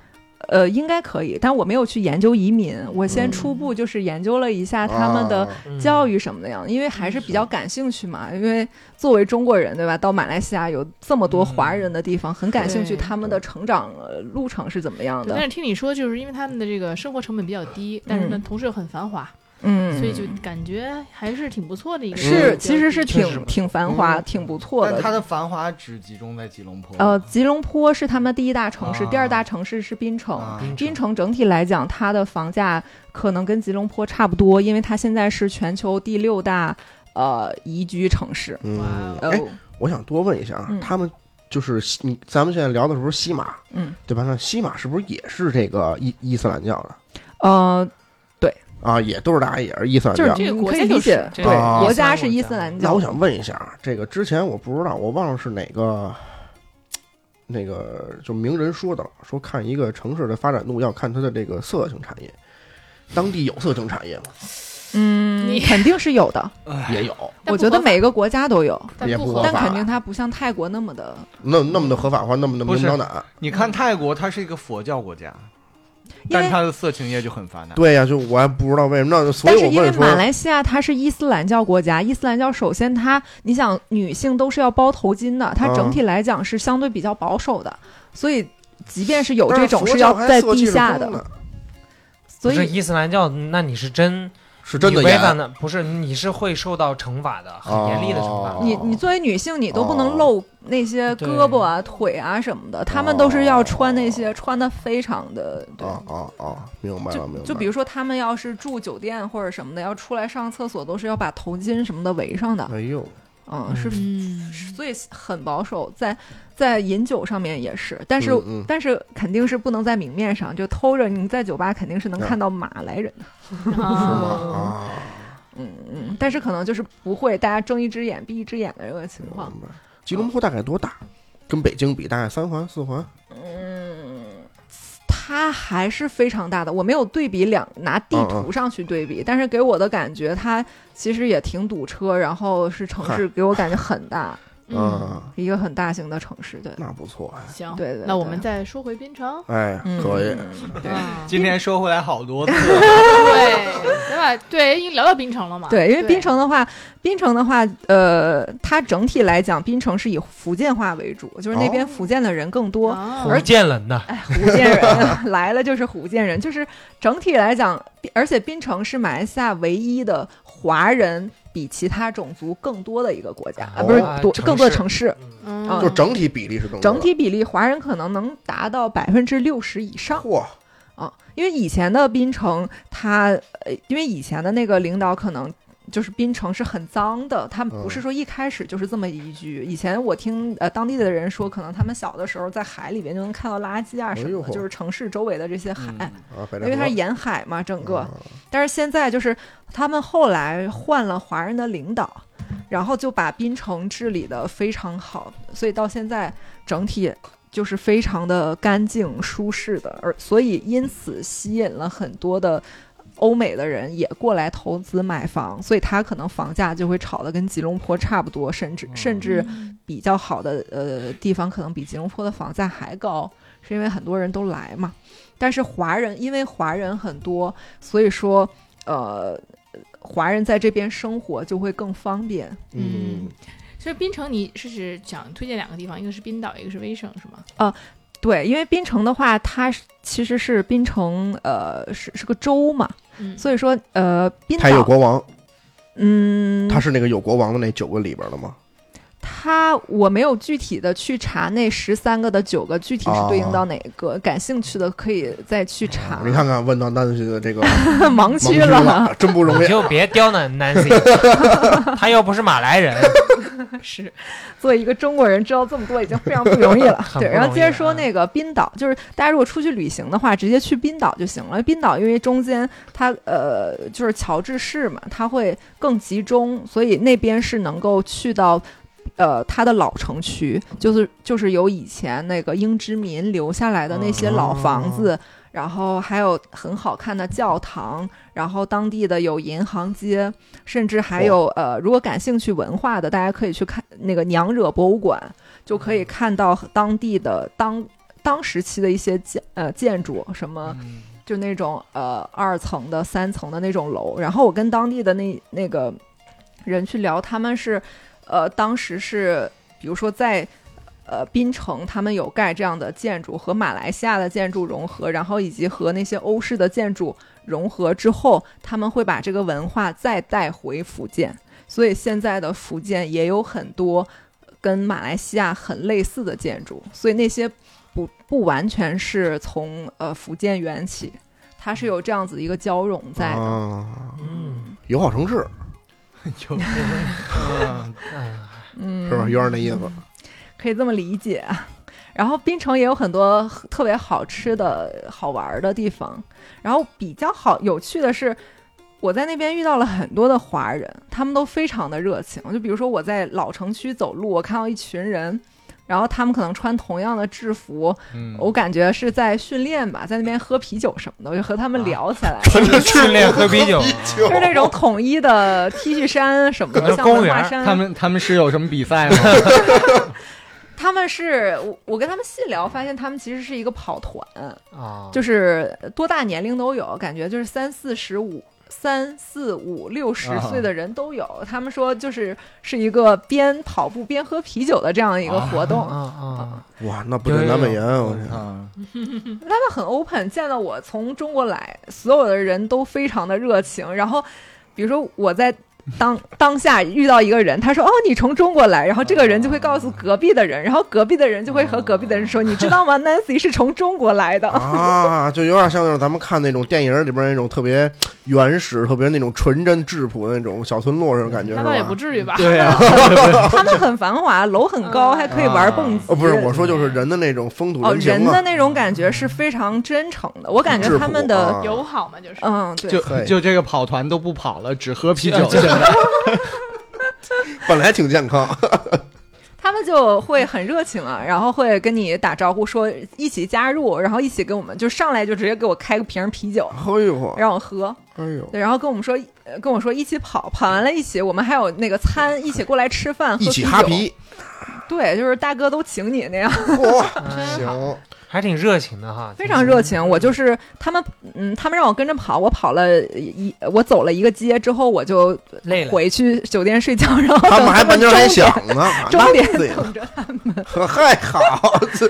呃，应该可以，但我没有去研究移民，我先
嗯
初步就是研究了一下他们的
啊
嗯
教育什么的样，因为还是比较感兴趣嘛。因为作为中国人，对吧？到马来西亚有这么多华人的地方，很感兴趣
对
他们的成长呃路程是怎么样
对但
的。
是听你说，就是因为他们的这个生活成本比较低，但是呢
嗯，
同时又很繁华，
嗯，
所以就嗯感觉还是挺不错的一个。
是其实是
确实
挺
不
挺繁华、
嗯
挺不错
但
的。
它的繁华只集中在吉隆坡。
呃，吉隆坡是他们第一大城市，
啊
第二大城市是槟城。
啊，
槟城整体来讲，它的房价可能跟吉隆坡差不多，因为它现在是全球第六大呃宜居城市。
嗯，
呃，
哎，我想多问一下啊
嗯，
他们就是西你咱们现在聊的时候，西马
嗯，
对吧？那西马是不是也是这个伊伊斯兰教的
呃，
啊？也都是大家也是伊斯兰
就是
教。
你
这个
你
国
可
家
以
就
理
是
解，
这
对，
个啊
国家是伊斯兰
那
教
我。想问一下啊，这个之前我不知道，我忘了是哪个那个就名人说的了，说看一个城市的发展度要看它的这个色情产业。当地有色情产业吗？
嗯，
你
肯定是有的，
哎
也有，
我
但不
觉得
合法
每个国家都有，
也
但不
不
合
合
但
法
肯定它不像泰国那么的。
那那么的合法化，那么的
不
明
是
目张胆。
你看泰国，它是一个佛教国家，
因为
但它的色情业就很发达。
对呀、就我还不知道为什么，那就所
但
以
是
我
因为
问说
马，来西亚它是伊斯兰教国家，伊斯兰教首先它，你想女性都是要包头巾的，它
啊
整体来讲是相对比较保守的，所以即便是有
但
这
是
种
佛
是
教
要
还
在
色
地
气是
下
疯
的，
的，
所
不是
以
伊斯兰教，那你是真
是真的
你违
严
反的不是，你是会受到惩罚的，很严厉的惩罚。
哦
你你作为女性，你都不能露那些
对
胳膊啊、腿啊什么的，他们都是要穿那些穿的非常的对。
哦哦哦，明白了，明白
就
了。
就比如说，他们要是住酒店或者什么的，要出来上厕所都是要把头巾什么的围上的，
哎呦，
嗯，
嗯
是
嗯，
所以很保守，在在饮酒上面也是，但是、
嗯嗯
但是肯定是不能在明面上就偷着，你在酒吧肯定是能
嗯
看到马来人的，
是吗？
啊
啊，
嗯嗯，但是可能就是不会大家睁一只眼闭一只眼的这个情况，
明白。吉隆坡大概多大？跟北京比，大概三环四环。
嗯，它还是非常大的，我没有对比两拿地
嗯
图上去对比，但是给我的感觉它其实也挺堵车，然后是城市给我感觉很大，
嗯，
啊，
一个很大型的城市，对
那不错呀。
行，
对对
那我
对
们再说回槟城，
哎，
嗯
可以。
对
今天说回来好多次，
对，咱把对，已经聊到槟城了嘛？
对，因为槟城的话，槟城的话，呃，它整体来讲，槟城是以福建话为主，就是那边
哦
福建的人更多，
啊
福建人呐，
哎，福建人 来了就是福建人，就是整体来讲，而且槟城是马来西亚唯一的华人比其他种族更多的一个国家，啊，不是
哦
多
城
更多的
市
城市，
嗯
啊
就整体比例是更多的
整体比例华人可能能达到百分之六十以上。
嚯，
啊，因为以前的槟城，它呃，因为以前的那个领导可能就是槟城是很脏的，他们不是
嗯
说一开始就是这么宜居。以前我听呃当地的人说，可能他们小的时候在海里边就能看到垃圾啊
哎
什么
呦
的，
嚯
就是城市周围的这些海。
嗯
啊，北戴河
因为它是沿海嘛，整个。
啊
但是现在就是他们后来换了华人的领导，然后就把槟城治理的非常好，所以到现在整体就是非常的干净舒适的，而所以因此吸引了很多的。欧美的人也过来投资买房，所以它可能房价就会炒得跟吉隆坡差不多，甚至甚
嗯
至比较好的呃地方，可能比吉隆坡的房价还高，是因为很多人都来嘛。但是华人因为华人很多，所以说呃，华人在这边生活就会更方便。
嗯
嗯，所以槟城你是指想推荐两个地方，一个是冰岛，一个是威省，是吗？
对，因为槟城的话，它是其实是槟城，呃，是是个州嘛，
嗯，
所以说，呃，冰
他也有
岛，
国王，
嗯，
他是那个有国王的那九个里边的吗？
他我没有具体的去查那十三个的九个具体是对应到哪个，感兴趣的可以再去查。
啊 你看看，问到南希的这个
盲
盲
区
区了，真不容
你
易。
就别刁 难 Nancy，他又不是马来人，。
是，作为一个中国人，知道这么多已经非常不容易了
很
对，
不
然后
容
接着
易
说
啊
那个冰岛，就是大家如果出去旅行的话，直接去冰岛就行了。冰岛因为中间它呃就是乔治市嘛，它会更集中，所以那边是能够去到。呃，它的老城区就是就是由以前那个英殖民留下来的那些
嗯
老房子，然后还有很好看的教堂，然后当地的有银行街，甚至还有、呃，如果感兴趣文化的，大家可以去看那个娘惹博物馆，就可以看到当地的当当时期的一些建呃建筑，什
嗯
么就那种呃二层的、三层的那种楼。然后我跟当地的那那个人去聊，他们是呃当时是比如说在。呃，槟城他们有盖这样的建筑，和马来西亚的建筑融合，然后以及和那些欧式的建筑融合之后，他们会把这个文化再带回福建，所以现在的福建也有很多跟马来西亚很类似的建筑，所以那些不不完全是从呃福建缘起，它是有这样子一个交融 在的。
啊，
嗯，
友好城市
就 嗯
嗯，
是吧？有点那意思。
可以这么理解。 然后槟城也有很多特别好吃的好玩儿的地方，然后比较好有趣的是，我在那边遇到了很多的华人，他们都非常的热情。就比如说我在老城区走路，我看到一群人，然后他们可能穿同样的制服，
嗯
我感觉是在训练吧，在那边喝啤酒什么的，我就和他
啊
们聊起来。
训练喝 啤酒，
就是那种统一的 T 恤衫什么
可
的，
能
像
公
文
园
化
儿
衫。
他们他们是有什么比 赛吗？
他们是我，我跟他们细聊，发现他们其实是一个跑团，
啊，
就是多大年龄都有，感觉就是三四十五、三四五六十
啊
岁的人都有。他们说就是是一个边跑步边喝啤酒的这样一个活动，
啊啊，
哇，那不就南美人？我天，
嗯，
他们很 open，见到我从中国来，所有的人都非常的热情。然后，比如说我在当当下遇到一个人，他说：“哦，你从中国来。”然后这个人就会告
啊
诉隔壁的人，然后隔壁的人就会和隔壁的人说：“你知道吗？Nancy 是从中国来的。
啊，就有点像那种咱们看那种电影里边那种特别原始、特别那种纯真质朴的那种小村落那种感觉，
那
是
倒也
吧
不？至于吧？
啊
对啊呀，
他们很繁华，楼很高，
啊
还可以玩蹦极。
哦，不是，我说就是人的那种风土
哦，
情
人的
啊，
那种感觉是非常真诚的，我感觉
质
他
朴
们的。
啊
友好嘛，就是。
嗯，对，
就
对
就这个跑团都不跑了，只喝啤酒
就
去了。
本来挺健康，
他们就会很热情啊，然后会跟你打招呼说一起加入，然后一起跟我们就上来就直接给我开个瓶啤酒
哎呦，
让我喝，
哎呦，
对，然后跟我们说呃跟我说一起跑，跑完了一起，我们还有那个 餐一起过来吃饭，
一起
喝
哈
啤酒，
皮，
对，就是大哥都请你那样，
嚯，
嗯
行，
还挺热情的哈，
非常热
嗯
情。我就是他们，嗯，他们让我跟着跑，我跑了一，我走了一个街之后，我就
累了，
回去酒店睡觉，然后
他
等
们还
们
半截
终
还
点
想呢，
终点
啊 对
等着他们。
还好， 这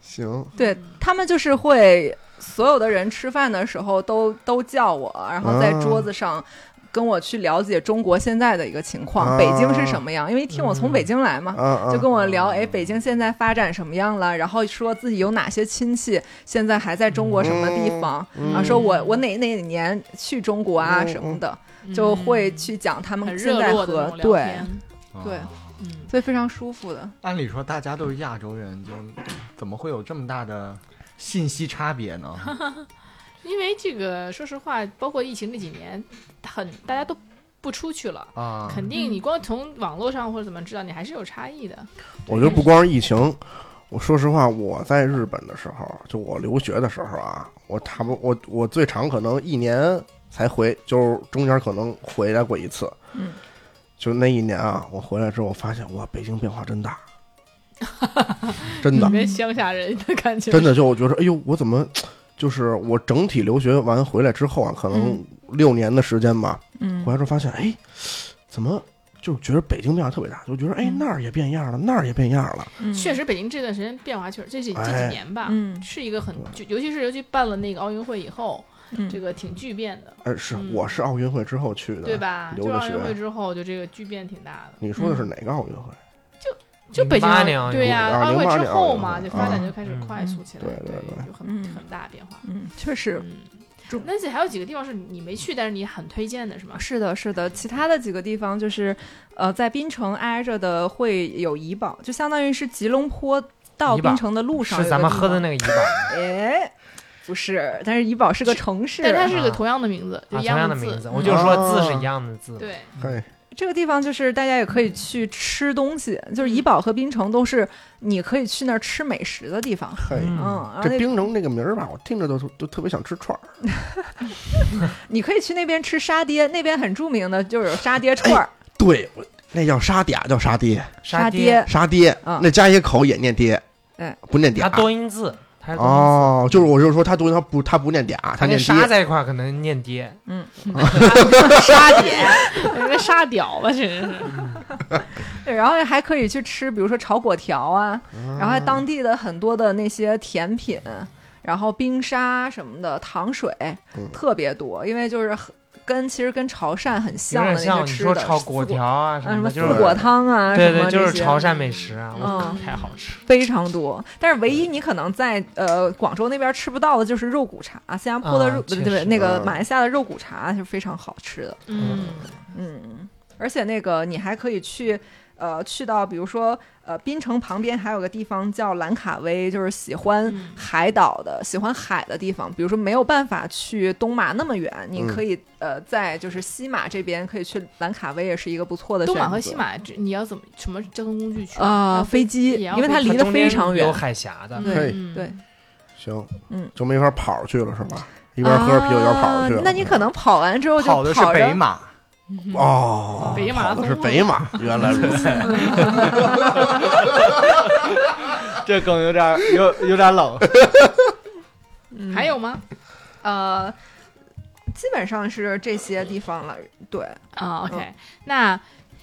行，
对他们就是会所有的人吃饭的时候都都叫我，然后在桌子上跟我去了解中国现在的一个情况，
啊
北京是什么样，因为一听我从北京来嘛。
啊啊，
就跟我聊，哎，北京现在发展什么样了？然后说自己有哪些亲戚现在还在中国什么地方、
嗯
啊？
嗯
说我我哪哪年去中国啊、
嗯
什么的，
嗯
就会去讲他
很
们现
热
在
络的那
和
种聊
对，
天，
对
啊
嗯，
所以非常舒服的。
按理说大家都是亚洲人，就怎么会有这么大的信息差别呢？
因为这个，说实话，包括疫情这几年，很大家都不出去了，
啊，
肯定你光从网络上或者怎么知道，你还是有差异的。
我觉得不光是疫情，我说实话，我在日本的时候，就我留学的时候啊，我差不我我最长可能一年才回，就是中间可能回来过一次。
嗯，
就那一年啊，我回来之后发现，哇，北京变化真大，真的
你跟乡下人的感觉，
嗯真的就我觉得，哎呦，我怎么？就是我整体留学完回来之后啊，可能
嗯
六年的时间吧，
嗯
回来之后发现，哎，怎么就觉得北京变化特别大，就觉得哎
嗯
那儿也变样了，那儿也变样了，
嗯
确，实，北京这段时间变化确实，这是这
哎
几年吧，
嗯
是一个很，就尤其是尤其办了那个奥运会以后，
嗯
这个挺巨变的，
哎，是
嗯
我是奥运会之后去的，
对？吧？
留
就
着
奥运
学
会之后，就这个巨变挺大的。
你说的
嗯
是哪个奥运会？
就北京
08年奥运会
对呀、
2008
奥运会之
啊年
后
奥运
嘛，
会
就发展
啊
就开始快速起来，
嗯对对对
有很
嗯
很大变化。
嗯，确实
嗯
中，
那还有几个地方是你没去，但是你很推荐的是吗？
是的，是的。其他的几个地方就是，呃，在滨城挨着的会有怡宝，就相当于是吉隆坡到
怡宝
滨城的路上
是
有
咱
个
们
地
喝的
方
那个怡宝，
哎，不是，但是怡保是个城市，
但它是个
啊
同样的名字，就
啊，
一
同样的
字。
名字，
嗯
我就是说字
啊
是一样的字。
对，
嘿，
这个地方就是大家也
嗯
可以去吃东西，就是怡保和滨城都是你可以去那儿吃美食的地方。
嘿，
嗯
嗯，然后
这
那
冰城这个名儿吧，我听着都都特别想吃串儿。
你可以去那边吃沙爹，那边很著名的就是有沙爹串儿。
对，我那叫沙嗲，叫沙爹，
沙
爹，
爹，
沙爹
啊，
那加一口也念爹，
哎，
不念
它
嗲。
多音字，它是多音字。
哦，就是我就是说他读他不他不念嗲，他
那
念
沙
爹。
在一块儿可能念爹，
沙姐，人家沙屌了，真是。
对，然后还可以去吃，比如说炒粿条啊，然后还当地的很多的那些甜品，然后冰沙什么的，糖水
嗯
特别多，因为就是很跟其实跟潮汕很
有
像的
点
那些
像你
吃
说
的，
炒
四
粿条啊
啊
什
什
么
么
的，
四
就是
果汤啊，
对
什么
对，就是
这些
潮汕美食啊，我
嗯
太好吃了。
非常多，但是唯一你可能在呃广州那边吃不到的就是肉骨茶，新加坡的
啊
肉、
确
对
实
对那个
嗯
马来西亚的肉骨茶是非常好吃的，
嗯，
嗯，而且那个你还可以去呃去到比如说呃槟城旁边还有个地方叫兰卡威，就是喜欢
嗯
海岛的、喜欢海的地方，比如说没有办法去东马那么远，你
嗯
可以呃在就是西马这边可以去兰卡威，也是一个不错的选择。
东马和西马，这你要怎么什么交通工具去？
啊、
要
飞机，
也要
因为它
飞
离
它
得
中
非
间
常
有
远，
海峡的，
可以
嗯
对。
行，
嗯，
就没法跑去了是吧？一边喝着啤酒一边跑去
啊
了。
那你可能跑完之后就
跑的是
着
北马，
哦，
嗯北京马拉松
跑的是北马， 原来如此。
这梗有点儿有有点儿冷。
嗯还有吗？
嗯呃，基本上是这些地方了。对，
啊，OK、o
嗯
k 那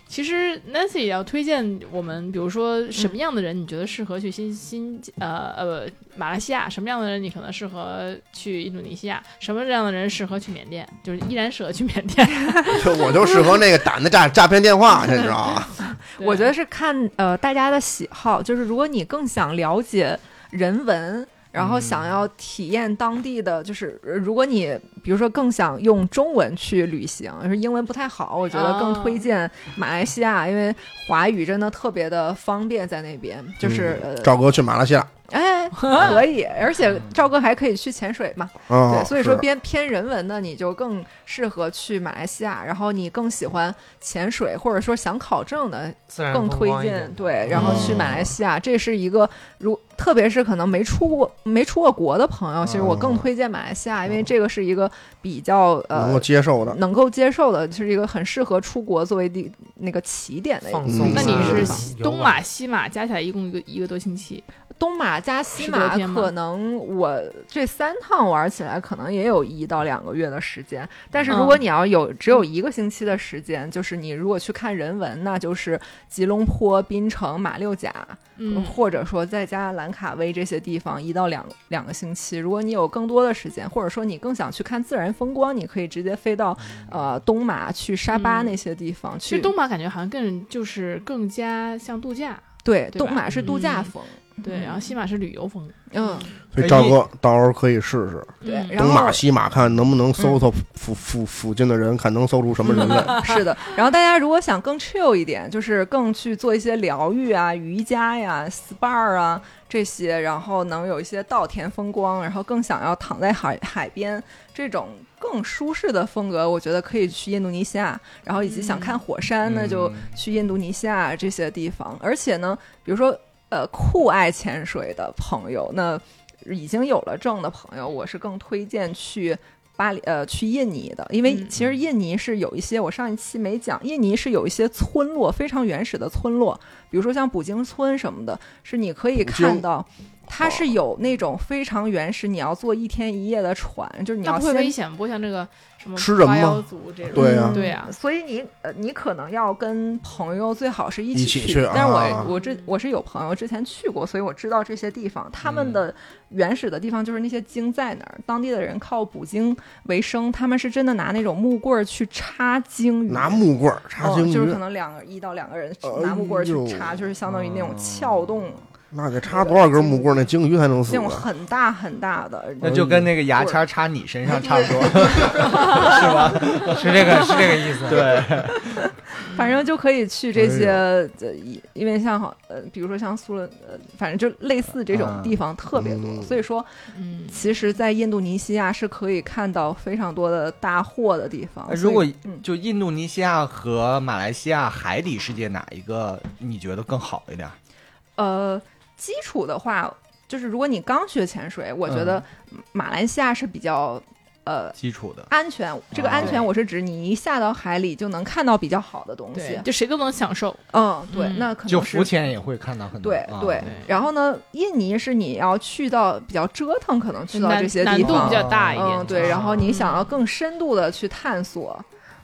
其实 Nancy 也要推荐我们，比如说什
嗯
么样的人你觉得适合去新新呃呃马来西亚，什么样的人你可能适合去印度尼西亚，什么样的人适合去缅甸，就是依然适合去缅 甸。
就我就适合那个打那诈诈骗电话，你知道吗？
我觉得是看呃大家的喜好，就是如果你更想了解人文。然后想要体验当地的，就是呃如果你比如说更想用中文去旅行，就是英文不太好，我觉得更
哦
推荐马来西亚，因为华语真的特别的方便，在那边就是、呃，
赵哥去马来西亚，
哎可以，而且赵哥还可以去潜水嘛，
嗯，
对，所以说
是
偏偏人文的你就更适合去马来西亚，然后你更喜欢潜水或者说想考证的
自然
更
风
推
光一
荐
点
对，然后
哦
去马来西亚，这是一个如特别是可能没出过没出过国的朋友，其实我更推荐马来西亚，因为这个是一个比较
能够
呃
接受的。
能够接受的，是一个很适合出国作为地那个起点的一个
放松
嗯
啊。
那
嗯
你
嗯
是
游
东
玩
马西马加起来一共一个一个多星期，
东马加西
十
马
多天，吗
可能我这三趟玩起来可能也有一到两个月的时间。但是如果
嗯
你要有只有一个星期的时间，就是你如果去看人文，那就是吉隆坡、槟城、马六甲，
嗯，
或者说再加兰卡威这些地方，一到两两个星期。如果你有更多的时间，或者说你更想去看自然风光，你可以直接飞到呃东马去沙巴
嗯
那些地方
其
去。
实东马感觉好像更就是更加像度假，
对
对吧嗯
东马是度假风，
对，然后西马是旅游风，
嗯
所以赵哥到时候可以试试
对
嗯
然后嗯
东马西马，看能不能搜搜附附附近的人，看能搜出什么 人来。
是的，然后大家如果想更 chill 一点，就是更去做一些疗愈啊、瑜伽呀、SPA 啊这些，然后能有一些稻田风光，然后更想要躺在海海边这种更舒适的风格，我觉得可以去印度尼西亚，然后以及想看火山，那就
嗯
去印度尼西亚这些地方。而且呢，比如说呃酷爱潜水的朋友，那已经有了证的朋友，我是更推荐去。巴黎呃，去印尼的，因为
嗯
其实印尼是有一些，我上一期没讲，印尼是有一些村落非常原始的村落，比如说像捕鲸村什么的，是你可以
捕鲸
看到，它是有那种非常原始，你要坐一天一夜的船，就是你
那
要
不会危
先。
险，不会像这个什么
吃人吗
八幺族这种。
对啊
嗯对啊
所以你呃，你可能要跟朋友最好是一
一起
去。
去
但是我、
啊
我之我是有朋友之前去过，所以我知道这些地方，他
嗯
们的原始的地方就是那些鲸在哪儿，当地的人靠捕鲸为生，他们是真的拿那种木棍儿去插鲸鱼，
拿木棍儿插
哦
鲸
就是
鱼
可，能两个一到两个人
哎
拿木棍儿去
呦
插，就是相当于那种
啊
撬动，
那得插多少根木
嗯
棍儿，那鲸鱼才能死
那种
呢？
很大很大的，
那就跟那个牙签插你身上差不多，是吧？
是这个是这个意 思。，
对，
反正就可以去这些，
哎
呃，因因为像好，呃，比如说像苏伦，呃，反正就类似这
啊
种地方特别多，
嗯
所以说，
嗯，
其实，在印度尼西亚是可以看到非常多的大货的地方
哎。
所以
如果
嗯，
就印度尼西亚和马来西亚海底世界哪一个你觉得更好一点？
呃，基础的话，就是如果你刚学潜水，我觉得
嗯
马来西亚是比较，呃。
基础的，
安全，这
啊
个安全我是指你一下到海里就能看到比较好的东西啊
对，。就谁都能享受。
嗯，对，
嗯
那可能
就是浮潜也会看到很多。
对
啊
对，然后呢，印尼是你要去到比较折腾，可能去到
难
这些
难
地
度
方
比，较大一点。
嗯，对，
就是啊
然后你想要更深度的去探索，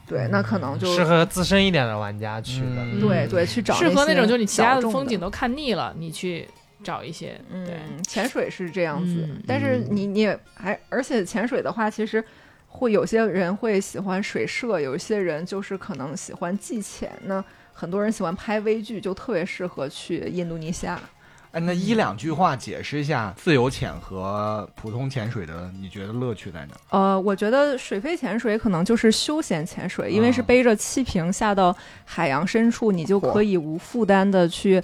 对，那可能就
适合资深一点的玩家去的。
嗯
对对去找
适合那
些
种就你其他
小
的
众的
风景。都看腻了，你去找一些。对，
嗯，潜水是这样子
嗯，
但是你你也还，而且潜水的话，其实会有些人会喜欢水社，有一些人就是可能喜欢技潜呢。很多人喜欢拍微剧，就特别适合去印度尼西亚。
哎，那一两句话解释一下自由潜和普通潜水的，你觉得乐趣在哪？
呃，我觉得水肺潜水可能就是休闲潜水，因为是
啊
背着气瓶下到海洋深处，你就可以无负担的去。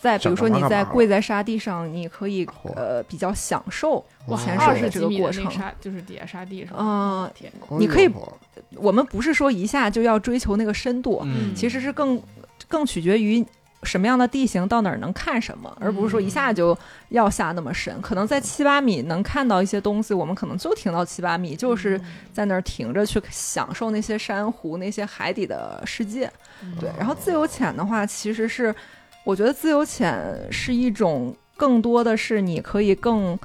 在比如说
想干
你
嘛干
在
嘛
跪在沙地上，你可以
嚯
呃比较享受
哇，
潜
二
水
十
的这
几
个
米
过
的那
程
个。沙就是底下沙地上。
嗯
天，
你可以嗯
哎呦
我们不是说一下就要追求那个深度，
嗯
其实是更更取决于什么样的地形，到哪儿能看什么，而不是说一
嗯
下就要下那么深。可能在七八米能看到一些东西，我们可能就停到七八米，就是在那儿停着去享受那些珊瑚、那些海底的世界。
嗯
对，然后自由潜的话，其实是我觉得自由潜是一种更多的是你可以更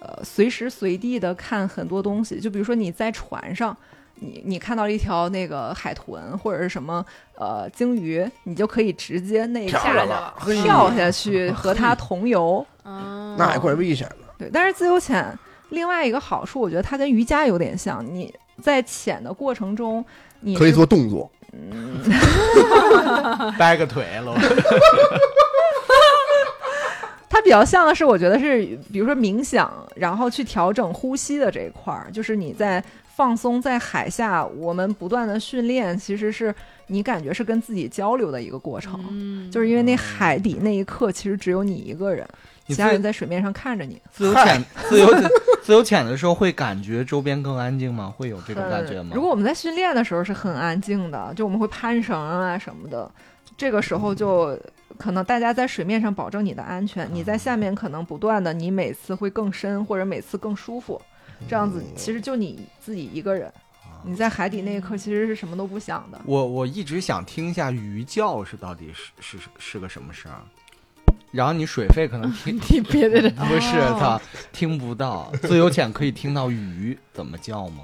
呃随时随地的看很多东西，就比如说你在船上。你你看到了一条那个海豚或者是什么呃鲸鱼，你就可以直接那一
跳
下
下
下
来
去
了
了。
嘿
跳下去和它同游。
嗯
那也怪危险的。
对，但是自由潜另外一个好处，我觉得它跟瑜伽有点像，你在潜的过程中，你
可以
是
做动作，
掰个腿 喽，
它比较像的是，我觉得是，比如说冥想，然后去调整呼吸的这一块儿，就是你在放松，在海下，我们不断的训练，其实是你感觉是跟自己交流的一个过程，
嗯，
就是因为那海底那一刻，其实只有你一个人，
你
其
自
他人在水面上看着你，
自由潜，自由潜，自由潜的时候会感觉周边更安静吗？会有这种感觉
嗯
吗？
如果我们在训练的时候是很安静的，就我们会攀绳啊什么的，这个时候就。可能大家在水面上保证你的安
嗯
全，你在下面可能不断的，你每次会更深或者每次更舒服，这样
嗯
子其实就你自己一个人。
哦
你在海底那一刻其实是什么都不想的，
啊我我一直想听一下鱼叫是到底是是是是个什么声儿，然后你水费可能听听别的人 不是
哦
他听不到，自由潜可以听到鱼怎么叫吗？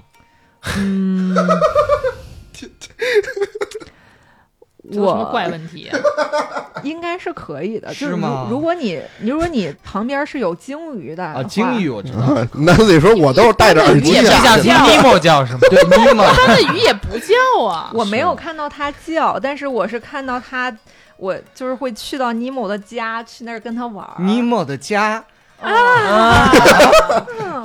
嗯 这有什么
我
怪问题啊？
应该是可以的。
是
就是如
吗
如果你如果你旁边是有鲸鱼的
啊，
的话
鲸鱼我知 道，
男子说：“我都是戴着耳机啊
你是
下
想
去
听
的。
尼莫叫什么？
对咪嘛，
它的鱼也不叫啊。
我没有看到它叫，但是我是看到它，我就是会去到尼莫的家，去那儿跟它玩儿。
尼莫的家，啊
啊，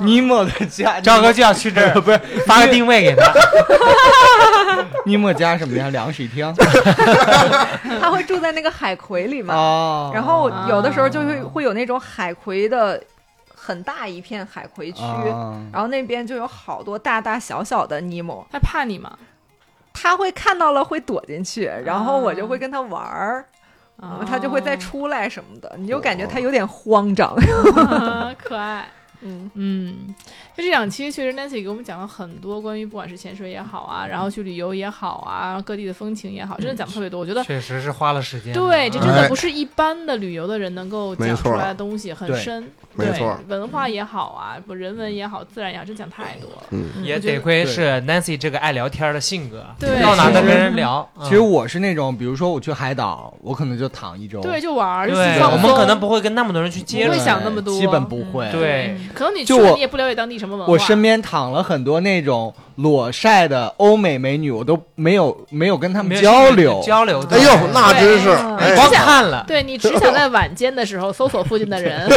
尼莫的 家，
赵哥就要去这 儿，不是发个定位给他。
尼莫家什么呀？两室一 厅
它会住在那个海葵里嘛。
哦，
然后有的时候就会会有那种海葵的很大一片海葵区，
嗯
啊
然后那边就有好多大大小小的尼莫，
它怕你吗？
它会看到了会躲进去，然后我就会跟它玩儿，
哦
然后它哦就会再出 来什么的，你就感觉它有点慌张。
啊，可爱。
嗯，
嗯，就这两期确实 Nancy 给我们讲了很多关于不管是潜水也好啊，然后去旅游也好啊，各地的风情也好，真的讲得特别多。我觉得
确实是花了时间的。啊
对，这真
哎
的不是一般的旅游的人能够
没
讲
错
出来的东西，很
对
深。
没错儿，
对文化也好啊，不人文也好，自然也好，真讲太多了。
嗯，
也
我觉得
得亏
对
是 Nancy 这个爱聊天的性格，
对
到哪都
是
跟人聊。
其实
嗯
我是那种，比如说我去海岛，我可能就躺一周，
对，就玩儿，就
对，
放
我们可
松
能不会跟那么多人去接
不
触
会，想那么多
基本不会。
嗯对，
可能你去
就
了
我
你也不了解当地什么文化。
我身边躺了很多那种裸晒的欧美美女，我都没有没有跟她
没
们
有
交流。
交流。
哎
对
呦，那真是，
嗯
哎
对
光看了，
对你只想在晚间的时候搜索附近的人，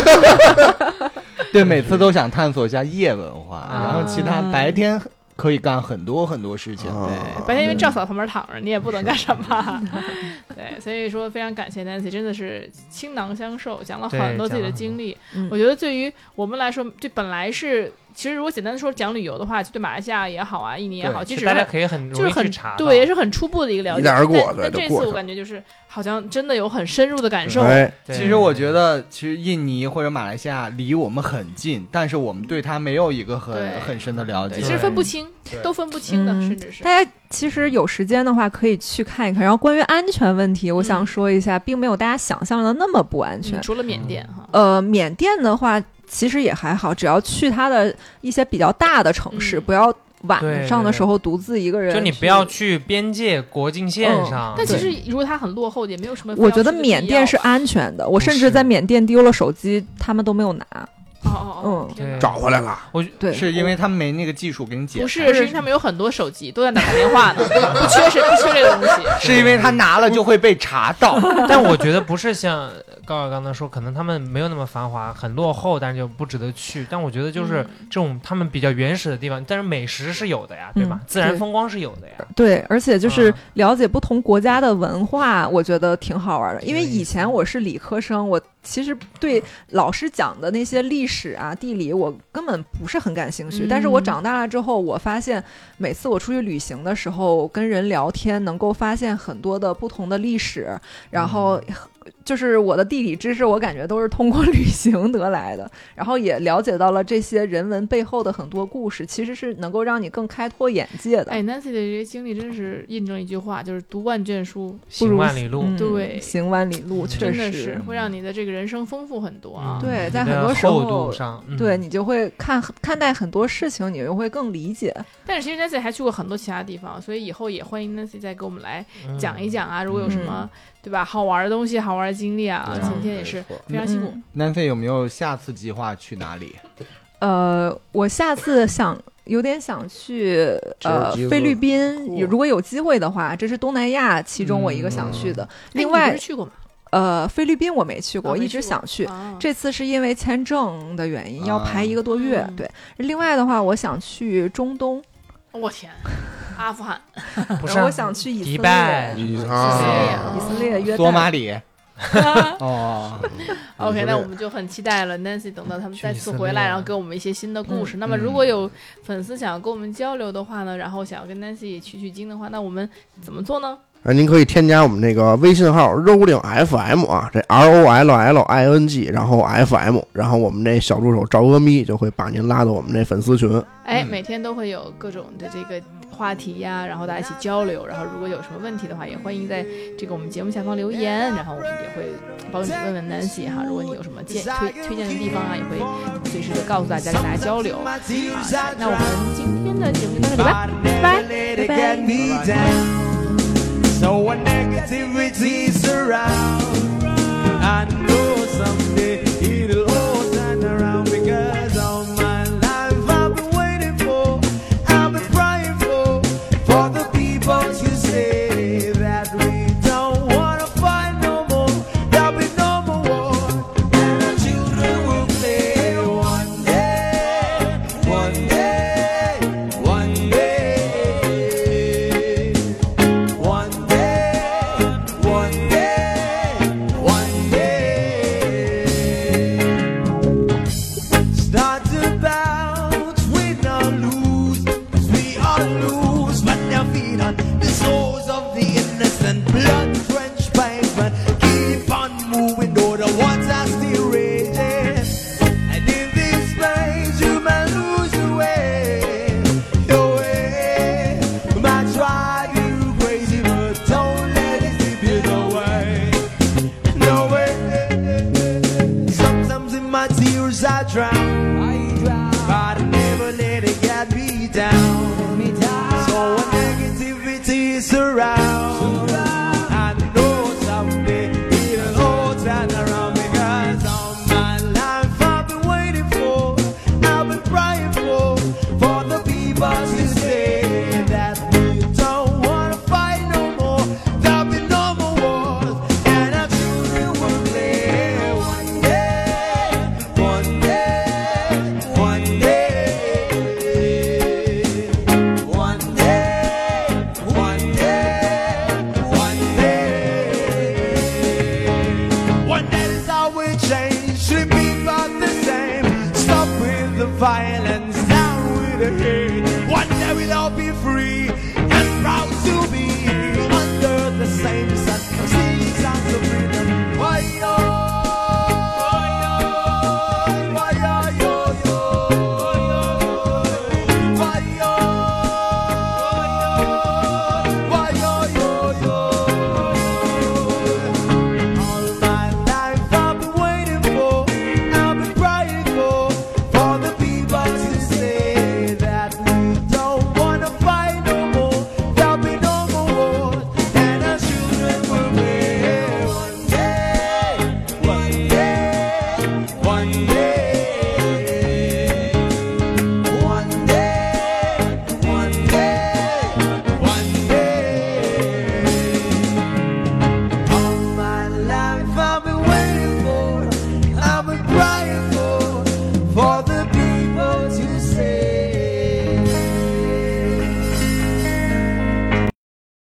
对，每次都想探索一下夜文化，然后其他
啊
白天可以干很多很多事情。对，
白天
嗯
因为赵嫂旁边躺着，你也不能干什么。 对，所以说非常感谢 Nancy，真的是倾囊相授，讲了很多自己的经历
嗯。
我觉得对于我们来说，这本来是其实如果简单的说讲旅游的话，就对马来西亚也好啊，印尼也好，其
其实
实
大家可以很
就
容
是
易去
很
查到，
对，也是很初步的一个了解。
一带而过
但但
对
这
就过
次
去
我
了
感觉就是好像真的有很深入的感受。
哎，
对
其实我觉得，其实印尼或者马来西亚离我们很近，但是我们对它没有一个
对
很很深的了解。
其实分不清，都分不清的，
嗯
甚至是。
大家其实有时间的话可以去看一看。然后关于安全问题，我想说一下，并没有大家想象的那么不安全
嗯。除了缅甸哈，
呃，缅甸的话其实也还好，只要去它的一些比较大的城市，
嗯
不要晚
对
上的
对
时候独自一个人。
就你不要。去边界国境线
嗯
上。
但其
对
实如果它很落后，也没有什么非要
我
去
觉
的必要。
得缅甸是安全的，我甚至
是
在缅甸丢了手机，他们都没有拿。
哦哦哦
嗯，
天哪
对
找回来了，
对，
是因为他们没那个技术给你解
不
开，
是，是因为他们有很多手机都在那打电话呢， 不缺谁，不缺这个东西。
是因为他拿了就会被查到。
但我觉得不是像高晓刚才说，可能他们没有那么繁华，很落后，但是就不值得去。但我觉得就是这种他们比较原始的地方，但是美食是有的呀，对吧
嗯？
自然
对
风光是有的呀。
对，而且就是
啊
了解不同国家的文化，我觉得挺好玩的。因为以前我是理科生，我其实对老师讲的那些历史啊、地理，我根本不是很感兴趣。但是我
嗯
长大了之后，我发现每次我出去旅行的时候，跟人聊天，能够发现很多的不同的历史，然后。就是我的地理知识，我感觉都是通过 旅行得来的，然后也了解到了这些人文背后的很多故事，其实是能够让你更开拓眼界的。
哎，Nancy 的这些经历真是印证一句话，就是读万卷书，
行万里路，
嗯
对
行万里路，
嗯
确
真
实
的是会让你的这个人生丰富很多啊
嗯。
对
你
在
的
很多时
厚
候
度上，嗯
对你就会看看待很多事情，你就会更理解。
但是其实 Nancy 还去过很多其他地方，所以以后也欢迎 Nancy 再给我们来
嗯
讲一讲啊，如果有什么
嗯
对吧好玩的东西、好玩的经历 啊
对，啊
今天也是
没错
非常辛苦。
南非有没有下次计划去哪里？
呃，我下次想有点想去呃
吉尔吉斯
菲律宾，
酷
有如果有机会的话，这是东南亚其中我一个想去的。另
哎你
外
不是，去过吗？
呃，菲律宾我没去过，
啊没
一直
去过
想去。
啊
这次是因为签证的原因，
啊
要排一个多月。
嗯
对，另外的话，我想去中东，
我天，阿富汗，
然后
不是啊
我想去以
迪
色列
拜、
你
啊
啊，
以色列、约
索马
旦。
里？哦，
OK，
以色列
那我们就很期待了，Nancy 等到他们
去
再
以
次
色列
回来，
啊
然后给我们一些新的故事。
嗯
那么如果有粉丝想要跟我们交流的话呢，然后想要跟 Nancy 取取经的话，那我们怎么做呢？
哎，您可以添加我们那个微信号 rolling fm 啊，这 r o l l i n g，然后 fm，然后我们那小助手赵阿咪就会把您拉到我们那粉丝群。
哎，
嗯
每天都会有各种的这个话题呀，然后大家一起交流。然后如果有什么问题的话，也欢迎在这个我们节目下方留言，然后我们也会帮你问问 Nancy 哈。如果你有什么建推推荐的地方啊，也会随时的告诉大家，跟大家交流。啊，那我们今天的节目就到这里吧，拜拜。
So when negativity surrounds, I know someday it'll all turn around because all my life I've been waiting for, I've been praying for, for the people to say that we don't wanna fight no more. There'll be no more war, and our children will play one day, one day, one day. One day, one day, one day. Start to bounce, we not lose, 'cause we all lose, but now feed on the souls of the innocent. Blood drenched pavement, keep on moving, though the water's still raging. And in this place, you may lose your way, your way. My drive you crazy, but don't let it slip you the way, no way. Sometimes in my tears I around.